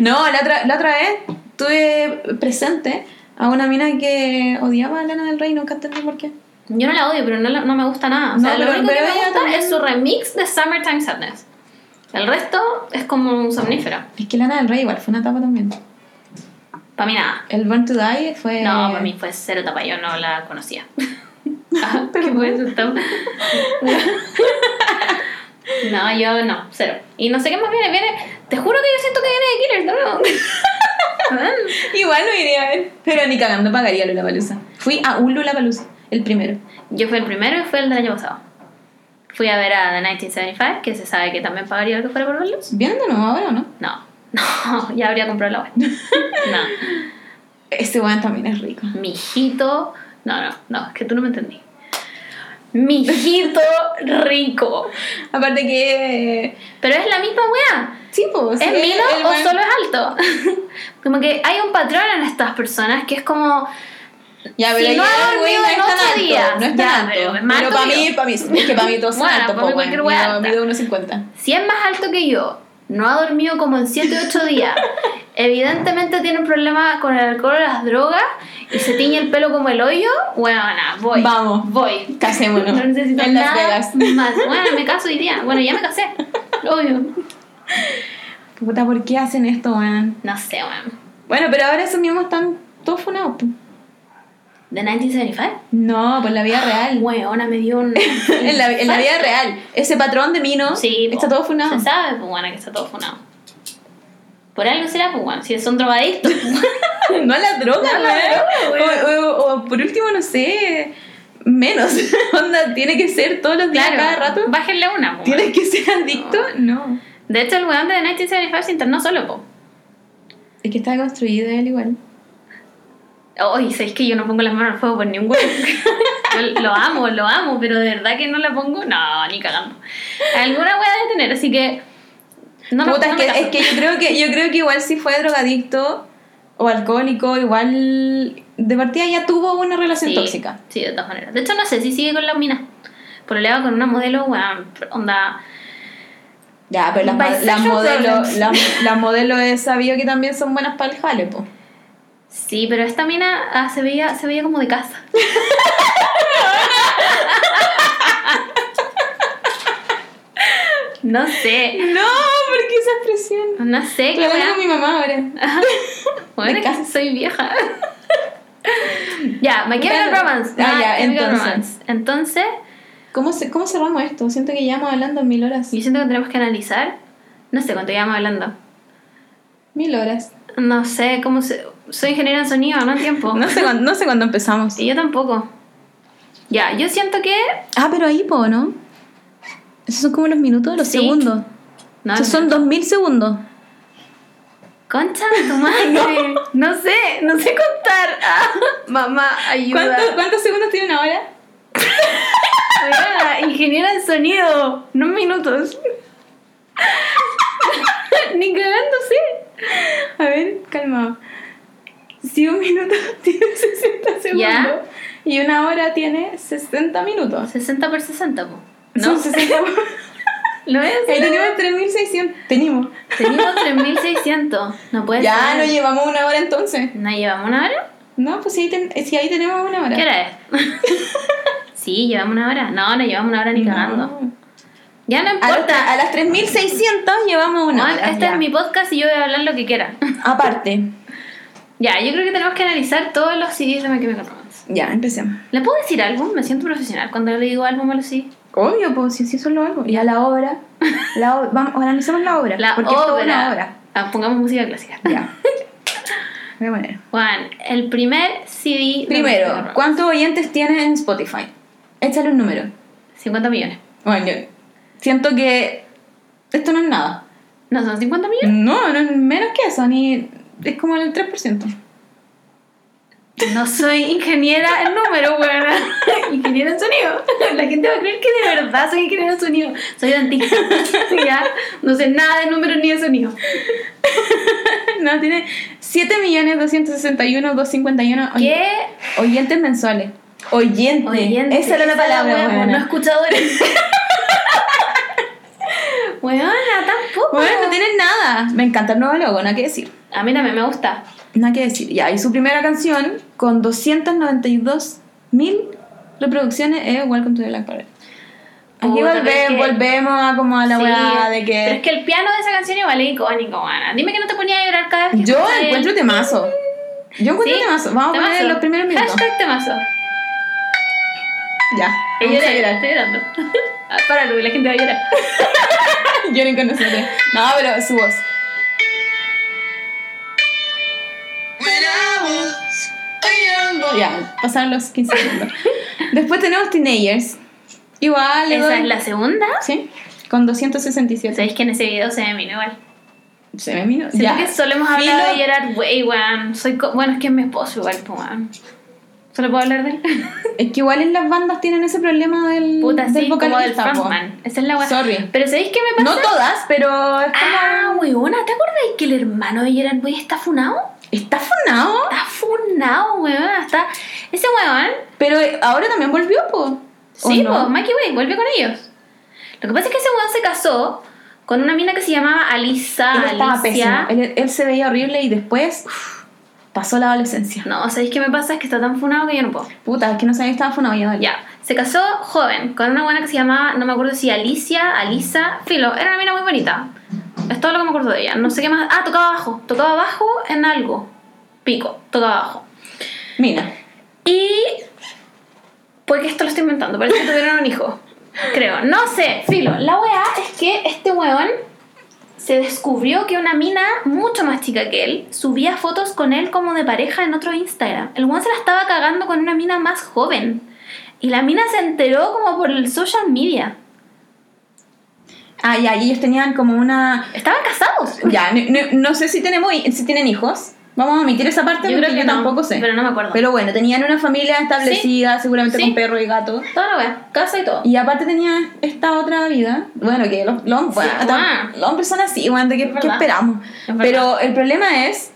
Speaker 1: No, la otra, la otra vez tuve presente a una mina que odiaba a Lana del Rey, nunca entendí por qué.
Speaker 2: Yo no la odio, pero no, la- no me gusta nada. O
Speaker 1: No,
Speaker 2: sea, lo
Speaker 1: pero-
Speaker 2: único que
Speaker 1: pero
Speaker 2: me
Speaker 1: ella
Speaker 2: gusta
Speaker 1: también-
Speaker 2: es su remix de Summertime Sadness. El resto es como un somnífero.
Speaker 1: Es que Lana del Rey igual fue una etapa también.
Speaker 2: Para mí nada.
Speaker 1: El Born to Die fue.
Speaker 2: No, para mí fue cero tapa, yo no la conocía. Ah, ¿Qué fue eso? Está- No, yo no, cero. Y no sé qué más viene, viene. Te juro que yo siento que viene de Killers, ¿no?
Speaker 1: Ah. Igual lo iría a ver. Pero ni cagando pagaría Lula Palusa. Fui a un Lula Palusa, el primero.
Speaker 2: Yo fui el primero y fue el del año pasado. Fui a ver a The 1975, que se sabe que también pagaría lo que fuera por verlos.
Speaker 1: ¿Vienen de nuevo ahora o no?
Speaker 2: No, no, ya habría comprado la web. No,
Speaker 1: Ese weón también es rico.
Speaker 2: mijito. No, no, no, es que tú no me entendí. Mijito rico.
Speaker 1: Aparte que. eh,
Speaker 2: Pero es la misma weá.
Speaker 1: Sí, pues.
Speaker 2: ¿Es
Speaker 1: el-
Speaker 2: mino
Speaker 1: el
Speaker 2: o
Speaker 1: weón-
Speaker 2: solo es alto? como que hay un patrón en estas personas que es como.
Speaker 1: Ya,
Speaker 2: Si
Speaker 1: pero ya,
Speaker 2: no ha
Speaker 1: güey,
Speaker 2: dormido
Speaker 1: no
Speaker 2: en
Speaker 1: es tan
Speaker 2: ocho
Speaker 1: alto,
Speaker 2: días.
Speaker 1: No es tan
Speaker 2: Ya,
Speaker 1: alto.
Speaker 2: pero es
Speaker 1: Pero,
Speaker 2: más alto
Speaker 1: para
Speaker 2: que
Speaker 1: mí,
Speaker 2: yo.
Speaker 1: para mí, es que para mí todos son
Speaker 2: Bueno,
Speaker 1: altos,
Speaker 2: para mí
Speaker 1: po,
Speaker 2: cualquier
Speaker 1: weón.
Speaker 2: wea
Speaker 1: Yo
Speaker 2: alta.
Speaker 1: mido 1,50.
Speaker 2: Si es más alto que yo, no ha dormido como en 7 o 8 días, evidentemente tiene un problema con el alcohol o las drogas y se tiñe el pelo como el hoyo, bueno, nada, voy.
Speaker 1: Vamos.
Speaker 2: Voy.
Speaker 1: Casémonos.
Speaker 2: No necesito
Speaker 1: en Las
Speaker 2: nada
Speaker 1: Vegas.
Speaker 2: más. Bueno, me caso hoy día. Bueno, ya me casé. Obvio.
Speaker 1: Puta, ¿por qué hacen esto, weón?
Speaker 2: No sé, weón.
Speaker 1: Bueno, pero ahora esos mismos están todos funados. po.
Speaker 2: ¿De 1975?
Speaker 1: No, pues la vida real.
Speaker 2: Weona me dio un.
Speaker 1: en, la, en la vida real. Ese patrón de Mino
Speaker 2: Sí, po.
Speaker 1: está todo funado.
Speaker 2: Se sabe, pues bueno, que está todo funado. Por algo será, pues bueno, si son drogadictos.
Speaker 1: no las drogas,
Speaker 2: No a las
Speaker 1: weón.
Speaker 2: drogas,
Speaker 1: O, o- o por último, no sé. Menos. Onda, tiene que ser todos los días,
Speaker 2: claro,
Speaker 1: cada rato.
Speaker 2: Bájenle una, pues.
Speaker 1: ¿Tienes que ser adicto? No.
Speaker 2: De hecho, el weón de The 1975 se internó solo, po.
Speaker 1: Es que está construido él igual.
Speaker 2: Oye, ¿sabéis que yo no pongo las manos al fuego por ningún weón? Yo lo amo, lo amo, pero de verdad que no la pongo, no, ni cagando. Alguna weá de tener, así que. No, me-
Speaker 1: Puta,
Speaker 2: no
Speaker 1: es,
Speaker 2: me
Speaker 1: que,
Speaker 2: caso.
Speaker 1: es que yo creo que yo creo que igual si fue drogadicto o alcohólico, igual de partida ya tuvo una relación
Speaker 2: Sí,
Speaker 1: tóxica.
Speaker 2: Sí, de todas maneras. De hecho, no sé si sigue con la mina. Problemas con una modelo, weón, onda.
Speaker 1: Ya, pero las, ma-
Speaker 2: Bisexual
Speaker 1: las modelos
Speaker 2: problems.
Speaker 1: las, las modelos he sabido que también son buenas para el jale, po.
Speaker 2: Sí, pero esta mina ah, se, veía, se veía como de casa. no sé,
Speaker 1: No, porque esa expresión.
Speaker 2: no sé qué
Speaker 1: Lo hago
Speaker 2: weá.
Speaker 1: con mi mamá ahora.
Speaker 2: Bueno,
Speaker 1: de
Speaker 2: es que
Speaker 1: casa.
Speaker 2: soy vieja. ya, My Chemical
Speaker 1: Claro.
Speaker 2: Romance.
Speaker 1: Ah,
Speaker 2: My
Speaker 1: ya,
Speaker 2: Chemical
Speaker 1: entonces.
Speaker 2: Romance. Entonces,
Speaker 1: ¿Cómo, se- ¿Cómo cerramos esto? Siento que llevamos hablando mil horas.
Speaker 2: yo siento que tenemos que analizar. No sé cuánto llevamos hablando.
Speaker 1: Mil horas.
Speaker 2: No sé cómo se. Soy ingeniera en sonido, no tiempo.
Speaker 1: No sé, cuándo- no sé cuándo empezamos.
Speaker 2: Y yo tampoco. Ya, yo siento que.
Speaker 1: Ah, pero ahí, po, ¿no? Esos son como los minutos, los
Speaker 2: Sí.
Speaker 1: segundos.
Speaker 2: No,
Speaker 1: Esos son dos mil segundos.
Speaker 2: Concha de tu madre. no. sé, no sé contar. Ah, mamá, ayuda.
Speaker 1: ¿Cuánto- ¿Cuántos segundos tiene una hora?
Speaker 2: Ayuda, Ingeniera de sonido. No minutos. Ni cagándose.
Speaker 1: A ver, calmado. Si un minuto tiene 60 segundos
Speaker 2: Ya.
Speaker 1: y una hora tiene 60 minutos.
Speaker 2: 60 por 60, po.
Speaker 1: Son 60 minutos.
Speaker 2: ¿Lo es?
Speaker 1: Ahí tenemos 3600. Tenemos.
Speaker 2: Tenemos 3600. No puede
Speaker 1: Ya, no
Speaker 2: ser.
Speaker 1: llevamos una hora entonces.
Speaker 2: ¿No llevamos una hora?
Speaker 1: No, pues si ahí, ten- si ahí tenemos una hora.
Speaker 2: ¿Qué hora es? sí, llevamos una hora. No, no llevamos una hora ni
Speaker 1: No.
Speaker 2: cagando. Ya no
Speaker 1: A, los-
Speaker 2: importa.
Speaker 1: a las 3.600 llevamos una.
Speaker 2: Juan,
Speaker 1: hora,
Speaker 2: este
Speaker 1: ya.
Speaker 2: es mi podcast y yo voy a hablar lo que quiera.
Speaker 1: Aparte,
Speaker 2: ya, yo creo que tenemos que analizar todos los CDs de My Chemical Romance.
Speaker 1: ya, empecemos.
Speaker 2: ¿Le puedo decir álbum? Me siento profesional cuando le digo álbum a los CDs.
Speaker 1: Obvio, pues si sí, solo algo. Ya la obra. La ob- vamos, analicemos la obra.
Speaker 2: La
Speaker 1: porque esto es una obra.
Speaker 2: obra. Ah, pongamos música clásica.
Speaker 1: Ya. Voy a poner.
Speaker 2: Juan, el primer CD. de My Chemical
Speaker 1: Primero,
Speaker 2: Romance.
Speaker 1: ¿cuántos oyentes tiene en Spotify? Échale un número.
Speaker 2: 50 millones.
Speaker 1: Bueno, yo siento que esto no es nada.
Speaker 2: ¿No son 50 millones?
Speaker 1: No, no es menos que eso, ni es como el 3%.
Speaker 2: No soy ingeniera en número, buena. ingeniera en sonido. La gente va a creer que de verdad soy ingeniera en sonido. Soy dentista. ya, no sé nada de números ni de sonido.
Speaker 1: No, tiene 7.261.251 oy-
Speaker 2: ¿Qué?
Speaker 1: oyentes mensuales. Oyente.
Speaker 2: Oyente,
Speaker 1: Esa era la
Speaker 2: weá,
Speaker 1: palabra,
Speaker 2: weón, No
Speaker 1: weona.
Speaker 2: escuchadores. Weona, tampoco.
Speaker 1: Bueno, no tienen nada. Me encanta el nuevo logo, nada que decir.
Speaker 2: A mí también me gusta.
Speaker 1: Nada que decir. Ya, y su primera canción con 292.000 reproducciones es Welcome to the Black Parade. Aquí
Speaker 2: Puta,
Speaker 1: volve-
Speaker 2: pero es que-
Speaker 1: volvemos a como a la
Speaker 2: Sí,
Speaker 1: weá de
Speaker 2: Pero es
Speaker 1: que...
Speaker 2: que el piano de esa canción igual es icónico, weona. Dime que no te ponía a llorar cada vez que
Speaker 1: Yo
Speaker 2: escuchas el-
Speaker 1: encuentro temazo. Yo encuentro
Speaker 2: Sí,
Speaker 1: temazo. Vamos a poner
Speaker 2: temazo.
Speaker 1: los primeros minutos.
Speaker 2: Hashtag temazo.
Speaker 1: Ya.
Speaker 2: Y
Speaker 1: Vamos a
Speaker 2: lloré,
Speaker 1: llorar.
Speaker 2: estoy llorando. Ah, Páralo, la gente va a llorar.
Speaker 1: Lloren con nosotros. No, pero su voz.
Speaker 3: When I was a young boy.
Speaker 1: Ya, pasaron los 15 segundos. Después tenemos Teenagers. Igual,
Speaker 2: Esa
Speaker 1: igual.
Speaker 2: es la segunda.
Speaker 1: Sí, con 267.
Speaker 2: Sabéis que en ese video se me vino igual.
Speaker 1: Se me vino.
Speaker 2: Siento
Speaker 1: Ya.
Speaker 2: que solo hemos
Speaker 1: Filo.
Speaker 2: hablado de llorar, wey, weón. Soy co- bueno, es que es mi esposo igual, pues, weón. ¿Solo puedo hablar de él?
Speaker 1: Es que igual en las bandas tienen ese problema del,
Speaker 2: Puta,
Speaker 1: del
Speaker 2: sí, como del
Speaker 1: vocalista, po.
Speaker 2: frontman. Esa es la weón.
Speaker 1: Sorry.
Speaker 2: Pero ¿sabéis qué me
Speaker 1: No
Speaker 2: pasa?
Speaker 1: todas, pero es como.
Speaker 2: ah, weona, ¿te acuerdas que el hermano de Gerard Way está funado?
Speaker 1: Está funado.
Speaker 2: Está funado, weón. Está... Ese weón,
Speaker 1: Pero ahora también volvió, po. ¿O
Speaker 2: sí,
Speaker 1: no?
Speaker 2: pues, Mikey Way, vuelve con ellos. Lo que pasa es que ese weón se casó con una mina que se llamaba Alisa.
Speaker 1: Él estaba
Speaker 2: Alicia.
Speaker 1: pésimo. Él, él se veía horrible y después uf, pasó la adolescencia.
Speaker 2: No, ¿sabéis qué me pasa? Es que está tan funado que yo no puedo.
Speaker 1: Puta, es que no sabía que estaba funado ya.
Speaker 2: Ya,
Speaker 1: dale.
Speaker 2: se casó joven con una buena que se llamaba, no me acuerdo si Alicia, Alisa, Filo, era una mina muy bonita. Es todo lo que me acuerdo de ella. No sé qué más. Ah, tocaba bajo. Tocaba bajo en algo. Pico, tocaba bajo.
Speaker 1: Mina.
Speaker 2: Y. Pues que esto lo estoy inventando, parece que tuvieron un hijo. Creo. No sé, Filo. La weá es que este weón se descubrió que una mina mucho más chica que él subía fotos con él como de pareja en otro Instagram. El weón se la estaba cagando con una mina más joven. Y la mina se enteró como por el social media.
Speaker 1: Ah, ya, y ellos tenían como una.
Speaker 2: Estaban casados.
Speaker 1: Ya, no, no- no sé si, tenemos, si tienen hijos. Vamos a omitir esa parte porque yo
Speaker 2: no,
Speaker 1: tampoco sé.
Speaker 2: Pero no me acuerdo.
Speaker 1: Pero bueno, tenían una familia establecida, seguramente
Speaker 2: Sí.
Speaker 1: con perro y gato.
Speaker 2: Toda la weá, casa y todo.
Speaker 1: Y aparte tenía esta otra vida. Bueno, que los, los, bueno,
Speaker 2: guau.
Speaker 1: tam- los hombres son así, bueno, ¿de qué,
Speaker 2: Es
Speaker 1: qué
Speaker 2: verdad.
Speaker 1: esperamos?
Speaker 2: Es
Speaker 1: Pero el problema es,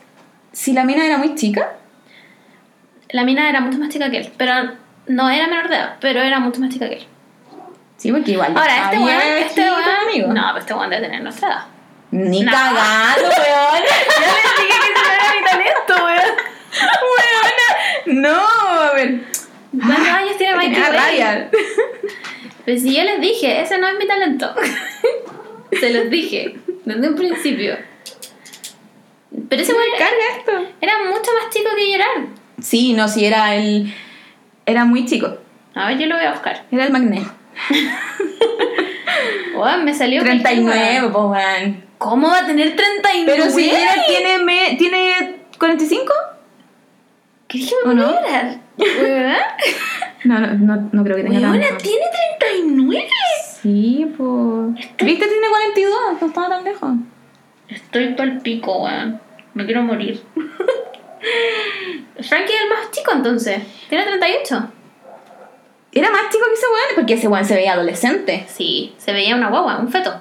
Speaker 1: si la mina era muy chica,
Speaker 2: La mina era mucho más chica que él. Pero no era menor de edad, pero era mucho más chica que él.
Speaker 1: sí, porque igual.
Speaker 2: Ahora, este
Speaker 1: había
Speaker 2: weón, este
Speaker 1: chico
Speaker 2: weón.
Speaker 1: conmigo.
Speaker 2: No, pero este weón debe tener nuestra edad.
Speaker 1: Ni
Speaker 2: No.
Speaker 1: cagando, weón.
Speaker 2: Yo le dije que se era mi talento, weón.
Speaker 1: Weona. No, a ver. Ah,
Speaker 2: ¿Cuántos años tiene
Speaker 1: me
Speaker 2: Mikey
Speaker 1: da
Speaker 2: Way?
Speaker 1: rabia.
Speaker 2: Pues si yo les dije, ese no es mi talento. se los dije, desde un principio. Pero ese weón
Speaker 1: Carga esto.
Speaker 2: era mucho más chico que Gerard.
Speaker 1: Sí, no, sí, era el. Era muy chico.
Speaker 2: A ver, yo lo voy a buscar.
Speaker 1: Era el magnet.
Speaker 2: Weón, me salió. cualquier
Speaker 1: 39,
Speaker 2: weón.
Speaker 1: pues, weón.
Speaker 2: ¿Cómo va a tener 39?
Speaker 1: Pero si Gerard tiene, me- tiene 45?
Speaker 2: ¿Qué dije,
Speaker 1: ¿O
Speaker 2: me
Speaker 1: no?
Speaker 2: voy a llorar? ¿Verdad?
Speaker 1: No, no, no, no creo que tenga
Speaker 2: Weona,
Speaker 1: tanto.
Speaker 2: tiene 39.
Speaker 1: Sí, pues. ¿Viste? Tiene 42, no estaba tan lejos.
Speaker 2: Estoy pal pico, weón. Me quiero morir. Frankie es el más chico entonces. Tiene 38.
Speaker 1: Era más chico que ese weón, porque ese weón se veía adolescente.
Speaker 2: Sí, se veía una guagua, un feto.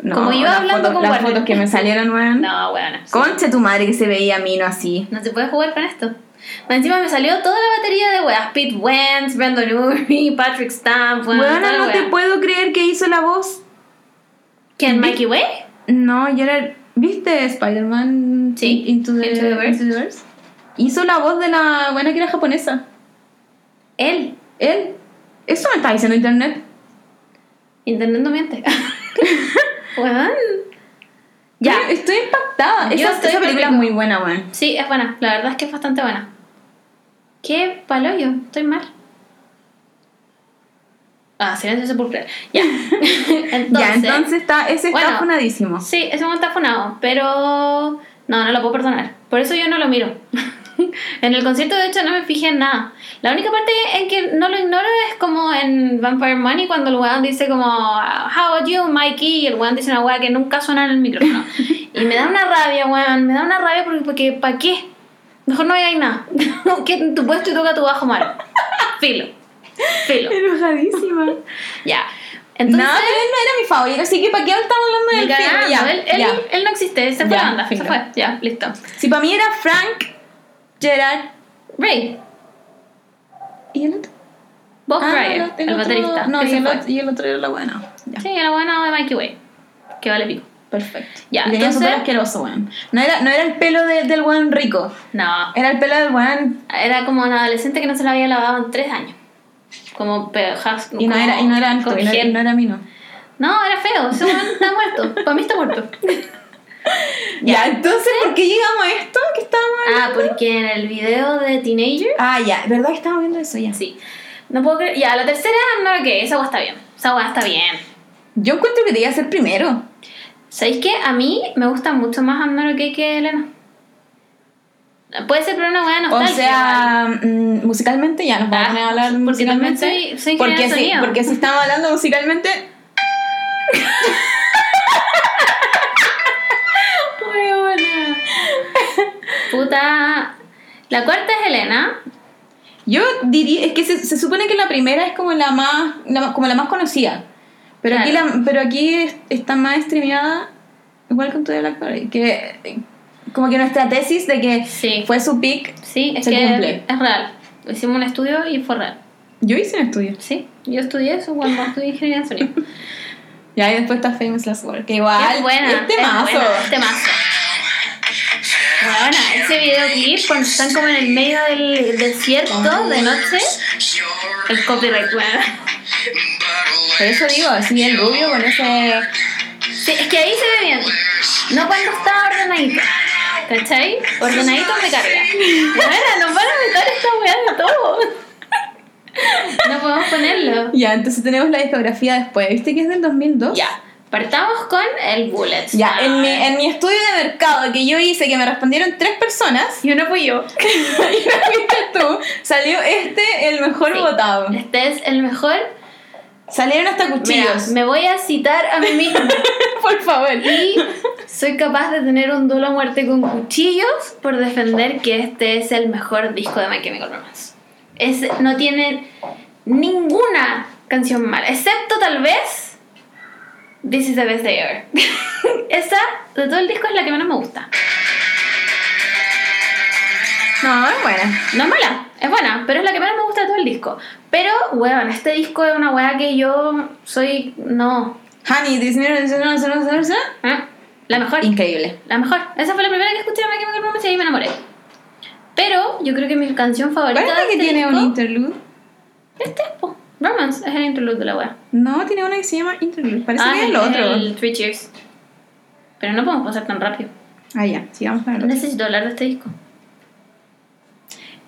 Speaker 1: No,
Speaker 2: Como yo
Speaker 1: las
Speaker 2: hablando
Speaker 1: fotos-
Speaker 2: con
Speaker 1: Las
Speaker 2: Warner.
Speaker 1: fotos que me salieron, weón.
Speaker 2: No, weón.
Speaker 1: Concha tu madre que se veía mino así.
Speaker 2: No se puede jugar con esto. Más Encima me salió toda la batería de weas. Pete Wentz, Brandon Urie, Patrick Stamp, weón.
Speaker 1: Weona,
Speaker 2: toda la
Speaker 1: no te
Speaker 2: wea.
Speaker 1: puedo creer que hizo la voz.
Speaker 2: ¿Quién? ¿Mikey Way?
Speaker 1: No, Gerard. ¿Viste Spider-Man
Speaker 2: Sí,
Speaker 1: Into the,
Speaker 2: Into the Verse.
Speaker 1: Into the Verse? Hizo la voz de la buena que era japonesa.
Speaker 2: Él.
Speaker 1: Él. Eso me está diciendo internet.
Speaker 2: Internet no miente. Weón.
Speaker 1: Ya.
Speaker 2: Ya.
Speaker 1: Estoy impactada.
Speaker 2: Yo
Speaker 1: Esa,
Speaker 2: estoy
Speaker 1: esa película es muy buena, weón.
Speaker 2: Sí, es buena. La verdad es que es bastante buena. Qué palo yo. Estoy mal. Ah, silencio sepulcral. Ya. entonces,
Speaker 1: Ya, entonces está, ese está
Speaker 2: Bueno.
Speaker 1: funadísimo.
Speaker 2: Sí, ese momento está funado, pero no, no lo puedo perdonar. Por eso yo no lo miro. en el concierto, de hecho, no me fijé en nada. La única parte en que no lo ignoro es como en Vampire Money, cuando el weón dice como, How are you, Mikey? Y el weón dice una weá que nunca suena en el micrófono. y me da una rabia, weón. Me da una rabia porque, porque ¿para qué? Mejor no hay nada. que tu puesto y toca tu bajo malo. Filo. Filo.
Speaker 1: Enojadísima.
Speaker 2: Ya. Entonces,
Speaker 1: no, pero él no era mi favorito, así que ¿para qué ahora estamos hablando
Speaker 2: me
Speaker 1: del
Speaker 2: cagaron,
Speaker 1: film? Pues, Ya,
Speaker 2: él, él-
Speaker 1: ya.
Speaker 2: él no existe, se fue
Speaker 1: Ya,
Speaker 2: la banda, se
Speaker 1: filo.
Speaker 2: fue, ya, listo.
Speaker 1: Si para mí era Frank, Gerard
Speaker 2: Ray,
Speaker 1: y el otro.
Speaker 2: Bob
Speaker 1: Ah,
Speaker 2: Cryer,
Speaker 1: no,
Speaker 2: el
Speaker 1: otro-
Speaker 2: baterista.
Speaker 1: No,
Speaker 2: que
Speaker 1: y
Speaker 2: se
Speaker 1: el,
Speaker 2: fue.
Speaker 1: otro, y el otro era la buena. Ya.
Speaker 2: Sí, era bueno de Mikey Way, que vale pico.
Speaker 1: Perfecto.
Speaker 2: Ya,
Speaker 1: Y tenía
Speaker 2: entonces-
Speaker 1: súper asqueroso, weón. No era, no era el pelo de- del weón rico.
Speaker 2: No,
Speaker 1: Era el pelo del weón.
Speaker 2: era como un adolescente que no se la había lavado en tres años. Como pejas.
Speaker 1: Y no era, y no era alto,
Speaker 2: con
Speaker 1: y no, era-
Speaker 2: gel.
Speaker 1: no era mino.
Speaker 2: No, era feo, ese weón está muerto. Para mí está muerto.
Speaker 1: Ya, entonces, ¿por qué llegamos a esto? Que estábamos
Speaker 2: Ah, porque en el video de Teenager.
Speaker 1: Ah, ya, ¿verdad que estábamos viendo eso ya?
Speaker 2: Sí. No puedo creer. Ya, la tercera, no lo que, esa weá está bien. Esa weá está bien.
Speaker 1: Yo encuentro que debía ser primero.
Speaker 2: ¿Sabéis qué? A mí me gusta mucho más Amnor que que Elena. Puede ser por una buena
Speaker 1: O
Speaker 2: nostalgia. igual.
Speaker 1: sea, mm, musicalmente ya nos vamos a
Speaker 2: Ah,
Speaker 1: poner a hablar
Speaker 2: porque
Speaker 1: musicalmente.
Speaker 2: también soy- soy ingeniera
Speaker 1: porque,
Speaker 2: de
Speaker 1: si,
Speaker 2: sonido.
Speaker 1: porque si estamos hablando musicalmente,
Speaker 2: Huevona. Puta. La cuarta es Elena.
Speaker 1: yo diría, es que se, se supone que la primera es como la más, la más- como la más conocida. Pero aquí
Speaker 2: Claro.
Speaker 1: la, pero aquí es- está más streameada Welcome to the Black Parade. Que eh, como que nuestra tesis de que
Speaker 2: Sí.
Speaker 1: fue su pick.
Speaker 2: Sí, es
Speaker 1: Se
Speaker 2: que
Speaker 1: cumple.
Speaker 2: es real. Hicimos un estudio y fue real.
Speaker 1: Yo hice un estudio.
Speaker 2: Sí, yo estudié eso cuando estudié ingeniería de sonido.
Speaker 1: Ya, y después está Famous Last Word. Que igual.
Speaker 2: es buena.
Speaker 1: es temazo.
Speaker 2: Es buena, es temazo. Bueno, ese videoclip cuando están como en el medio del desierto de noche. El copyright, bueno.
Speaker 1: Por eso digo, así el rubio con ese.
Speaker 2: Sí, es que ahí se ve bien. No cuando está ordenadito. ¿Cachai? Ordenadito me carga. Bueno, nos van a meter esta weá de todo. No podemos ponerlo.
Speaker 1: Ya, entonces tenemos la discografía después. ¿Viste que es del 2002?
Speaker 2: Ya. Partamos con el bullet.
Speaker 1: Ya, en mi, en mi estudio de mercado que yo hice, que me respondieron tres personas,
Speaker 2: Y uno fui yo.
Speaker 1: y no fuiste tú, salió este el mejor
Speaker 2: Sí.
Speaker 1: votado.
Speaker 2: Este es el mejor.
Speaker 1: Salieron hasta
Speaker 2: Mira,
Speaker 1: cuchillos.
Speaker 2: me voy a citar a mí misma.
Speaker 1: Por favor.
Speaker 2: Y soy capaz de tener un duelo a muerte con cuchillos por defender que este es el mejor disco de My Chemical Romance. Es, no tiene ninguna canción mala, excepto tal vez This is the best day ever. Esa de todo el disco es la que menos me gusta.
Speaker 1: No, es buena.
Speaker 2: No es mala, es buena, pero es la que menos me gusta de todo el disco. Pero, weón, este disco es una weá que yo soy. No.
Speaker 1: Honey, Disney,
Speaker 2: ¿eh? La mejor.
Speaker 1: increíble.
Speaker 2: La mejor. Esa fue la primera que escuché de My Chemical Romance y ahí me enamoré. Pero yo creo que mi canción
Speaker 1: ¿Cuál
Speaker 2: favorita
Speaker 1: es la
Speaker 2: de
Speaker 1: que
Speaker 2: este
Speaker 1: tiene un
Speaker 2: disco-
Speaker 1: interlude?
Speaker 2: Este po. Romance es el interlude de la wea.
Speaker 1: No, tiene una que se llama interlude. Parece
Speaker 2: Ah,
Speaker 1: que es el otro.
Speaker 2: El Three Cheers. Pero no podemos pasar tan rápido.
Speaker 1: Ah, ya, sigamos para el otro.
Speaker 2: Necesito hablar de este disco.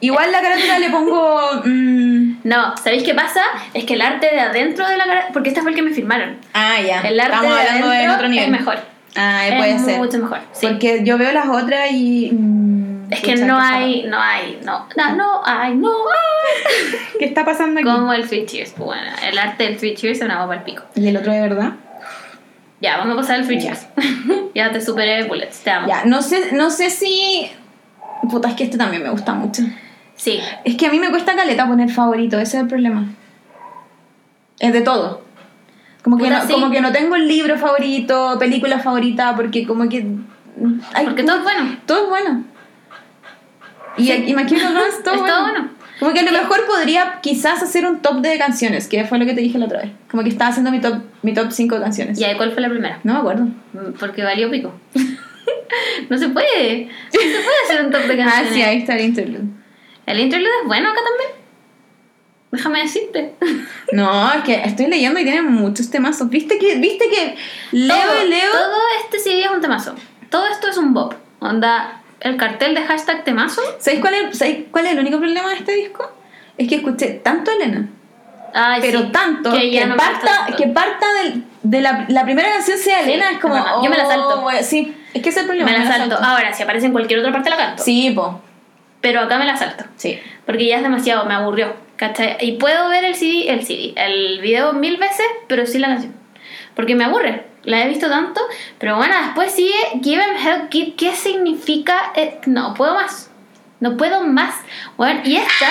Speaker 1: Igual la carátula le pongo. mm,
Speaker 2: No, ¿sabéis qué pasa? Es que el arte de adentro de la cara... Porque este fue el que me firmaron.
Speaker 1: Ah, ya.
Speaker 2: El arte
Speaker 1: Estamos
Speaker 2: de
Speaker 1: hablando de
Speaker 2: adentro
Speaker 1: otro nivel.
Speaker 2: es mejor.
Speaker 1: Ah,
Speaker 2: es
Speaker 1: puede ser.
Speaker 2: mucho mejor. Sí.
Speaker 1: Porque yo veo las otras y. mm,
Speaker 2: es que
Speaker 1: pucha,
Speaker 2: no
Speaker 1: ¿qué está-
Speaker 2: hay, no hay, no, no, no hay, no hay.
Speaker 1: ¿Qué está pasando aquí?
Speaker 2: Como el Three Cheers, pues bueno, el arte del Three Cheers es una bomba al pico.
Speaker 1: ¿Y el otro de verdad?
Speaker 2: Ya, vamos a pasar al Three Cheers. ya te superé, Bullets, te amo.
Speaker 1: Ya, no sé, no sé si. Puta, es que este también me gusta mucho.
Speaker 2: Sí,
Speaker 1: Es que a mí me cuesta caleta poner favorito, ese es el problema. Es de todo. Como que,
Speaker 2: Puta,
Speaker 1: no,
Speaker 2: sí.
Speaker 1: como que no tengo el libro favorito, película favorita, porque como que. ay, uh.
Speaker 2: porque todo es bueno.
Speaker 1: todo es bueno. Y, aquí y My Chemical Romance, todo
Speaker 2: Es
Speaker 1: bueno.
Speaker 2: todo bueno.
Speaker 1: Como que a lo mejor podría quizás hacer un top de canciones, que fue lo que te dije la otra vez. Como que estaba haciendo mi top mi top 5 canciones.
Speaker 2: Ya, ¿y cuál fue la primera?
Speaker 1: No me acuerdo.
Speaker 2: Mm, Porque valió pico. no se puede. No se puede hacer un top de
Speaker 1: Ah, sí,
Speaker 2: canciones.
Speaker 1: ahí está el interlude.
Speaker 2: el interlude es bueno acá también. Déjame decirte.
Speaker 1: No, es que estoy leyendo y tienen muchos temazos. ¿Viste que, viste que leo
Speaker 2: todo,
Speaker 1: y leo?
Speaker 2: Todo este CD es un temazo. Todo esto es un bop. Onda, el cartel de hashtag temazo.
Speaker 1: ¿Sabéis cuál, es, sabéis cuál es el único problema de este disco? Es que escuché tanto a Elena,
Speaker 2: Ay,
Speaker 1: pero
Speaker 2: sí,
Speaker 1: tanto, que,
Speaker 2: ya no me gusta
Speaker 1: parta,
Speaker 2: tanto.
Speaker 1: que parta del- de la, la primera canción sea
Speaker 2: Sí,
Speaker 1: Elena, es como.
Speaker 2: es verdad. Yo me la salto.
Speaker 1: oh, bueno, sí, es que ese es el problema.
Speaker 2: me la salto. Ah. Ahora, si aparece en cualquier otra parte la canto.
Speaker 1: Sí, po.
Speaker 2: Pero acá me la salto.
Speaker 1: Sí.
Speaker 2: Porque ya es demasiado, me aburrió. ¿Cachai? Y puedo ver el CD, el CD, el video mil veces, pero sí la canción. Porque me aburre. La he visto tanto. Pero bueno, después sigue Give 'em Hell Kid. ¿Qué significa? Eh, no, puedo más. No puedo más. Bueno, y esta.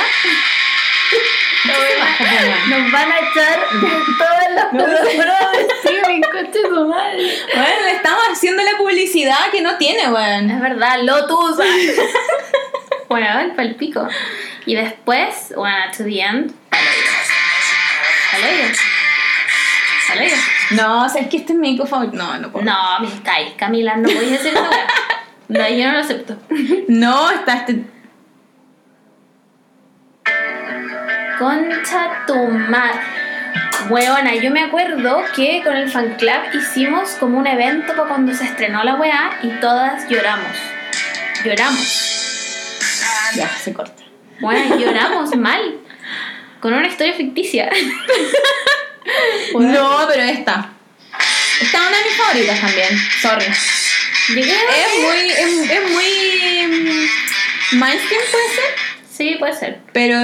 Speaker 2: Nos van a echar de todas las plataformas de streaming, coche tu madre.
Speaker 1: Bueno, le estamos haciendo la publicidad que no tiene, weón.
Speaker 2: Es verdad, Lotus. bueno, el palpico. Y después, bueno, to the end. Al oído. Al oído.
Speaker 1: No, o sea, es que este es mi disco favorito. No, no puedo.
Speaker 2: No, me estáis, Camila, no podéis decir eso. No, yo no lo acepto.
Speaker 1: No, está este.
Speaker 2: Concha tu madre. Weona, yo me acuerdo que con el fan club hicimos como un evento para cuando se estrenó la weá y todas lloramos. Lloramos.
Speaker 1: Ya, se corta.
Speaker 2: Bueno, lloramos mal. Con una historia ficticia.
Speaker 1: No, pero esta. Esta es una de mis favoritas también. Sorry.
Speaker 2: Yo creo
Speaker 1: Es muy. Es, es muy. mm, Mainstream puede ser.
Speaker 2: Sí, puede ser.
Speaker 1: Pero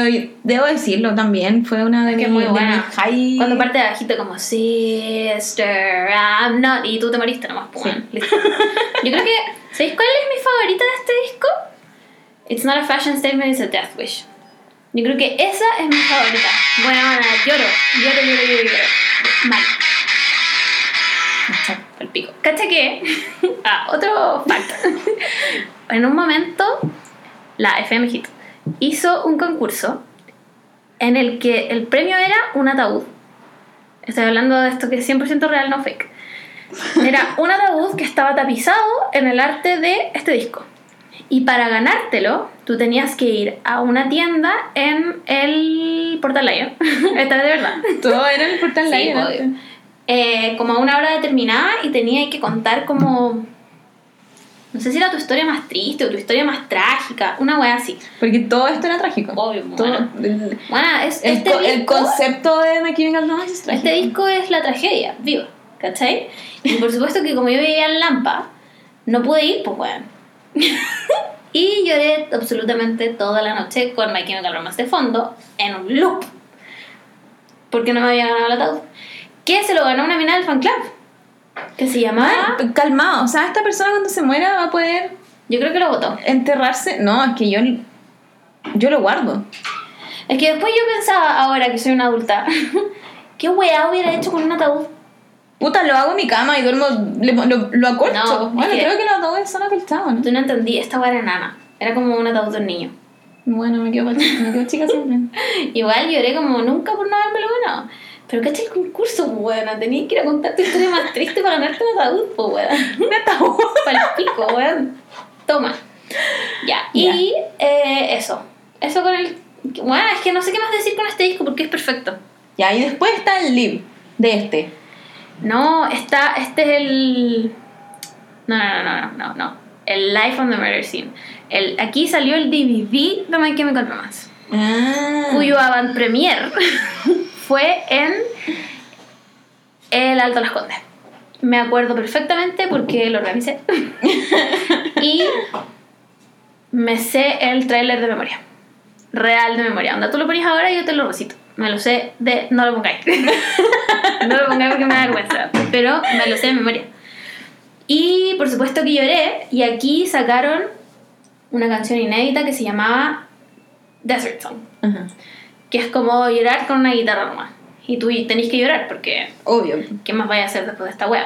Speaker 1: debo decirlo también. Fue una de mis.
Speaker 2: Que es muy
Speaker 1: de
Speaker 2: buena.
Speaker 1: mis high-
Speaker 2: Cuando parte de bajito como Sister, I'm not. Y tú te moriste nomás, pum.
Speaker 1: Sí.
Speaker 2: listo. Yo creo que. ¿Sabéis cuál es mi favorita de este disco? It's not a fashion statement, it's a death wish. Yo creo que esa es mi favorita. Bueno, ahora lloro, lloro, lloro, lloro, lloro. Mal. Al pico. ¿Cacha que? ah, otro fact. en un momento, la FM Hit hizo un concurso en el que el premio era un ataúd. Estoy hablando de esto que es 100% real, no fake. Era un ataúd que estaba tapizado en el arte de este disco. Y para ganártelo, tú tenías que ir a una tienda en el Portal Lion. Esta vez de verdad.
Speaker 1: Todo era en el portal
Speaker 2: Sí,
Speaker 1: Lion.
Speaker 2: obvio. Eh, como a una hora determinada y tenía que contar como... No sé si era tu historia más triste o tu historia más trágica, una wea así.
Speaker 1: Porque todo esto era trágico.
Speaker 2: Obvio,
Speaker 1: Todo-
Speaker 2: bueno.
Speaker 1: el,
Speaker 2: Bueno, es,
Speaker 1: el
Speaker 2: este
Speaker 1: co- el
Speaker 2: disco-
Speaker 1: concepto de My Chemical Romance es trágico.
Speaker 2: Este disco es la tragedia, viva, ¿cachai? Y por supuesto que como yo vivía en Lampa, no pude ir, pues weón. y lloré absolutamente toda la noche con My Chemical Romance de fondo, en un loop. Porque no me había ganado el ataúd. Que se lo ganó una mina del fan club. Que se llamaba...
Speaker 1: Mal, Ah, calmado. O sea, esta persona cuando se muera va a poder
Speaker 2: Yo creo que lo votó.
Speaker 1: enterrarse. No, es que yo. Yo lo guardo.
Speaker 2: Es que después yo pensaba, ahora que soy una adulta, ¿qué weá hubiera hecho con un ataúd?
Speaker 1: Puta, lo hago en mi cama y duermo. le- lo, lo
Speaker 2: No,
Speaker 1: acuerdo.
Speaker 2: es
Speaker 1: bueno,
Speaker 2: que-
Speaker 1: creo que los dos son apestados, ¿no?
Speaker 2: Tú no entendí, esta weá era nana. Era como un ataúd de un niño.
Speaker 1: Bueno, me quedo, pa- me quedo chica siempre.
Speaker 2: Igual lloré como nunca por no haberme lo ganado. Pero caché el concurso, buena. Tenías que ir a contar tu historia más triste para ganarte un ataúd, pues, weón.
Speaker 1: Un ataúd.
Speaker 2: Para el pico, weón. Toma. Ya. Y eh, eso. Eso con el. Bueno, es que no sé qué más decir con este disco porque es perfecto.
Speaker 1: Ya, y después está el live de este.
Speaker 2: No, está. Este es el. No, no, no, no, no, no. El Life on the Murder Scene. El, aquí salió el DVD de My Chemical Romance.
Speaker 1: Ah.
Speaker 2: cuyo avant premier fue en el Alto de Las Condes. Me acuerdo perfectamente porque lo organicé. y me sé el tráiler de memoria. Real de memoria. Onda, tú lo pones ahora y yo te lo recito. Me lo sé de... No lo pongáis. no lo pongáis porque me da vergüenza. Pero me lo sé de memoria. Y por supuesto que lloré. Y aquí sacaron una canción inédita que se llamaba Desert Song
Speaker 1: Ajá.
Speaker 2: que es como llorar con una guitarra nomás. Y tú tenés que llorar porque
Speaker 1: Obvio.
Speaker 2: ¿qué más vaya a hacer después de esta web?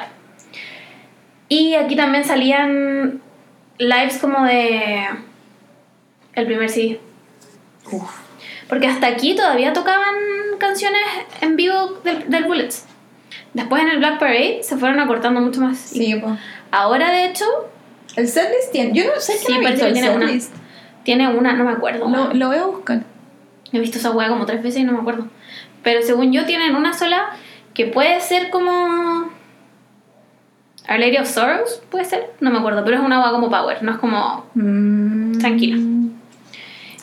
Speaker 2: Y aquí también salían lives como de el primer CD.
Speaker 1: Uf.
Speaker 2: Porque hasta aquí todavía tocaban canciones en vivo del, del Bullets. Después en el Black Parade se fueron acortando mucho más.
Speaker 1: Sí, po.
Speaker 2: Ahora de hecho
Speaker 1: El setlist tiene. Yo no sé
Speaker 2: Sí,
Speaker 1: qué no he
Speaker 2: parece
Speaker 1: visto
Speaker 2: que
Speaker 1: el
Speaker 2: tiene una.
Speaker 1: setlist.
Speaker 2: tiene una, no me acuerdo.
Speaker 1: Lo, lo voy a buscar.
Speaker 2: He visto esa hueá como tres veces y no me acuerdo. Pero según yo tienen una sola que puede ser como... Our Lady of Sorrows, puede ser. No me acuerdo, pero es una hueá como Power. No es como...
Speaker 1: Mm.
Speaker 2: Tranquila.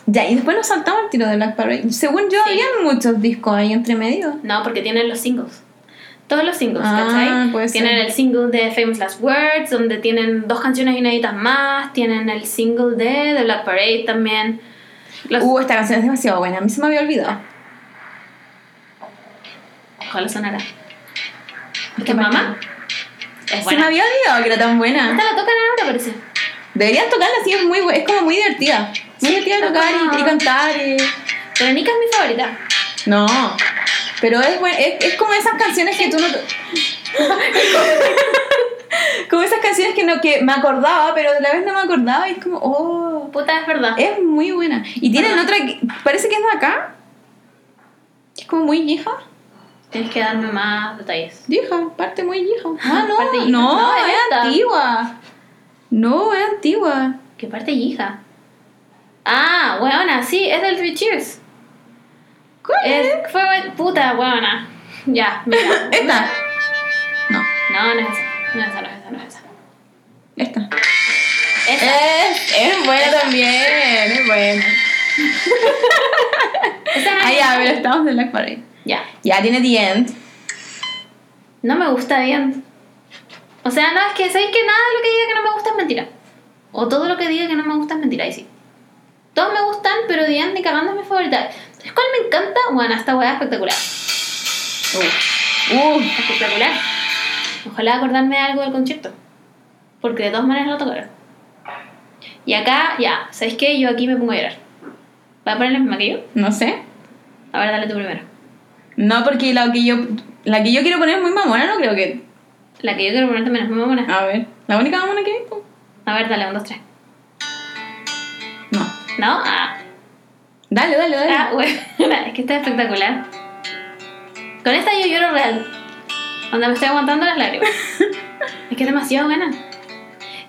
Speaker 1: Ya, y después nos saltamos el tiro de Black Parade. Según yo,
Speaker 2: Sí.
Speaker 1: había muchos discos ahí entre medio.
Speaker 2: No, porque tienen los singles. Todos los singles,
Speaker 1: Ah,
Speaker 2: ¿cachai?
Speaker 1: puede
Speaker 2: tienen
Speaker 1: ser.
Speaker 2: el single de Famous Last Words, donde tienen dos canciones inéditas más. Tienen el single de The Black Parade también. Los, Ah,
Speaker 1: Uh, esta canción es demasiado buena. A mí se me había olvidado.
Speaker 2: Ojalá sonara.
Speaker 1: qué
Speaker 2: ¿Qué mamá? Es
Speaker 1: Se me
Speaker 2: buena.
Speaker 1: había olvidado que era tan buena.
Speaker 2: Esta la tocan ahora, parece.
Speaker 1: Deberían tocarla así, es muy bu- es como muy divertida. Muy divertida de tocar y- y,
Speaker 2: ajá.
Speaker 1: cantar. y-
Speaker 2: Pero Nika es mi favorita.
Speaker 1: No. Pero es, buen- es, es como esas canciones que tú no. como esas canciones que no que me acordaba, pero de la vez no me acordaba y es como, oh.
Speaker 2: Puta, es verdad.
Speaker 1: Es muy buena. Y tienen otra que parece que es de acá. Es como muy hija.
Speaker 2: Tienes que darme más detalles.
Speaker 1: Hija, parte muy hija. Ah, no.
Speaker 2: Parte hija.
Speaker 1: No,
Speaker 2: No, es
Speaker 1: es
Speaker 2: esta.
Speaker 1: antigua. No, es antigua.
Speaker 2: ¿Qué parte hija? Ah, weona, sí, es del Three Cheers.
Speaker 1: ¿Cuál es?
Speaker 2: Es, fue buen- puta, weona. Ya, mira.
Speaker 1: Esta. No,
Speaker 2: No, no es esa. No es esa, no es esa, no es esa.
Speaker 1: esta. Eh,
Speaker 2: Esa,
Speaker 1: Es, es buena también, es buena.
Speaker 2: esa no es
Speaker 1: Ah, ya,
Speaker 2: esa.
Speaker 1: pero estamos en Black Parade.
Speaker 2: Ya.
Speaker 1: Ya tiene The End.
Speaker 2: No me gusta bien. O sea, no, es que sabéis que nada de lo que diga que no me gusta es mentira. O todo lo que diga que no me gusta es mentira, y sí. Todos me gustan, pero Diane ni cagando es mi favorita. ¿Sabes cuál me encanta? Bueno, esta weá es espectacular.
Speaker 1: Uh. Uh.
Speaker 2: Espectacular. Ojalá acordarme de algo del concierto. Porque de todas maneras lo tocaron. Y acá, ya, ¿sabéis qué? Yo aquí me pongo a llorar. ¿Va a poner la misma que yo?
Speaker 1: No sé.
Speaker 2: A ver, dale tú primero.
Speaker 1: No, porque la que yo, la que yo quiero poner es muy mamona, no creo que.
Speaker 2: La que yo quiero poner también es muy buena.
Speaker 1: A ver, la única mamona que hay. pues.
Speaker 2: A ver, dale, un, dos, tres.
Speaker 1: No.
Speaker 2: ¿No? Ah.
Speaker 1: Dale, dale, dale.
Speaker 2: Ah, bueno, es que está espectacular. Con esta yo lloro real. Onda me estoy aguantando las lágrimas. es que es demasiado buena.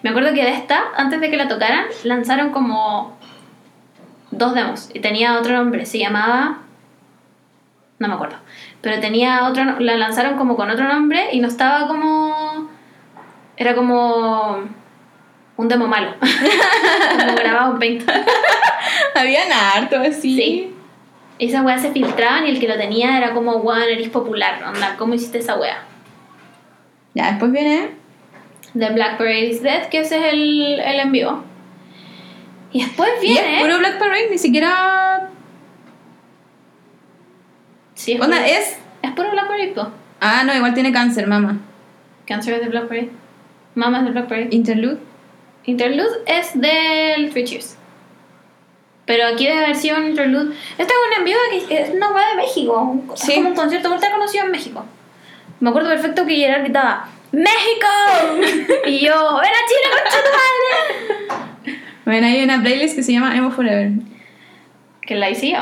Speaker 2: Me acuerdo que de esta, antes de que la tocaran, lanzaron como dos demos. Y tenía otro nombre, se llamaba. No me acuerdo. Pero tenía otro. no- La lanzaron como con otro nombre y no estaba como. Era como. Un demo malo. como grabado en Paint.
Speaker 1: Habían harto así.
Speaker 2: Sí. Esas weas se filtraban y el que lo tenía era como, weón, eres popular, onda, ¿cómo hiciste esa wea?
Speaker 1: Ya después viene.
Speaker 2: The Black Parade is Dead, que ese es el, el en vivo. Y después
Speaker 1: Y es
Speaker 2: viene...
Speaker 1: puro Black Parade, ni siquiera.
Speaker 2: sí, es,
Speaker 1: Onda,
Speaker 2: puro,
Speaker 1: es.
Speaker 2: es puro Black Parade, po.
Speaker 1: Ah, no, igual tiene cáncer, mamá.
Speaker 2: Cancer es de Black Parade. Mama es de Black Parade.
Speaker 1: Interlude.
Speaker 2: Interlude es del Three Cheers. Pero aquí debe haber sido un interlude. Esta es una en vivo que es una wea de México.
Speaker 1: Sí.
Speaker 2: Es como un concierto ultra conocido en México. Me acuerdo perfecto que Gerard gritaba ¡México! y yo, ¡Ven a Chile, concha tu madre!
Speaker 1: Bueno, hay una playlist que se llama Emo Forever.
Speaker 2: Que la hice yo.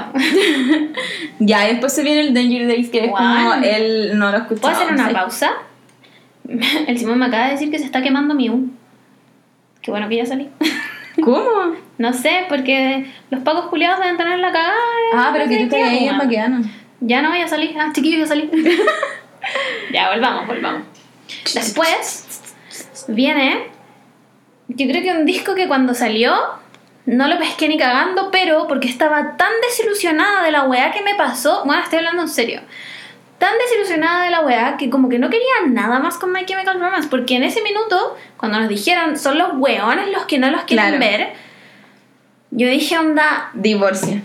Speaker 1: Ya, y después se viene el Danger Days, que es como
Speaker 2: Guau.
Speaker 1: el. No lo escuché.
Speaker 2: ¿Puedo hacer una pausa? El Simón me acaba de decir que se está quemando mi U. Qué bueno que ya salí.
Speaker 1: ¿Cómo?
Speaker 2: no sé, porque los pagos culiados deben tener la cagada. eh,
Speaker 1: Ah, pero
Speaker 2: no
Speaker 1: que tú
Speaker 2: sé
Speaker 1: estás
Speaker 2: qué,
Speaker 1: ahí
Speaker 2: weón.
Speaker 1: en Paquedano.
Speaker 2: Ya no voy a salir. Ah, chiquillos, ya salí. ya, volvamos, volvamos. Después viene. Yo creo que un disco que cuando salió no lo pesqué ni cagando, pero porque estaba tan desilusionada de la weá que me pasó. Bueno, estoy hablando en serio. Tan desilusionada de la weá que como que no quería nada más con My Chemical Romance. Porque en ese minuto, cuando nos dijeron son los weones los que no los
Speaker 1: Claro.
Speaker 2: quieren ver, yo dije, onda,
Speaker 1: Divorcio.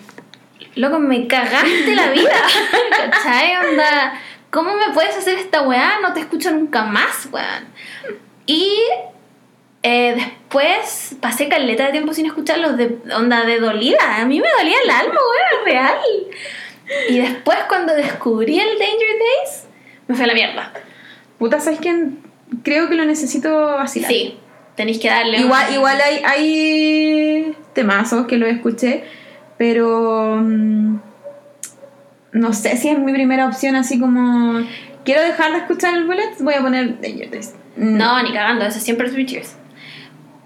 Speaker 2: Loco, me cagaste la vida. ¿Cachai? Onda, ¿cómo me puedes hacer esta weá? No te escucho nunca más, weón. Y eh, después pasé caleta de tiempo sin escucharlos de onda de dolida. A mí me dolía el alma, weón, real. Y después cuando descubrí el Danger Days, me fue a la mierda.
Speaker 1: Puta, ¿sabes quién? Creo que lo necesito vacilar.
Speaker 2: Sí, tenéis que darle.
Speaker 1: Igual,
Speaker 2: una-
Speaker 1: igual hay, hay temazos que lo escuché, pero mm, no sé si es mi primera opción, así como quiero dejar de escuchar el bullet, voy a poner Danger Days. Mm,
Speaker 2: No, ni cagando, eso siempre es Three Cheers.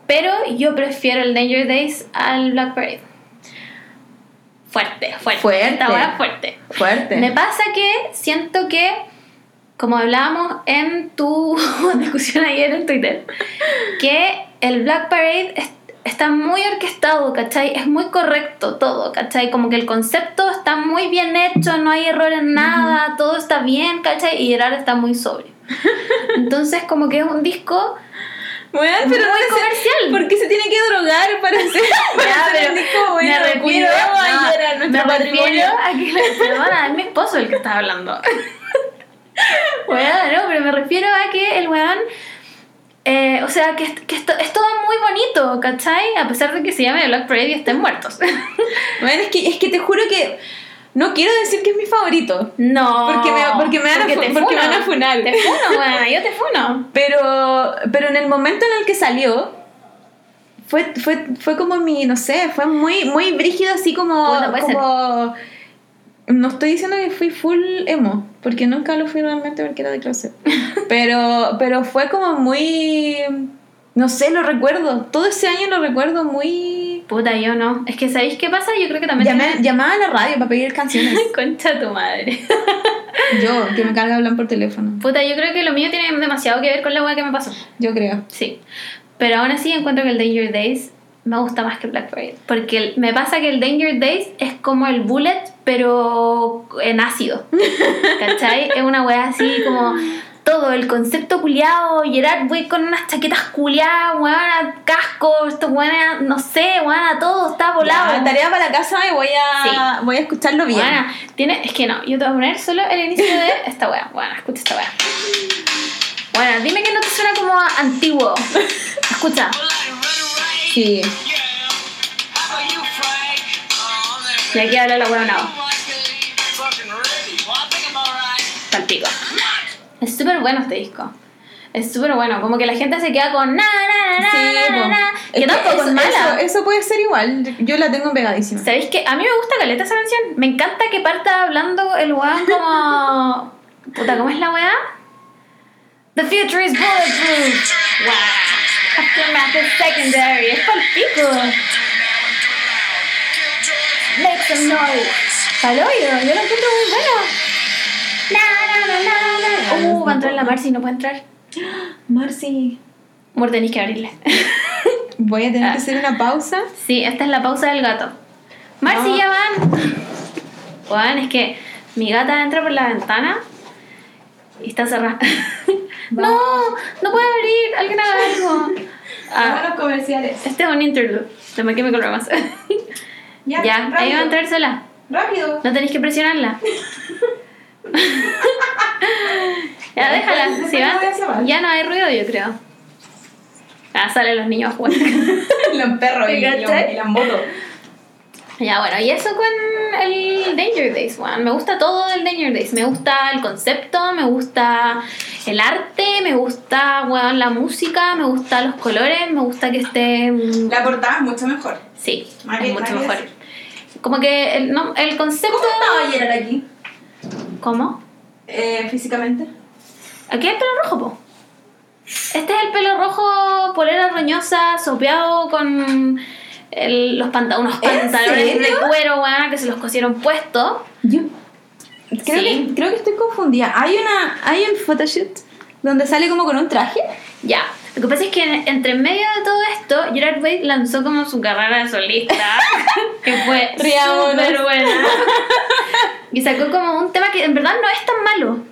Speaker 2: Pero yo prefiero el Danger Days al Black Parade. Fuerte, fuerte.
Speaker 1: Fuerte.
Speaker 2: Esta weá es fuerte.
Speaker 1: Fuerte.
Speaker 2: Me pasa que siento que, como hablábamos en tu discusión ayer en Twitter, que el Black Parade es- está muy orquestado, ¿cachai? Es muy correcto todo, ¿cachai? Como que el concepto está muy bien hecho, no hay error en nada, todo está bien, ¿cachai? Y Gerard está muy sobrio. Entonces, como que es un disco...
Speaker 1: Weón, pero no
Speaker 2: Muy
Speaker 1: sé-
Speaker 2: comercial.
Speaker 1: ¿Por qué se tiene que drogar para hacer para
Speaker 2: Ya,
Speaker 1: hacer
Speaker 2: pero
Speaker 1: el disco, weón?
Speaker 2: me refiero,
Speaker 1: Cuidemos a
Speaker 2: no,
Speaker 1: Gerard,
Speaker 2: me
Speaker 1: nuestro
Speaker 2: refiero
Speaker 1: patrimonio.
Speaker 2: a que la perdona, es mi esposo el que está hablando. Weón, no, pero me refiero a que el weón, eh, o sea, que, es- que esto, es todo muy bonito, ¿cachai? A pesar de que se llame Black Parade y estén muertos.
Speaker 1: Weón, es que, es que te juro que no quiero decir que es mi favorito.
Speaker 2: no.
Speaker 1: Porque me- porque me van a fu-
Speaker 2: te
Speaker 1: porque me
Speaker 2: funo.
Speaker 1: van a funar.
Speaker 2: Te funo, weón, yo te funo.
Speaker 1: Pero, pero en el momento en el que salió, fue, fue, fue como mi, no sé, fue muy, muy brígido, así como.
Speaker 2: Puta, puede
Speaker 1: como no estoy diciendo que fui full emo, porque nunca lo fui realmente porque era de clase. Pero, pero fue como muy. No sé, lo recuerdo. Todo ese año lo recuerdo muy.
Speaker 2: Puta, yo no. Es que, ¿sabéis qué pasa? Yo creo que también.
Speaker 1: Llamé- llamaba a la radio para pedir canciones.
Speaker 2: Concha tu madre.
Speaker 1: Yo, que me carga hablar por teléfono.
Speaker 2: Puta, yo creo que lo mío tiene demasiado que ver con la weá que me pasó.
Speaker 1: Yo creo.
Speaker 2: Sí. Pero aún así encuentro que el Danger Days me gusta más que Black Parade. Porque el- me pasa que el Danger Days es como el Bullet, pero en ácido. ¿Cachai? Es una wea así como todo, el concepto culiado, Gerard wey con unas chaquetas culiadas, weón, casco, estos weones, no sé, weón, todo está volado.
Speaker 1: Ya, tarea para la casa y voy a, voy a escucharlo bien.
Speaker 2: Buena, tiene, es que no, yo te voy a poner solo el inicio de esta wea. Bueno, escucha esta wea. Bueno, dime que no te suena como a antiguo. Escucha.
Speaker 1: Sí.
Speaker 2: Y aquí habla la wea no, palpico. Es súper bueno este disco. Es súper bueno, como que la gente se queda con na na na na, na, na, na, que tampoco es mala.
Speaker 1: Eso, eso puede ser igual. Yo la tengo pegadísima.
Speaker 2: ¿Sabéis que a mí me gusta caleta esa canción? Me encanta que parta hablando el weón como. Puta, ¿cómo es la weá? The future is bulletproof. Wow. Aftermath is secondary. Es pa'l pico. Make some noise. Pa'l hoyo. Yo lo encuentro muy bueno. Na, na, na, na, na. Uh, va a entrar la Marcy, no puede entrar.
Speaker 1: Marci,
Speaker 2: Amor, tenéis que abrirle.
Speaker 1: voy a tener
Speaker 2: Ah.
Speaker 1: que hacer una pausa.
Speaker 2: Sí, esta es la pausa del gato. Marci,
Speaker 1: No.
Speaker 2: ya van. Juan, es que mi gata entra por la ventana y está cerrada. no, no puede abrir. Alguien haga algo. Ah,
Speaker 1: comerciales.
Speaker 2: este es un interlude. De My Chemical Romance. ya, ahí va a entrar sola.
Speaker 1: Rápido.
Speaker 2: No tenéis que presionarla. ya, déjala.
Speaker 1: Después-
Speaker 2: Si
Speaker 1: después voy a
Speaker 2: va,
Speaker 1: cerrar.
Speaker 2: ya no hay ruido, yo creo. Ah, salen los niños a jugar.
Speaker 1: los perros y,
Speaker 2: ¿Cachai?
Speaker 1: los- y las motos.
Speaker 2: Ya, bueno, y eso con el Danger Days, weón. Me gusta todo del Danger Days. Me gusta el concepto, me gusta el arte, me gusta, weón, la música, me gusta los colores, me gusta que esté... mm,
Speaker 4: La portada es mucho mejor.
Speaker 2: Sí,
Speaker 4: Más
Speaker 2: es
Speaker 4: bien,
Speaker 2: mucho
Speaker 4: más bien
Speaker 2: mejor.
Speaker 4: decir.
Speaker 2: Como que el, no, el concepto...
Speaker 4: ¿Cómo estaba Gerard aquí?
Speaker 2: ¿Cómo?
Speaker 4: Eh, físicamente.
Speaker 2: Aquí hay pelo rojo, po. Este es el pelo rojo, polera roñosa, sopeado con el- los panta- unos
Speaker 1: ¿En
Speaker 2: pantalones de
Speaker 1: serio?
Speaker 2: cuero, weón, que se los cosieron puestos.
Speaker 1: Yo creo,
Speaker 2: Sí.
Speaker 1: que, creo que estoy confundida. Hay una hay un photoshoot donde sale como con un traje.
Speaker 2: Ya, lo que pasa es que en- entre medio de todo esto, Gerard Way lanzó como su carrera de solista, que fue
Speaker 1: Riámonos.
Speaker 2: súper buena. Y sacó como un tema que en verdad no es tan malo.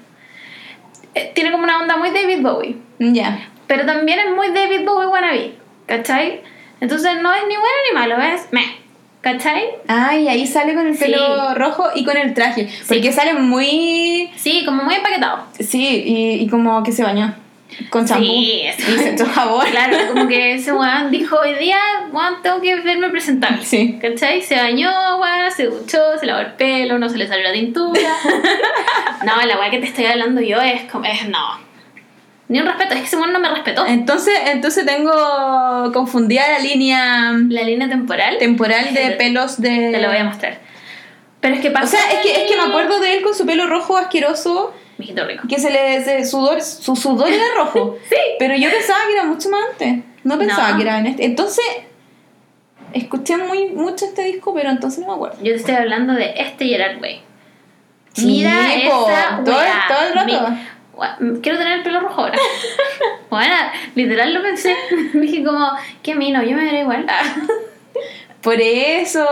Speaker 2: Eh, Tiene como una onda muy David Bowie,
Speaker 1: Ya.
Speaker 2: pero también es muy David Bowie wannabe, ¿cachai? Entonces no es ni bueno ni malo, es meh, ¿cachai?
Speaker 1: Ay, ahí sale con el
Speaker 2: Sí.
Speaker 1: pelo rojo y con el traje. Porque sale muy.
Speaker 2: Sí, como muy empaquetado.
Speaker 1: Sí, y, y como que se bañó. Con champú.
Speaker 2: Sí,
Speaker 1: y se echó jabón.
Speaker 2: Claro, como que ese weón dijo hoy día, weón, tengo que verme presentable.
Speaker 1: Sí.
Speaker 2: ¿Cachai? Se bañó, weón, se duchó, se lavó el pelo, no se le salió la tintura. no, la weá que te estoy hablando yo es como, es no. Ni un respeto, es que ese weón no me respetó.
Speaker 1: Entonces, entonces tengo confundida la línea
Speaker 2: La línea temporal,
Speaker 1: temporal de pelos de.
Speaker 2: te la voy a mostrar. Pero es que pasa.
Speaker 1: O sea, es que, es que me acuerdo de él con su pelo rojo asqueroso,
Speaker 2: Mijito rico.
Speaker 1: que se le se- sudor, su sudor era rojo.
Speaker 2: Sí.
Speaker 1: Pero yo pensaba que era mucho más antes. No pensaba
Speaker 2: No.
Speaker 1: que era en este. Entonces, escuché muy mucho este disco, pero entonces no me acuerdo.
Speaker 2: Yo te estoy hablando de este Gerard Way.
Speaker 1: Sí, po, todo-
Speaker 2: weá.
Speaker 1: todo el rato.
Speaker 2: Gua- Quiero tener el pelo rojo ahora. bueno, literal lo pensé. Dije como, qué mino, yo me veré igual.
Speaker 1: Por eso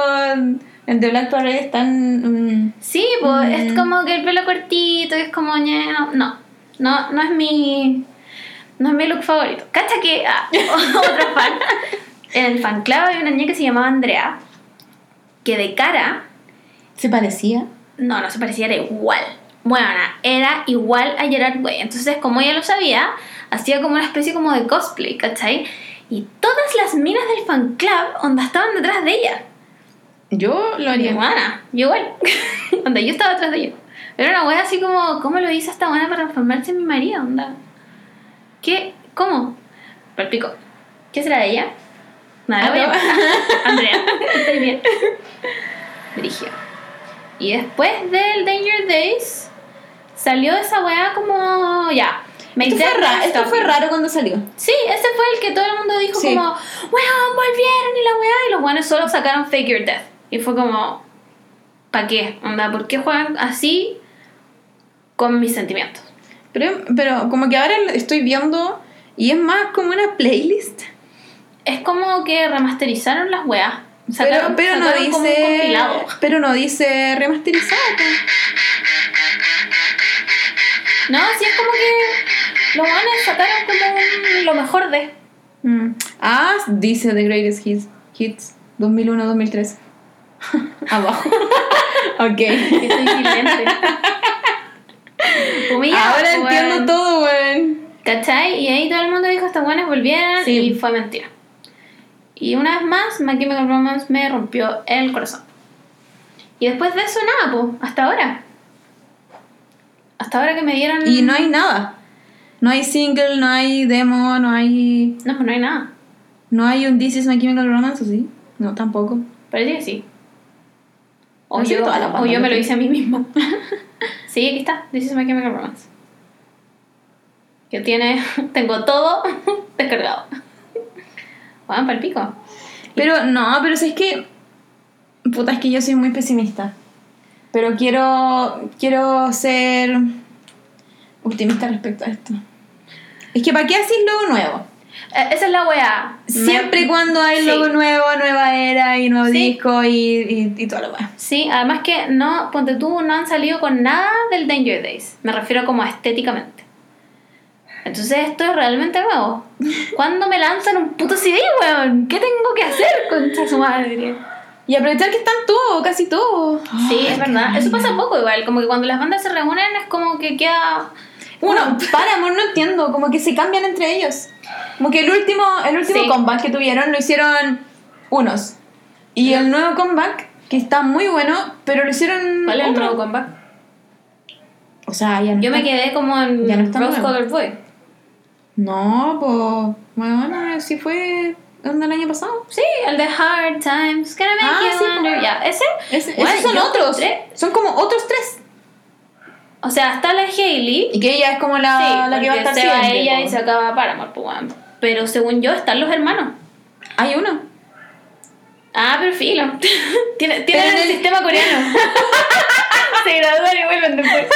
Speaker 1: el de Black Parade es tan. mm,
Speaker 2: sí, pues es
Speaker 1: Mm.
Speaker 2: como que el pelo cortito, es como, ñe, no, no, no, no es mi, no es mi look favorito. Cacha que, ah, otro fan, en el fan club había una niña que se llamaba Andrea, que de cara
Speaker 1: se parecía.
Speaker 2: No, no se parecía, era igual. Bueno, era igual a Gerard Way. Entonces, como ella lo sabía, hacía como una especie como de cosplay, ¿cachai? Y todas las minas del fan club, onda, estaban detrás de ella.
Speaker 1: Yo lo
Speaker 2: Mi
Speaker 1: haría.
Speaker 2: hermana, yo igual. onda, yo estaba detrás de ella. Era una wea así como, ¿cómo lo hizo esta buena para transformarse en mi marido? Onda. ¿Qué? ¿Cómo? Palpico. ¿Qué será de ella? Nada, voy a
Speaker 1: Ah,
Speaker 2: Andrea, estoy bien. Brigio. Y después del Danger Days, salió esa wea como, ya. Make
Speaker 1: Esto fue,
Speaker 2: that
Speaker 1: ra-
Speaker 2: man
Speaker 1: esto
Speaker 2: stop
Speaker 1: fue
Speaker 2: you.
Speaker 1: raro cuando salió.
Speaker 2: Sí, ese fue el que todo el mundo dijo
Speaker 1: Sí.
Speaker 2: como, weón, volvieron y la weá, y los weones solo sacaron Fake Your Death. Y fue como, ¿pa' qué? Onda, ¿por qué juegan así con mis sentimientos?
Speaker 1: Pero, pero como que ahora lo estoy viendo y es más como una playlist.
Speaker 2: Es como que remasterizaron las weas.
Speaker 1: Pero,
Speaker 2: Sacaron,
Speaker 1: pero no
Speaker 2: sacaron como un
Speaker 1: dice.
Speaker 2: compilado.
Speaker 1: Pero no dice remasterizado. pues.
Speaker 2: No, sí es como que los weones sacaron como un- lo mejor de.
Speaker 1: Mm. Ah, dice The Greatest Hits, Hits 2001-2003. Abajo. ok.
Speaker 2: Que soy silente. Humillado,
Speaker 1: Ahora
Speaker 2: weón.
Speaker 1: entiendo todo, weón.
Speaker 2: ¿Cachai? Y ahí todo el mundo dijo, estas buenas volvieron
Speaker 1: Sí.
Speaker 2: y fue mentira. Y una vez más, My Chemical Romance me rompió el corazón. Y después de eso, nada, po, hasta ahora. Hasta ahora que me dieron...
Speaker 1: Y no hay nada. No hay single, no hay demo, no hay.
Speaker 2: No, pues no hay nada.
Speaker 1: No hay un This is My Chemical Romance, ¿o sí? No, tampoco.
Speaker 2: Parece que sí. O,
Speaker 1: No sé
Speaker 2: yo,
Speaker 1: toda la
Speaker 2: o
Speaker 1: banda,
Speaker 2: yo me
Speaker 1: ¿no?
Speaker 2: lo hice a mí misma. sí, aquí está. This is My Chemical Romance. Que tiene... Tengo todo descargado. Juan, pa'l pico.
Speaker 1: Pero no, pero si es que. Puta, es que yo soy muy pesimista. Pero quiero. Quiero ser. optimista respecto a esto. Es que ¿para qué haces logo nuevo?
Speaker 2: Eh, Esa es la weá.
Speaker 1: Siempre y
Speaker 2: Me-
Speaker 1: cuando hay
Speaker 2: Sí.
Speaker 1: logo nuevo, nueva era y nuevo
Speaker 2: Sí.
Speaker 1: disco y, y, y todo lo demás.
Speaker 2: Sí, además que no, ponte tú, no han salido con nada del Danger Days. Me refiero como a estéticamente. Entonces esto es realmente nuevo. ¿Cuándo me lanzan un puto CD, weón? ¿Qué tengo que hacer contra su madre?
Speaker 1: Y aprovechar que están todos, casi todos.
Speaker 2: Sí,
Speaker 1: Ay,
Speaker 2: es
Speaker 1: qué
Speaker 2: verdad. Eso
Speaker 1: rabia.
Speaker 2: pasa poco igual. Como que cuando las bandas se reúnen es como que queda...
Speaker 1: Uno, para, amor, no entiendo. Como que se cambian entre ellos. Como que el último, el último
Speaker 2: Sí.
Speaker 1: comeback que tuvieron lo hicieron unos. Y el nuevo comeback, que está muy bueno, pero lo hicieron
Speaker 2: ¿Cuál es el
Speaker 1: otro.
Speaker 2: nuevo comeback?
Speaker 1: O sea, ya no.
Speaker 2: Yo me
Speaker 1: está-
Speaker 2: quedé como en
Speaker 1: Ya no está
Speaker 2: Rose
Speaker 1: nuevo.
Speaker 2: Colored Boy.
Speaker 1: No, pues. Bueno, si fue. ¿Onda el año pasado?
Speaker 2: Sí, el de Hard Times, Gonna Make
Speaker 1: Ah,
Speaker 2: You
Speaker 1: sí, po.
Speaker 2: Wonder. Ya, ese.
Speaker 1: Ese-
Speaker 2: Bueno,
Speaker 1: esos son
Speaker 2: yo
Speaker 1: otros.
Speaker 2: encontré-
Speaker 1: Son como otros tres.
Speaker 2: O sea, está la Hailey.
Speaker 1: Y que ella es como la,
Speaker 2: Sí,
Speaker 1: Ah, la que va a
Speaker 2: porque
Speaker 1: estar
Speaker 2: se va
Speaker 1: siempre,
Speaker 2: ella
Speaker 1: po.
Speaker 2: y se acaba Paramore, pues, weón. Pero según yo, están los hermanos.
Speaker 1: Hay uno.
Speaker 2: Ah, pero filo. Tiene- Tienen
Speaker 1: Pero en
Speaker 2: el,
Speaker 1: el-
Speaker 2: sistema coreano. se gradúan y vuelven después.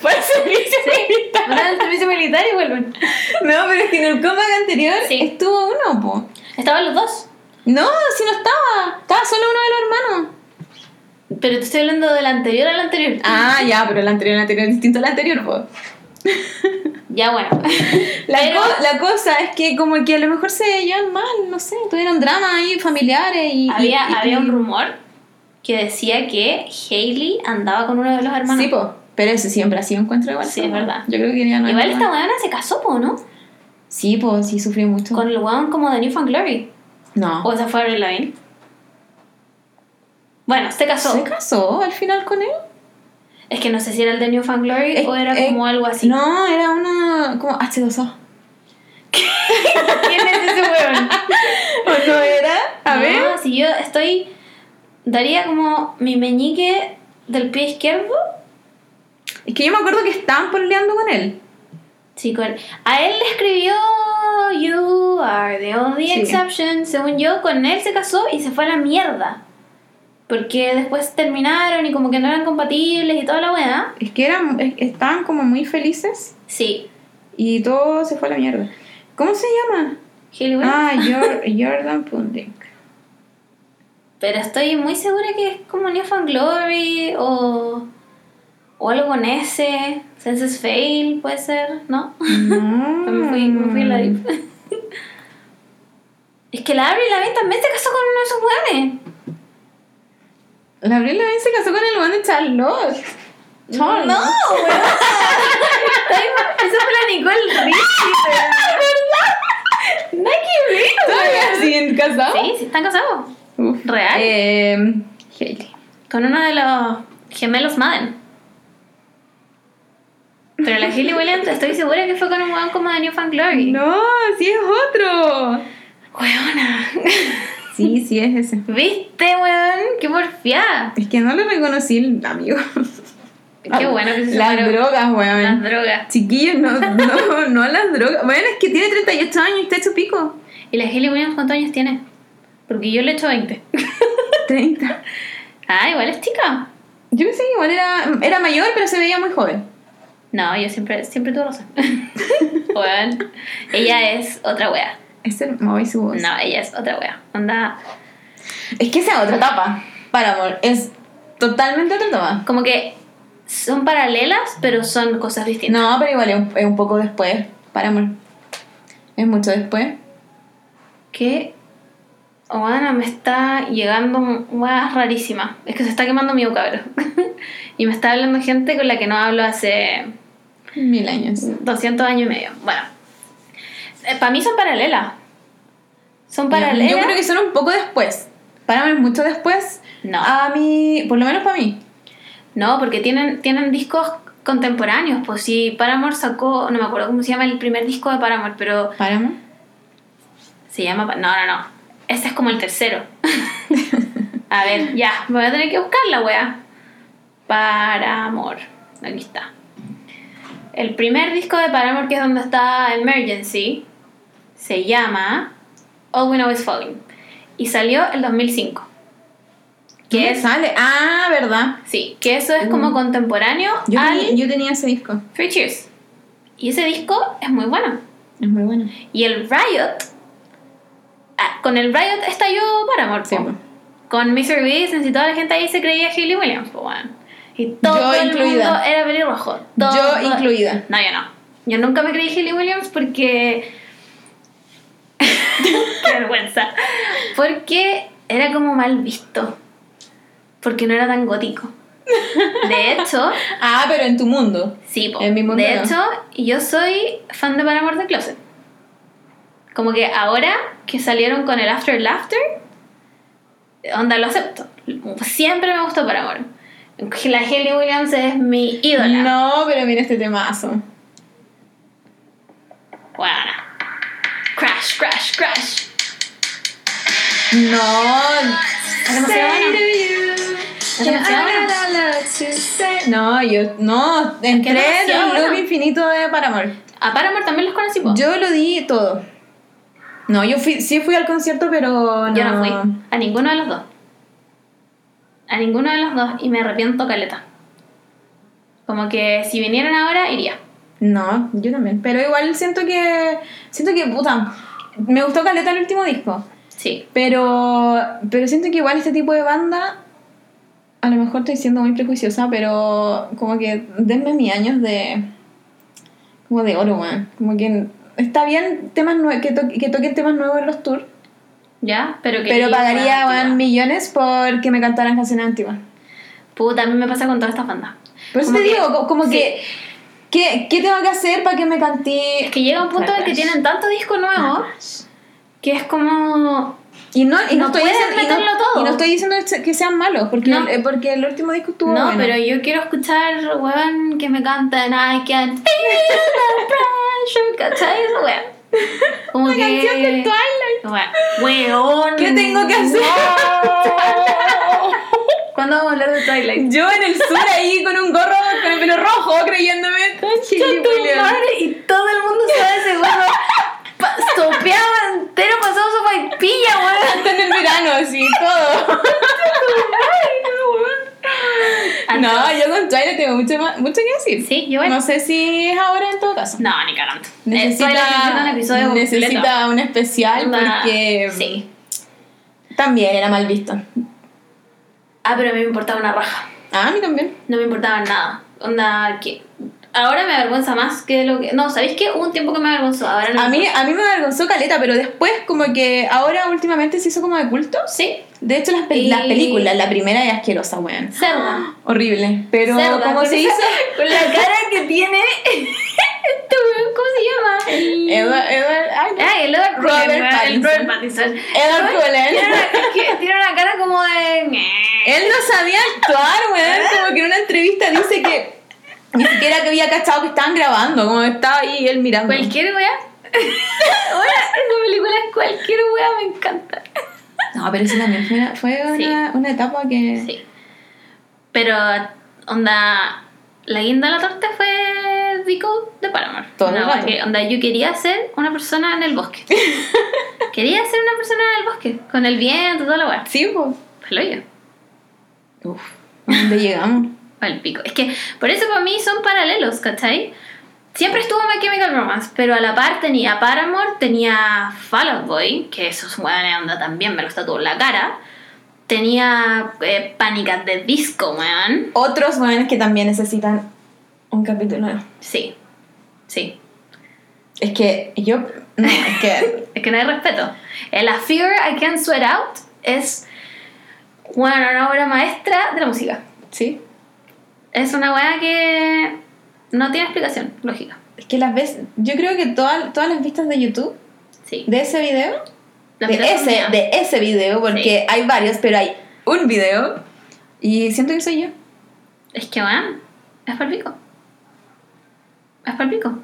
Speaker 1: Fue el servicio militar.
Speaker 2: Van al servicio militar y vuelven.
Speaker 1: No, pero es que en el comeback anterior
Speaker 2: Sí.
Speaker 1: estuvo uno, po.
Speaker 2: Estaban los dos.
Speaker 1: No, si no estaba. Estaba solo uno de los hermanos.
Speaker 2: Pero te estoy hablando del anterior al anterior.
Speaker 1: Ah, ya, pero el anterior, el anterior, es distinto al anterior, po.
Speaker 2: Ya, bueno.
Speaker 1: La,
Speaker 2: Pero-
Speaker 1: co- la cosa es que como que a lo mejor se llevan mal, no sé, tuvieron dramas ahí familiares y... y-
Speaker 2: había,
Speaker 1: y-
Speaker 2: había un rumor que decía que Hailey andaba con uno de los hermanos.
Speaker 1: Sí, po. Pero ese siempre ha sido encuentro igual.
Speaker 2: Sí,
Speaker 1: po.
Speaker 2: es verdad.
Speaker 1: Yo creo que ya no hay
Speaker 2: Igual
Speaker 1: nada.
Speaker 2: esta weona se casó, po, ¿no?
Speaker 1: Sí, po, sí, sufrió mucho.
Speaker 2: Con el weón como de Newfound Glory.
Speaker 1: No.
Speaker 2: ¿O esa fue Avril Lavigne? Bueno, se casó.
Speaker 1: ¿Se casó al final con él?
Speaker 2: Es que no sé si era el de New Fan Glory
Speaker 1: Es-
Speaker 2: o era
Speaker 1: es-
Speaker 2: como algo así.
Speaker 1: No, era una... como H2O.
Speaker 2: ¿Quién es ese weón?
Speaker 1: ¿O no era? A
Speaker 2: No,
Speaker 1: ver.
Speaker 2: si yo estoy. Daría como mi meñique del pie izquierdo.
Speaker 1: Es que yo me acuerdo que estaban pololeando con él.
Speaker 2: Sí, con. A él le escribió You are the creó The
Speaker 1: Sí.
Speaker 2: Exception, según yo, con él se casó y se fue a la mierda. Porque después terminaron y como que no eran compatibles y toda la weá.
Speaker 1: Es que eran, es- estaban como muy felices
Speaker 2: Sí,
Speaker 1: y todo se fue a la mierda. ¿Cómo se llama?
Speaker 2: Hailey Williams.
Speaker 1: Ah, Jor- Jordan Punding.
Speaker 2: Pero estoy muy segura que es como Newfound Glory o, o algo con ese. Senses Fail puede ser, ¿no?
Speaker 1: No.
Speaker 2: me fui, me fui a
Speaker 1: Mm.
Speaker 2: la
Speaker 1: Hmm.
Speaker 2: dip. es que la Avril Lavigne también se casó con uno de esos weones.
Speaker 1: La Avril Lavigne se casó con el man de Charlotte. Charlotte.
Speaker 2: No, weón. Eso fue la Nicole Richie, ¿verdad? que
Speaker 1: ¿Todavía siguen casados?
Speaker 2: Sí, sí, están casados.
Speaker 1: Uf.
Speaker 2: Real.
Speaker 1: Eh, Hailey.
Speaker 2: Con uno de los gemelos Madden. Pero la Hailey Williams estoy segura que fue con un weón como de New Fan Glory.
Speaker 1: No, sí es otro.
Speaker 2: Weona.
Speaker 1: Sí, sí es ese.
Speaker 2: ¿Viste, weón? Qué porfiada.
Speaker 1: Es que no le reconocí el amigo.
Speaker 2: Qué bueno que se
Speaker 1: Ah, Las
Speaker 2: separó.
Speaker 1: drogas, weón.
Speaker 2: Las drogas.
Speaker 1: Chiquillos, no, no, no las drogas. Bueno, es que tiene 38 años y está hecho pico.
Speaker 2: ¿Y la Hailey Williams cuántos años tiene? Porque yo le echo 20.
Speaker 1: 30.
Speaker 2: Ah, igual es chica.
Speaker 1: Yo pensé que igual era, era mayor, pero se veía muy joven.
Speaker 2: No, yo siempre, siempre tuve razón. Weón. Ella es otra wea.
Speaker 1: Es hermoso su voz.
Speaker 2: No, ella es otra wea. Onda.
Speaker 1: Es que esa es otra etapa. Paramore es totalmente otra etapa.
Speaker 2: Como que son paralelas, pero son cosas distintas.
Speaker 1: No, pero igual es un, es un poco después. Paramore. Es mucho después.
Speaker 2: Que. Oana me está llegando weas rarísimas. Es que se está quemando mi vocablo. y me está hablando gente con la que no hablo hace
Speaker 1: Mil años.
Speaker 2: 200 años y medio. Bueno. Para mí son paralelas. Son paralelas.
Speaker 1: Yo creo que son un poco después. Paramore es mucho después.
Speaker 2: No.
Speaker 1: A mí, por lo menos para mí.
Speaker 2: No, porque tienen, tienen discos contemporáneos. Pues sí, Paramore sacó, no me acuerdo cómo se llama el primer disco de Paramore, pero
Speaker 1: Paramore.
Speaker 2: se llama... Pa- No, no, no. Ese es como el tercero. a ver, ya, me voy a tener que buscar la wea. Paramore. Aquí está. El primer disco de Paramore, que es donde está Emergency, se llama All We Know Is Falling. Y salió el 2005.
Speaker 1: ¿Qué
Speaker 2: Que es...
Speaker 1: sale? Ah, verdad.
Speaker 2: Sí, que eso es como contemporáneo
Speaker 1: Mm. Yo,
Speaker 2: al...
Speaker 1: tenía, yo tenía ese disco.
Speaker 2: Three Cheers. Y ese disco es muy bueno.
Speaker 1: Es muy bueno.
Speaker 2: Y el Riot. ah, con el Riot estalló Paramore.
Speaker 1: Sí,
Speaker 2: po.
Speaker 1: po.
Speaker 2: Con Mr. Business y toda la gente ahí se creía Hayley Williams. po, weón. Y todo
Speaker 1: Yo
Speaker 2: el
Speaker 1: incluida.
Speaker 2: mundo era pelirrojo. Todo-
Speaker 1: Yo incluida.
Speaker 2: No, yo no. Yo nunca me creí Hayley Williams porque. Qué vergüenza. Porque era como mal visto. Porque no era tan gótico. De hecho,
Speaker 1: Ah, pero en tu mundo.
Speaker 2: Sí, po.
Speaker 1: En mi mundo
Speaker 2: de
Speaker 1: no.
Speaker 2: hecho, yo soy fan de Paramore de Closet. Como que ahora que salieron con el After Laughter, onda, lo acepto. Siempre me gustó Paramore. La Hayley Williams es mi ídola.
Speaker 1: No, pero mira este temazo.
Speaker 2: Bueno. Crash, crash, crash.
Speaker 1: No.
Speaker 2: Es demasiado bueno.
Speaker 1: Es demasiado bueno. No, yo no. Entré en
Speaker 2: demasiado
Speaker 1: un loop
Speaker 2: bueno.
Speaker 1: infinito de Paramore.
Speaker 2: A Paramore también los conocí, po.
Speaker 1: Yo lo di todo. No, yo fui, sí fui al concierto, pero no.
Speaker 2: Yo no fui a ninguno de los dos. A ninguno de los dos y me arrepiento caleta. Como que si vinieran ahora, iría.
Speaker 1: No, yo también. Pero igual siento que. Siento que, puta. Me gustó Caleta el último disco.
Speaker 2: Sí.
Speaker 1: Pero, pero siento que igual este tipo de banda, a lo mejor estoy siendo muy prejuiciosa, pero como que denme mis años de. como de oro, weón. Como que está bien temas nue- que, to- que toquen temas nuevos en los tours,
Speaker 2: ¿Ya? Pero, que
Speaker 1: pero
Speaker 2: iba
Speaker 1: pagaría,
Speaker 2: a
Speaker 1: weón,
Speaker 2: Antigua.
Speaker 1: millones por que me cantaran canciones antiguas.
Speaker 2: Puta, a mí me pasa con todas estas bandas.
Speaker 1: Por eso
Speaker 2: Como
Speaker 1: te
Speaker 2: que-
Speaker 1: digo, co- como
Speaker 2: sí.
Speaker 1: que. ¿qué, ¿Qué tengo que hacer para que me cante.?
Speaker 2: Es que llega un punto en el que tienen tanto disco nuevo
Speaker 1: Ah.
Speaker 2: que es como...
Speaker 1: Y no, y no,
Speaker 2: No
Speaker 1: estoy
Speaker 2: pueden
Speaker 1: diciendo, y no-
Speaker 2: meterlo todo.
Speaker 1: y no estoy diciendo que sean malos, porque,
Speaker 2: No.
Speaker 1: el, porque el último disco estuvo
Speaker 2: no,
Speaker 1: bueno.
Speaker 2: pero yo quiero escuchar, weón, que me canten I can feel the pressure, ¿cachai? Esa weón. Como
Speaker 1: Una
Speaker 2: que...
Speaker 1: canción de Twilight.
Speaker 2: Weón. Weón.
Speaker 1: ¿Qué tengo que hacer?
Speaker 2: ¿Cuándo vamos a hablar de Twilight?
Speaker 1: Yo en el sur ahí con un gorro, con el pelo rojo, creyéndome.
Speaker 2: Yo tu madre y todo el mundo sabe ese weón. Pa- Sopeaba entero para
Speaker 1: todo. No, yo con Twilight tengo mucho, más- mucho que decir.
Speaker 2: Sí, yo igual.
Speaker 1: No sé si es ahora en todo caso.
Speaker 2: No, ni cagando.
Speaker 1: Necesita,
Speaker 2: Estoy necesitando un episodio completo.
Speaker 1: necesita un especial
Speaker 2: Onda,
Speaker 1: porque
Speaker 2: Sí.
Speaker 1: también era mal visto.
Speaker 2: Ah, pero a mí me importaba una raja.
Speaker 1: Ah, a mí también.
Speaker 2: No me importaba nada. Onda, que. Ahora me avergüenza más que lo que. No, ¿sabéis qué? Hubo un tiempo que me avergonzó. Ahora no.
Speaker 1: A mí, a mí me avergonzó Caleta, pero después como que ahora últimamente se hizo como de culto.
Speaker 2: Sí.
Speaker 1: De hecho, las, pe-
Speaker 2: Y-
Speaker 1: las películas, la primera es asquerosa, weón.
Speaker 2: Cerda.
Speaker 1: Horrible. Pero
Speaker 2: Cerda,
Speaker 1: como
Speaker 2: con
Speaker 1: se
Speaker 2: esa-
Speaker 1: hizo...
Speaker 2: Con la cara que tiene. este weón, ¿cómo se llama? El-
Speaker 1: Edward, Edward, ay, no.
Speaker 2: Ah, el Edward
Speaker 1: Robert
Speaker 2: Cullen, ¿verdad? El
Speaker 1: Pattinson.
Speaker 2: Robert Pattinson.
Speaker 1: Edward Cullen.
Speaker 2: Tiene una- que- Tiene una cara como de.
Speaker 1: Él no sabía actuar, weón. Como que en una entrevista dice que ni siquiera que había cachado que estaban grabando, como que estaba ahí él mirando.
Speaker 2: Cualquier wea. Ahora, esa película es cualquier wea, me encanta.
Speaker 1: No, pero eso también fue una, fue una, una etapa que...
Speaker 2: Sí. Pero, onda, la guinda de la torta fue Decode de Paramore.
Speaker 1: Todo el
Speaker 2: Una
Speaker 1: rato.
Speaker 2: wea que, onda, yo quería ser una persona en el bosque. quería ser una persona en el bosque, con el viento, toda la wea.
Speaker 1: Sí, pues.
Speaker 2: Pues lo yo.
Speaker 1: Uf, ¿a ¿dónde llegamos?
Speaker 2: Pa'l pico. Es que por eso para mí son paralelos, ¿cachai? Siempre estuvo My Chemical Romance, pero a la par tenía Paramore, tenía Fall Out Boy, que esos weones onda también me los tatuó en la cara. Tenía eh, Panic at the Disco, weón.
Speaker 1: Otros weones que también necesitan un capítulo nuevo.
Speaker 2: Sí, sí.
Speaker 1: Es que yo... No, es que...
Speaker 2: Es que no hay respeto. El A Fear I Can't Sweat Out es, bueno, una obra maestra de la música.
Speaker 1: Sí.
Speaker 2: Es una weá que no tiene explicación lógica.
Speaker 1: Es que las ves... Yo creo que todas todas las vistas de YouTube
Speaker 2: Sí.
Speaker 1: de ese video...
Speaker 2: La
Speaker 1: de,
Speaker 2: mitad son
Speaker 1: ese,
Speaker 2: mías.
Speaker 1: de ese video, porque hay varios, pero hay un video. Y siento que soy yo.
Speaker 2: Es que van, es para pico. Es para pico.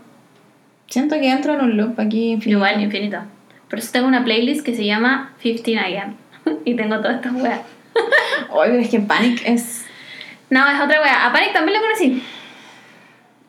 Speaker 1: Siento que entro en un loop aquí infinito.
Speaker 2: Igual, infinito. Por eso tengo una playlist que se llama 15 Again. y tengo todas estas weas.
Speaker 1: Ay, pero es que Panic es...
Speaker 2: No, es otra wea. A Panic también lo conocí.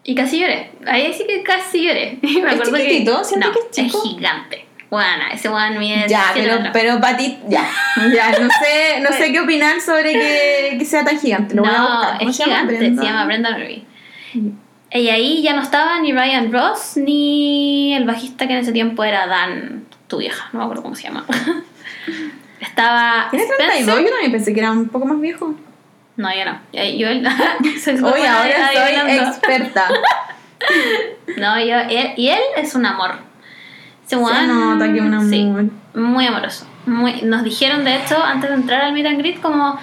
Speaker 2: Y casi lloré. Ahí sí que casi lloré. Y me
Speaker 1: ¿Es
Speaker 2: acuerdo
Speaker 1: chiquitito?
Speaker 2: que.
Speaker 1: Siento
Speaker 2: no,
Speaker 1: que es chico.
Speaker 2: gigante. Guana, ese weón mide.
Speaker 1: Ya,
Speaker 2: 17
Speaker 1: pero,
Speaker 2: metros.
Speaker 1: pero para ti, ya. Ya, no sé, no sé qué opinar sobre que, que sea tan gigante. Lo voy a buscar.
Speaker 2: No,
Speaker 1: ¿Cómo
Speaker 2: es gigante.
Speaker 1: Brenda? Mm.
Speaker 2: Se llama Brenda Murray. Y ahí ya no estaba ni Ryan Ross ni el bajista que en ese tiempo era Dan, tu vieja, no me acuerdo cómo se llama. estaba.
Speaker 1: Tiene 32,
Speaker 2: Spencer-
Speaker 1: yo también pensé que era un poco más viejo.
Speaker 2: No, yo no. Eh, Yo, soy súper
Speaker 1: Hoy
Speaker 2: buena
Speaker 1: ahora soy
Speaker 2: adivinando.
Speaker 1: experta.
Speaker 2: No, yo, él- y él es un amor.
Speaker 1: Se
Speaker 2: Se
Speaker 1: nota que un amor.
Speaker 2: muy amoroso. Muy, nos dijeron de hecho antes de entrar al meet and greet como.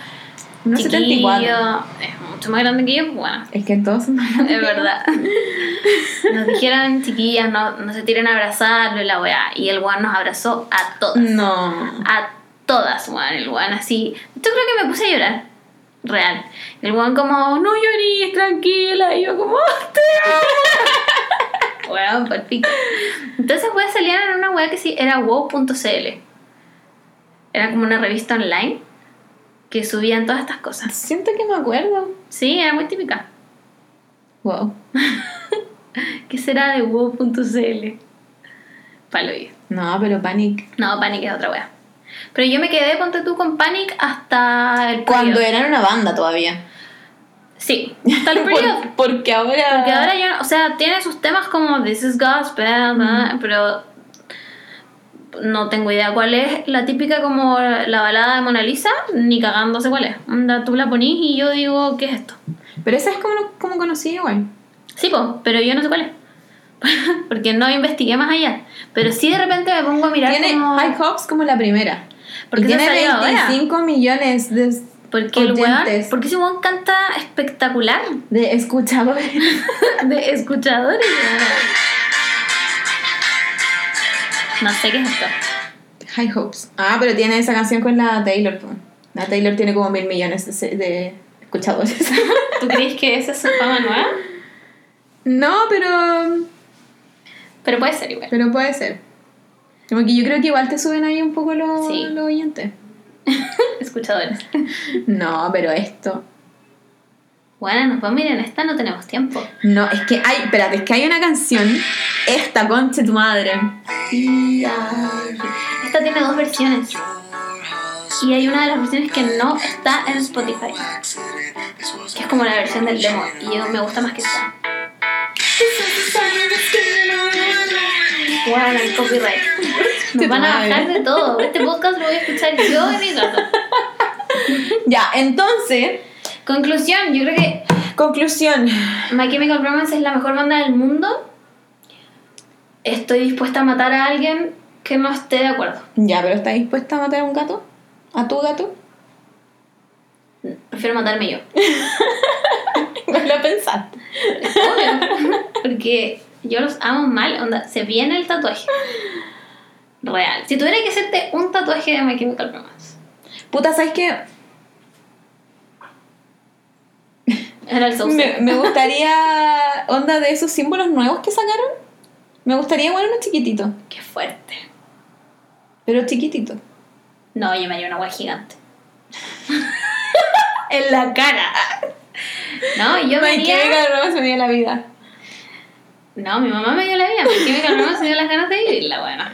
Speaker 1: No
Speaker 2: "Chiquillo,
Speaker 1: 74.
Speaker 2: Es mucho más grande que yo, pues, bueno.
Speaker 1: Es que todos son más grandes
Speaker 2: Es
Speaker 1: que
Speaker 2: verdad. Nos dijeron, chiquillas, no, no se tiren a abrazarlo y la weá. Y el weón nos abrazó a
Speaker 1: yo.
Speaker 2: todas.
Speaker 1: No.
Speaker 2: A todas, weón. El weón así. Yo creo que me puse a llorar. Real. El weón como, no llorís, tranquila. Y yo como, "Ah, te amo". Weón, por pico. Entonces, weón, salían en una weá que sí era wow.cl. Era como una revista online que subían todas estas cosas.
Speaker 1: Siento que me acuerdo.
Speaker 2: Sí, era muy típica.
Speaker 1: Wow.
Speaker 2: ¿Qué será de wow.cl? Palo yo.
Speaker 1: No, pero Panic.
Speaker 2: No, Panic es otra wea. Pero yo me quedé, ponte tú, con Panic hasta el
Speaker 1: Cuando
Speaker 2: periodo.
Speaker 1: eran una banda todavía.
Speaker 2: Sí, hasta el periodo.
Speaker 1: Por- porque ahora.
Speaker 2: Porque ahora yo, no- o sea, tiene sus temas como This is Gospel, ¿verdad? pero no tengo idea cuál es la típica como la balada de Mona Lisa, ni cagándose cuál es. Onda, tú la ponís y yo digo, ¿qué es esto?
Speaker 1: Pero esa es como, como conocí igual.
Speaker 2: Sí, po, pero yo no sé cuál es. Porque no investigué más allá. Pero sí de repente me pongo a mirar
Speaker 1: Tiene
Speaker 2: como...
Speaker 1: High Hopes como la primera.
Speaker 2: ¿Por
Speaker 1: y
Speaker 2: qué se
Speaker 1: tiene
Speaker 2: salió ahora?
Speaker 1: 25 millones de,
Speaker 2: Porque el weón,
Speaker 1: oyentes.
Speaker 2: porque ese weón canta espectacular
Speaker 1: de escuchadores.
Speaker 2: de escuchadores. weón. No sé qué es esto.
Speaker 1: High Hopes. Ah, pero tiene esa canción con la Taylor. po. La Taylor tiene como mil millones de, se- de escuchadores.
Speaker 2: ¿Tú crees que esa es su fama nueva?
Speaker 1: no, pero,
Speaker 2: Pero puede ser igual.
Speaker 1: pero puede ser. Como que yo creo que igual te suben ahí un poco los,
Speaker 2: Sí.
Speaker 1: los oyentes.
Speaker 2: Escuchadores.
Speaker 1: No, pero esto.
Speaker 2: Bueno, nos vamos a ir en esta, no tenemos tiempo.
Speaker 1: No, es que hay, espérate, es que hay una canción, esta conche tu madre.
Speaker 2: Esta tiene dos versiones.
Speaker 3: Your house
Speaker 2: y hay una de las versiones que no está en Spotify, que es como la versión del demo y yo me gusta más que esta. Bueno, el copyright. Nos van a bajar de todo. Este podcast lo voy a escuchar yo y mi gato.
Speaker 1: Ya, entonces,
Speaker 2: Conclusión, yo creo que
Speaker 1: conclusión.
Speaker 2: My Chemical Romance es la mejor banda del mundo. Estoy dispuesta a matar a alguien que no esté de acuerdo.
Speaker 1: Ya, pero ¿estás dispuesta a matar a un gato? ¿A tu gato?
Speaker 2: Prefiero matarme yo.
Speaker 1: No lo pensaste.
Speaker 2: Obvio. Porque yo los amo mal, onda, se viene el tatuaje. Real. Si tuviera que hacerte un tatuaje de My Chemical Romance,
Speaker 1: Puta, ¿sabes qué?
Speaker 2: era el sauce.
Speaker 1: Me, me gustaría, onda de esos símbolos nuevos que sacaron, me gustaría igual uno chiquitito,
Speaker 2: Qué fuerte.
Speaker 1: pero chiquitito.
Speaker 2: No, yo me haría una wea gigante. en la cara. No, yo me
Speaker 1: Ay, qué
Speaker 2: haría...
Speaker 1: rica broma se me dio la vida.
Speaker 2: No, mi mamá me dio la vida, porque mi mamá me dio las ganas de vivirla, bueno.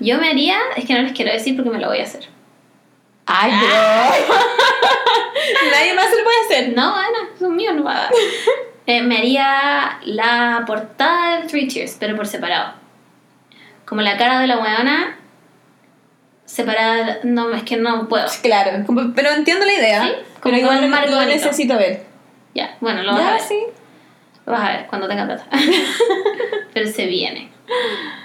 Speaker 2: Yo me haría, es que no les quiero decir porque me lo voy a hacer.
Speaker 1: Ay, bro. Nadie más se lo puede hacer.
Speaker 2: Ah. No, Ana, son míos, no va a dar. Eh, me haría la portada del Three Cheers, pero por separado. Como la cara de la weona, separada, de- no, es que no puedo.
Speaker 1: Claro, como- pero entiendo la idea.
Speaker 2: Sí, como
Speaker 1: pero igual
Speaker 2: con un
Speaker 1: lo-
Speaker 2: marco
Speaker 1: lo
Speaker 2: bonito.
Speaker 1: necesito ver.
Speaker 2: Ya, bueno, lo vas a
Speaker 1: Ya,
Speaker 2: ver.
Speaker 1: sí.
Speaker 2: Lo vas a ver cuando tenga plata. Pero se viene.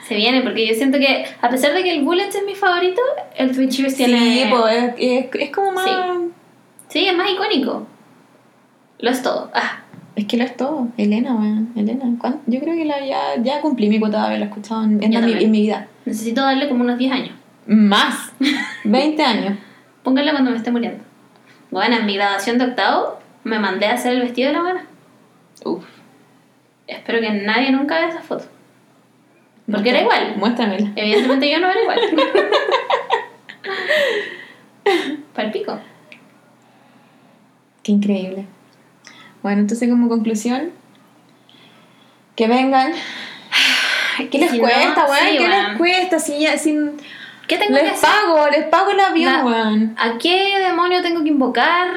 Speaker 2: Se viene porque yo siento que, a pesar de que el Bullet es mi favorito, el Three Cheers
Speaker 1: Sí, pues,
Speaker 2: tiene.
Speaker 1: po, es, es- es como más...
Speaker 2: Sí. Sí, es más icónico. Lo es todo. Ah,
Speaker 1: Es que lo es todo. Elena, weón. Elena. ¿cuán- Yo creo que la, ya, ya cumplí mi cuota de haberla escuchado en, en mi,
Speaker 2: Yo también.
Speaker 1: en mi vida.
Speaker 2: necesito darle como unos 10 años.
Speaker 1: Más. 20 años.
Speaker 2: Póngala cuando me esté muriendo. Bueno, en mi graduación de octavo me mandé a hacer el vestido de la buena.
Speaker 1: Uf.
Speaker 2: Espero que nadie nunca vea esa foto. Porque
Speaker 1: Muéstrame-
Speaker 2: era igual.
Speaker 1: Muéstramela.
Speaker 2: Evidentemente yo no era igual. Palpico.
Speaker 1: Qué increíble. Bueno, entonces como conclusión, que vengan. ¿Qué les
Speaker 2: Si no,
Speaker 1: cuesta, weón?
Speaker 2: sí,
Speaker 1: ¿Qué les
Speaker 2: weón.
Speaker 1: cuesta? Si ya, sin...
Speaker 2: ¿Qué tengo que
Speaker 1: Les
Speaker 2: hacer?
Speaker 1: pago, les pago el avión,
Speaker 2: Da-
Speaker 1: weón.
Speaker 2: ¿A qué demonio tengo que invocar?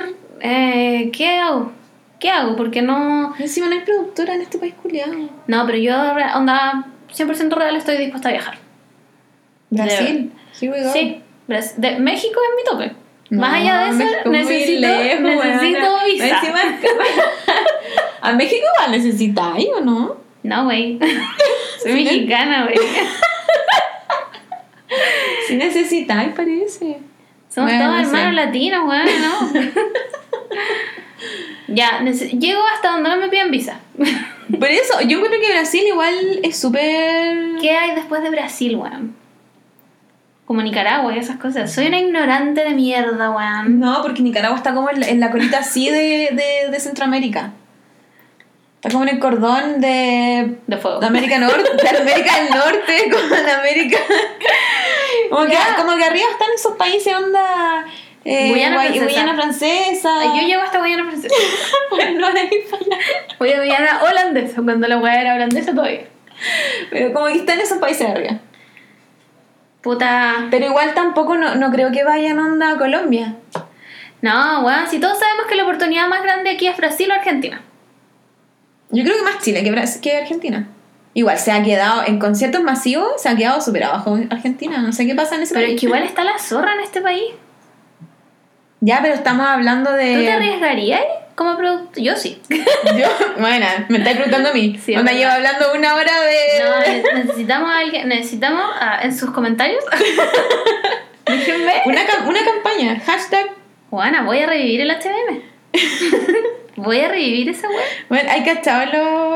Speaker 2: Eh, ¿Qué hago? ¿Qué hago? Porque no...
Speaker 1: Encima no hay productora en este país culiado.
Speaker 2: No, pero yo, re- onda, 100% real estoy dispuesta a viajar.
Speaker 1: Brasil. Here we go.
Speaker 2: Sí, Bras- de- México es mi tope.
Speaker 1: No,
Speaker 2: Más allá de eso,
Speaker 1: México muy
Speaker 2: necesito,
Speaker 1: lejos,
Speaker 2: necesito
Speaker 1: weona.
Speaker 2: visa.
Speaker 1: Encima- ¿A México va a necesitar ahí o no?
Speaker 2: No, güey. Soy mexicana, güey.
Speaker 1: Sí necesitáis, parece.
Speaker 2: Somos
Speaker 1: Bueno,
Speaker 2: todos
Speaker 1: no sé.
Speaker 2: hermanos latinos, güey, ¿no? ya, nece- llego hasta donde no me pidan visa.
Speaker 1: Por eso, yo creo que Brasil igual es súper...
Speaker 2: ¿Qué hay después de Brasil, güey? Como Nicaragua y esas cosas. Soy una ignorante de mierda, güey.
Speaker 1: No, porque Nicaragua está como en la, en la colita así de, de, de Centroamérica. Está como en el cordón de,
Speaker 2: De fuego.
Speaker 1: de América Norte, de América del Norte con América. Como,
Speaker 2: Ya.
Speaker 1: que, como que arriba están esos países onda eh,
Speaker 2: Guyana
Speaker 1: Guay-
Speaker 2: Francesa.
Speaker 1: Guyana Francesa.
Speaker 2: Yo llego hasta Guayana Francesa.
Speaker 1: Bueno, de ahí para allá.
Speaker 2: Voy a Guayana holandesa, cuando la weá era holandesa todavía.
Speaker 1: Pero como que están esos países de arriba.
Speaker 2: Puta.
Speaker 1: Pero igual tampoco no, no creo que vayan onda a Colombia.
Speaker 2: No, weón, si todos sabemos que la oportunidad más grande aquí es Brasil o Argentina.
Speaker 1: Yo creo que más Chile que, Bras- que Argentina. Igual se ha quedado, en conciertos masivos, se ha quedado súper abajo Argentina. No sé qué pasa en ese
Speaker 2: Pero
Speaker 1: país.
Speaker 2: es que igual está la zorra en este país.
Speaker 1: Ya, pero estamos hablando de.
Speaker 2: ¿Tú te arriesgarías como producto? Yo sí.
Speaker 1: Eh. Yo, bueno, me estás preguntando a mí.
Speaker 2: Sí, es
Speaker 1: Onda,
Speaker 2: verdad.
Speaker 1: llevo hablando una hora
Speaker 2: No,
Speaker 1: de.
Speaker 2: ne- necesitamos a alguien, necesitamos a- en sus comentarios. Déjenme.
Speaker 1: Una, cam- una campaña, hashtag.
Speaker 2: Juana, voy a revivir el HBM. voy a revivir esa web.
Speaker 1: Bueno, hay cachado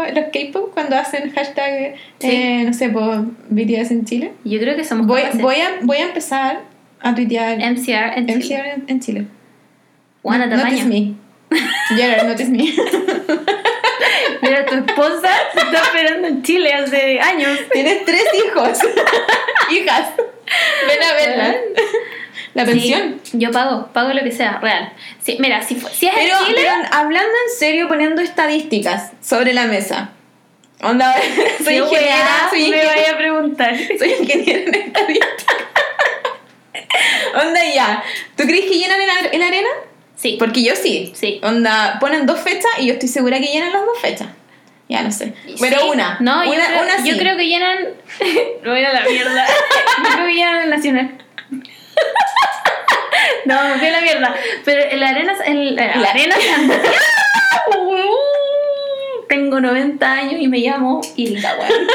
Speaker 1: los, los K-pop cuando hacen hashtag,
Speaker 2: Sí.
Speaker 1: eh, no sé, por BTS en Chile.
Speaker 2: Yo creo que somos
Speaker 1: Voy,
Speaker 2: capaces.
Speaker 1: voy, a, voy a empezar a tuitear
Speaker 2: MCR en Chile.
Speaker 1: MCR en, en Chile.
Speaker 2: Juana, te
Speaker 1: Notice
Speaker 2: apaño.
Speaker 1: me. Gerard, notice me.
Speaker 2: Mira, tu esposa te está esperando en Chile hace años.
Speaker 1: Tienes tres hijos. Hijas. Ven a verla. La pensión.
Speaker 2: Sí, yo pago, pago lo que sea, real. Sí, mira, si, fu- si es
Speaker 1: Pero,
Speaker 2: en Chile.
Speaker 1: pero hablando en serio, poniendo estadísticas sobre la mesa. Onda, soy
Speaker 2: Qué
Speaker 1: ingeniera,
Speaker 2: weá
Speaker 1: soy
Speaker 2: me
Speaker 1: ingeniera,
Speaker 2: vaya a preguntar.
Speaker 1: soy ingeniera en estadística. Onda, ¿Tú crees que llenan el, ar- el arena?
Speaker 2: Sí.
Speaker 1: Porque yo sí.
Speaker 2: Sí.
Speaker 1: Onda, ponen dos fechas y yo estoy segura que llenan las dos fechas. Ya no sé. Pero
Speaker 2: Sí.
Speaker 1: una.
Speaker 2: No,
Speaker 1: una,
Speaker 2: yo, creo,
Speaker 1: una
Speaker 2: yo
Speaker 1: sí.
Speaker 2: creo que llenan. no voy a ir a la mierda. yo creo que llenan el nacional. no, me fui a la mierda. Pero el arena. El, el
Speaker 1: La-
Speaker 2: arena Santiago. Tengo 90 años y me llamo Irita, weón.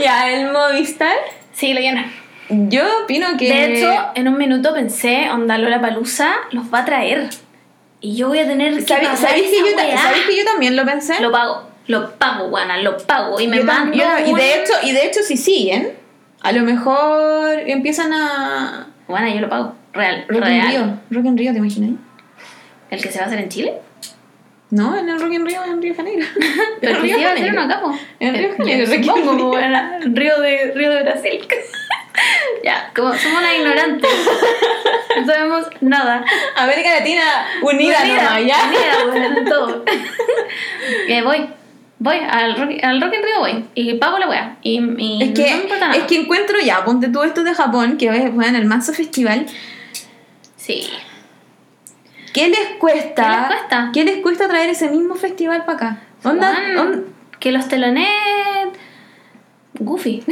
Speaker 1: Ya, el Movistar.
Speaker 2: Sí, lo llenan.
Speaker 1: Yo opino que.
Speaker 2: De hecho, en un minuto pensé, onda Lola Palusa los va a traer. Y yo voy a tener que.
Speaker 1: ¿sabéis
Speaker 2: pagar
Speaker 1: sabéis que,
Speaker 2: esa
Speaker 1: yo ta-
Speaker 2: weá.
Speaker 1: sabéis que yo también lo pensé?
Speaker 2: Lo pago. Lo pago, guana, lo pago. Y me
Speaker 1: Yo tam-
Speaker 2: mando.
Speaker 1: yo- y, de
Speaker 2: un-
Speaker 1: hecho, y de hecho, si siguen, a lo mejor empiezan a.
Speaker 2: Guana, yo lo pago. Real.
Speaker 1: Rock
Speaker 2: real.
Speaker 1: in Rio. Rock in Rio, ¿te imaginas?
Speaker 2: ¿El que se va a hacer en Chile?
Speaker 1: No, en el Rock in Rio, en Río de Janeiro.
Speaker 2: Pero
Speaker 1: En
Speaker 2: el que
Speaker 1: Río
Speaker 2: se
Speaker 1: de
Speaker 2: iba a hacer
Speaker 1: Janeiro.
Speaker 2: uno acá, po.
Speaker 1: En Río de Janeiro,
Speaker 2: Yo
Speaker 1: Rock in
Speaker 2: supongo,
Speaker 1: Rio.
Speaker 2: po, guana. Río de, Río de Brasil. ya, como somos las ignorantes. No sabemos nada.
Speaker 1: América Latina unida, nomás, ya.
Speaker 2: Unida, guana, en todo. Eh, voy. Voy, al rock, al rock en Río voy. Y pago la wea. Y, y
Speaker 1: Es
Speaker 2: no me
Speaker 1: que,
Speaker 2: importa nada.
Speaker 1: es que encuentro ya, ponte tú esto de Japón, que es bueno, el mazo festival.
Speaker 2: Sí.
Speaker 1: ¿Qué les cuesta?
Speaker 2: ¿Qué les cuesta?
Speaker 1: ¿Qué les cuesta traer ese mismo festival para acá? Onda,
Speaker 2: Juan,
Speaker 1: on-
Speaker 2: que los teloné Goofy.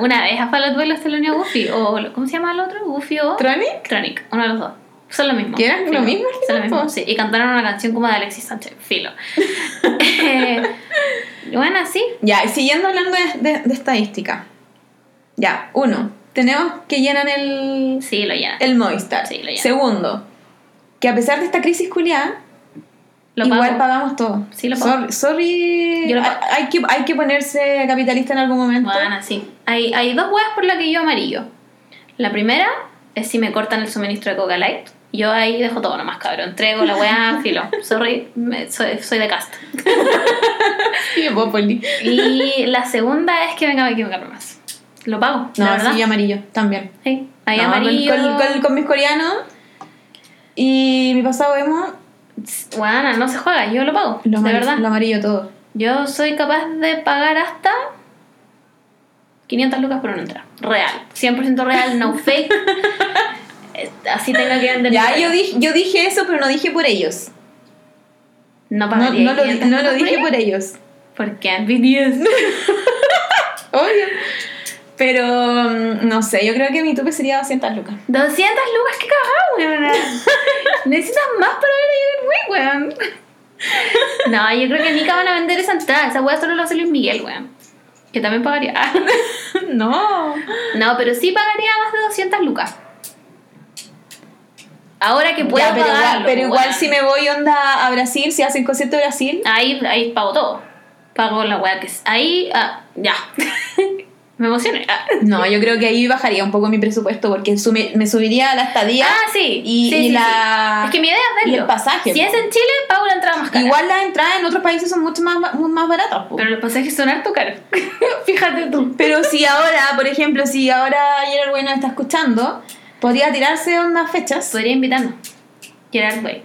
Speaker 2: Una vez a Fallout Boy los teloneó Goofy. O, lo- ¿Cómo se llama el otro? Goofy o
Speaker 1: ¿Tronic?
Speaker 2: Tronic. Uno de los dos. Son lo mismo.
Speaker 1: ¿Que eran
Speaker 2: Filo.
Speaker 1: lo mismo al
Speaker 2: Son
Speaker 1: final,
Speaker 2: lo mismo,
Speaker 1: po?
Speaker 2: sí. Y cantaron una canción como de Alexis Sánchez. Filo. Eh, bueno, sí.
Speaker 1: Ya, y siguiendo hablando de, de- de estadística. Ya, uno, tenemos que llenan el,
Speaker 2: Sí, lo llenan.
Speaker 1: el Movistar.
Speaker 2: Sí, lo llenan.
Speaker 1: Segundo, que a pesar de esta crisis culiada,
Speaker 2: Lo
Speaker 1: igual
Speaker 2: pago.
Speaker 1: pagamos todo.
Speaker 2: Sí, lo pago.
Speaker 1: Sorry, sorry,
Speaker 2: Yo lo pago.
Speaker 1: hay, hay que, hay que ponerse capitalista en algún momento.
Speaker 2: Bueno, sí. Hay, hay dos weas por las que yo amarillo. La primera es si me cortan el suministro de Coca Light. Yo ahí dejo todo nomás, cabrón. Entrego la wea, filo. Sorry, me- soy, soy de casta.
Speaker 1: Sí, Popoli.
Speaker 2: Y la segunda es que venga a equivocarme más. Lo pago,
Speaker 1: No,
Speaker 2: la verdad.
Speaker 1: sí, amarillo, también.
Speaker 2: Sí, ahí
Speaker 1: No, con-
Speaker 2: amarillo.
Speaker 1: Con, con- con mis coreanos y mi pasado emo,
Speaker 2: Guana, no se juega, yo lo pago,
Speaker 1: lo,
Speaker 2: de
Speaker 1: amar-
Speaker 2: verdad.
Speaker 1: lo amarillo todo.
Speaker 2: Yo soy capaz de pagar hasta 500 lucas por una entrada. Real, 100% real, no fake. Eh, Así tengo que vender.
Speaker 1: Ya,
Speaker 2: mi
Speaker 1: yo
Speaker 2: cara.
Speaker 1: dije, yo dije eso, pero no dije por ellos.
Speaker 2: No
Speaker 1: No,
Speaker 2: pagaría
Speaker 1: no lo, di-
Speaker 2: 500
Speaker 1: no lo
Speaker 2: lucas
Speaker 1: dije
Speaker 2: ella.
Speaker 1: por ellos.
Speaker 2: Porque envidias.
Speaker 1: Obvio. Pero, mm, no sé, yo creo que mi tupe sería 200 lucas.
Speaker 2: 200 lucas, qué cagada, weón. Necesitas más para ver a Jagger Wing, weón. No, yo creo que Nika van a vender esa entrada. Esa weá solo lo hace Luis Miguel, weón. Que también pagaría. Ah.
Speaker 1: No.
Speaker 2: No, pero sí pagaría más de 200 lucas. Ahora que pueda
Speaker 1: Ya, pero igual,
Speaker 2: pagarlo,
Speaker 1: pero igual
Speaker 2: weón.
Speaker 1: si me voy onda a Brasil, si hacen concierto de Brasil.
Speaker 2: Ahí, ahí pago todo. Pago la weá que es. Ahí, ah, ya. me emocioné. Ah,
Speaker 1: No, yo creo que ahí bajaría un poco mi presupuesto porque sumi- me subiría a la estadía.
Speaker 2: Ah, sí.
Speaker 1: Y-
Speaker 2: sí,
Speaker 1: y
Speaker 2: sí, sí.
Speaker 1: la-
Speaker 2: Es que mi idea es
Speaker 1: y
Speaker 2: verlo.
Speaker 1: el pasaje,
Speaker 2: Si
Speaker 1: po.
Speaker 2: es en Chile, pago la entrada más cara.
Speaker 1: Igual las entradas en otros países son mucho más, ba- más baratas. po.
Speaker 2: Pero los pasajes son harto caros. Fíjate tú.
Speaker 1: Pero si ahora, por ejemplo, si ahora Gerard Way nos está escuchando, podría tirarse unas fechas.
Speaker 2: Podría invitarnos. Gerard Way.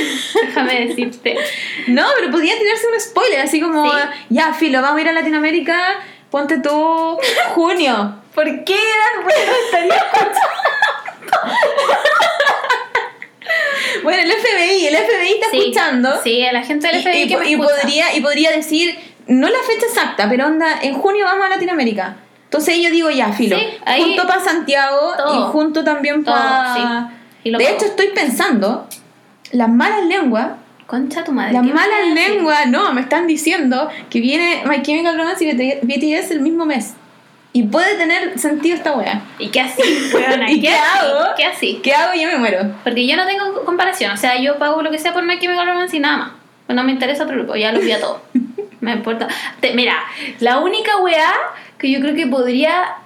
Speaker 2: Déjame decirte.
Speaker 1: No, pero podría tirarse un spoiler, así como,
Speaker 2: Sí.
Speaker 1: ya, Filo, vamos a ir a Latinoamérica, ponte tú junio.
Speaker 2: ¿Por qué Gerard Way no estaría?
Speaker 1: Bueno, el FBI, el FBI está escuchando.
Speaker 2: Sí, a la gente del
Speaker 1: Y-
Speaker 2: FBI
Speaker 1: y,
Speaker 2: que
Speaker 1: po-
Speaker 2: me
Speaker 1: y
Speaker 2: escucha.
Speaker 1: podría, y podría decir, no la fecha exacta, pero onda, en junio vamos a Latinoamérica. Entonces yo digo, ya, Filo,
Speaker 2: Sí, ahí-
Speaker 1: junto para Santiago
Speaker 2: Todo.
Speaker 1: y junto también
Speaker 2: Todo,
Speaker 1: para...
Speaker 2: sí. Y lo
Speaker 1: ah, De
Speaker 2: pago.
Speaker 1: hecho, estoy pensando, las malas lenguas
Speaker 2: Concha tu madre.
Speaker 1: Las
Speaker 2: ¿qué me vas
Speaker 1: malas
Speaker 2: a decir?
Speaker 1: lenguas, no, me están diciendo que viene My Chemical Romance y BT- BTS el mismo mes. Y puede tener sentido esta wea.
Speaker 2: ¿Y qué así? weona?
Speaker 1: ¿Y qué
Speaker 2: así?
Speaker 1: hago?
Speaker 2: ¿Qué así?
Speaker 1: ¿Qué hago? Yo me muero.
Speaker 2: Porque yo no tengo comparación. O sea, yo pago lo que sea por My Chemical Romance y nada más. Pues No me interesa otro grupo. Ya los vi a todos. me importa. Te- mira, la única weá que yo creo que podría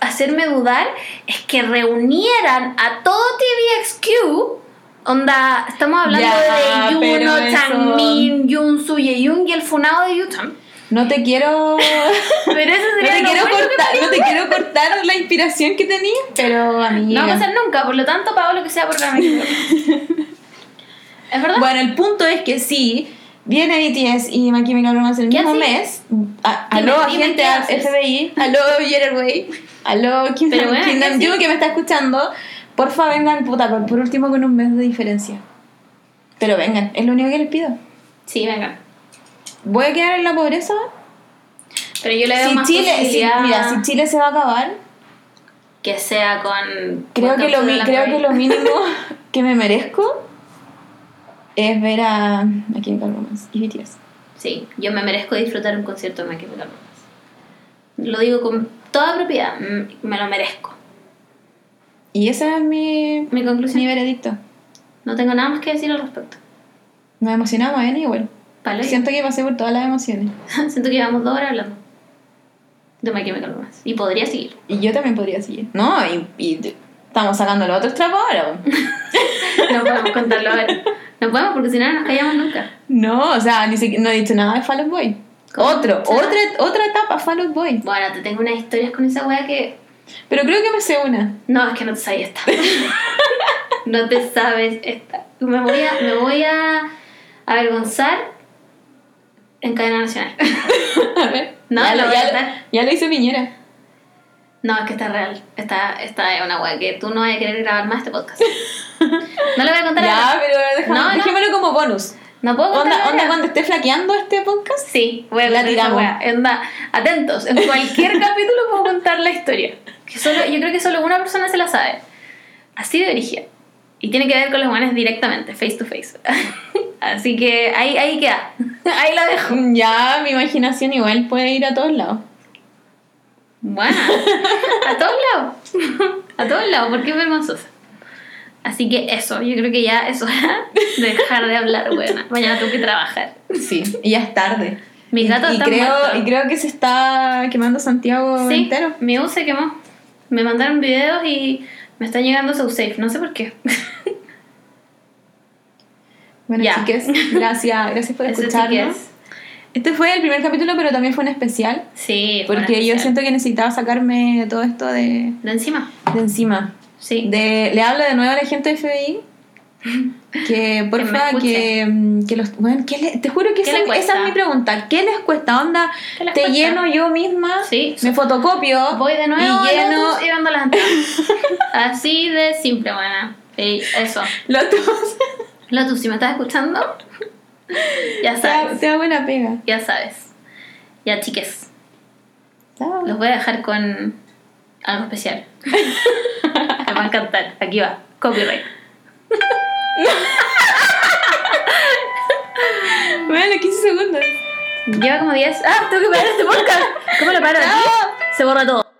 Speaker 2: hacerme dudar es que reunieran a todo TVXQ. Onda, estamos hablando
Speaker 1: Ya,
Speaker 2: de Yuno,
Speaker 1: pero eso-
Speaker 2: Changmin, Yunsu, Yeyung y el funado de Yutan.
Speaker 1: No te quiero. no,
Speaker 2: Pero eso sería
Speaker 1: te
Speaker 2: lo
Speaker 1: quiero
Speaker 2: bueno que
Speaker 1: cortar, no te quiero cortar la inspiración que tenías, pero a mí.
Speaker 2: No pues va a pasar nunca, por lo tanto pago lo que sea por la manicura. ¿Es verdad?
Speaker 1: Bueno, el punto es que sí. Viene BTS y My Chemical Romance el
Speaker 2: ¿Qué
Speaker 1: mismo
Speaker 2: haces?
Speaker 1: mes. A-
Speaker 2: Dime,
Speaker 1: aló,
Speaker 2: dime,
Speaker 1: agente
Speaker 2: ¿qué haces?
Speaker 1: FBI. Aló, Gerard Way. Aló, Kim
Speaker 2: Pero bueno, ¿qué
Speaker 1: Nam
Speaker 2: haces?
Speaker 1: que me está escuchando. Porfa, vengan, puta, por, por último con un mes de diferencia. Pero vengan, es lo único que les pido.
Speaker 2: Sí, venga.
Speaker 1: ¿Voy a quedar en la pobreza?
Speaker 2: Pero yo le veo
Speaker 1: Si
Speaker 2: más
Speaker 1: Chile, si-
Speaker 2: posibilidad
Speaker 1: mira, si Chile se va a acabar,
Speaker 2: que sea con...
Speaker 1: creo,
Speaker 2: con
Speaker 1: que lo,
Speaker 2: Captura
Speaker 1: mi-
Speaker 2: de la
Speaker 1: creo que
Speaker 2: Florida.
Speaker 1: lo mínimo que me merezco es ver a... ¿A quién cargo más? Y BTS.
Speaker 2: Sí, yo me merezco disfrutar un concierto de My Chemical Romance. Lo digo con toda propiedad, mm, me lo merezco.
Speaker 1: Y esa es mi,
Speaker 2: Mi conclusión,
Speaker 1: mi veredicto.
Speaker 2: no tengo nada más que decir al respecto.
Speaker 1: Nos emocionamos, ¿eh? Igual.
Speaker 2: ¿Vale?
Speaker 1: Siento
Speaker 2: Siento...
Speaker 1: que pasé por todas las emociones.
Speaker 2: que llevamos dos horas hablando de My Chemical Romance. Y podría seguir.
Speaker 1: Y yo también podría seguir. No, y, y t- estamos sacando los otros trapos ahora. po.
Speaker 2: No podemos contarlo ahora. No podemos porque si no no nos callamos nunca.
Speaker 1: No, o sea, ni siquiera, no he dicho nada de Fall Out Boy.
Speaker 2: ¿Cómo?
Speaker 1: Otro,
Speaker 2: O sea-
Speaker 1: otra, otra etapa Fall Out Boy.
Speaker 2: Bueno, te tengo unas historias con esa wea que...
Speaker 1: Pero creo que me sé una.
Speaker 2: No, es que no te sabes esta. no te sabes esta. Me voy a, me voy a avergonzar en cadena nacional.
Speaker 1: A ver.
Speaker 2: No,
Speaker 1: ya,
Speaker 2: lo
Speaker 1: lo,
Speaker 2: voy a
Speaker 1: ya, lo,
Speaker 2: contar.
Speaker 1: ya lo hizo Piñera.
Speaker 2: No, es que está real. Esta, esta es una wea que tú no vas a querer grabar más este podcast. No lo voy a contar
Speaker 1: Ya,
Speaker 2: ahora.
Speaker 1: pero déjame,
Speaker 2: No, no.
Speaker 1: dejémoslo como bonus.
Speaker 2: No puedo contar
Speaker 1: Onda,
Speaker 2: ahora.
Speaker 1: onda cuando esté flaqueando este podcast.
Speaker 2: Sí, voy a
Speaker 1: La
Speaker 2: contar esa
Speaker 1: tiramos.
Speaker 2: wea. Onda, atentos. En cualquier capítulo puedo contar la historia. Que solo, yo creo que solo una persona se la sabe. Así de origen. Y tiene que ver con los humanos directamente, face to face. Así que ahí, ahí queda. Ahí la dejo.
Speaker 1: Ya, mi imaginación igual puede ir a todos lados.
Speaker 2: Bueno, a todos lados. A todos lados, porque es vergonzosa. Así que eso, yo creo que ya es hora de dejar de hablar, buena. Mañana tengo que trabajar.
Speaker 1: Sí, y ya es tarde.
Speaker 2: Mis gatos
Speaker 1: y,
Speaker 2: están muertos.
Speaker 1: creo, y creo que se está quemando Santiago
Speaker 2: Sí,
Speaker 1: entero.
Speaker 2: mi U se quemó. Me mandaron videos y me están llegando su safe, no sé por qué.
Speaker 1: Bueno,
Speaker 2: Ya.
Speaker 1: chiques, gracias, gracias por
Speaker 2: Eso sí que
Speaker 1: escucharnos.
Speaker 2: es.
Speaker 1: Este fue el primer capítulo, pero también fue un especial,
Speaker 2: Sí, fue una
Speaker 1: porque yo
Speaker 2: especial.
Speaker 1: siento que necesitaba sacarme todo esto de,
Speaker 2: De encima,
Speaker 1: de encima.
Speaker 2: sí.
Speaker 1: De, le hablo de nuevo a la gente de FBI. Que
Speaker 2: Que me
Speaker 1: porfa, que,
Speaker 2: escuche.
Speaker 1: mm, que los. Bueno, ¿qué le- te juro que
Speaker 2: ¿Qué
Speaker 1: esa,
Speaker 2: les cuesta?
Speaker 1: esa es mi pregunta. ¿Qué les cuesta? Onda,
Speaker 2: ¿Qué les
Speaker 1: te
Speaker 2: cuesta?
Speaker 1: lleno yo misma,
Speaker 2: Sí.
Speaker 1: me fotocopio
Speaker 2: Voy de nuevo
Speaker 1: y lleno
Speaker 2: y dando las entradas. Así de simple, buena. Y eso.
Speaker 1: Lotus.
Speaker 2: Lotus, si me estás escuchando, ya
Speaker 1: te, ha-
Speaker 2: sabes.
Speaker 1: te hago la pega.
Speaker 2: Ya sabes. Ya, chiques.
Speaker 1: Chao.
Speaker 2: Los voy a dejar con algo especial. Me va a encantar. Aquí va. Copyright.
Speaker 1: Bueno, 15 segundos.
Speaker 2: Lleva como 10. ¡Ah! Tengo que parar este podcast. ¿Cómo lo paro?
Speaker 1: No.
Speaker 2: Se borra todo.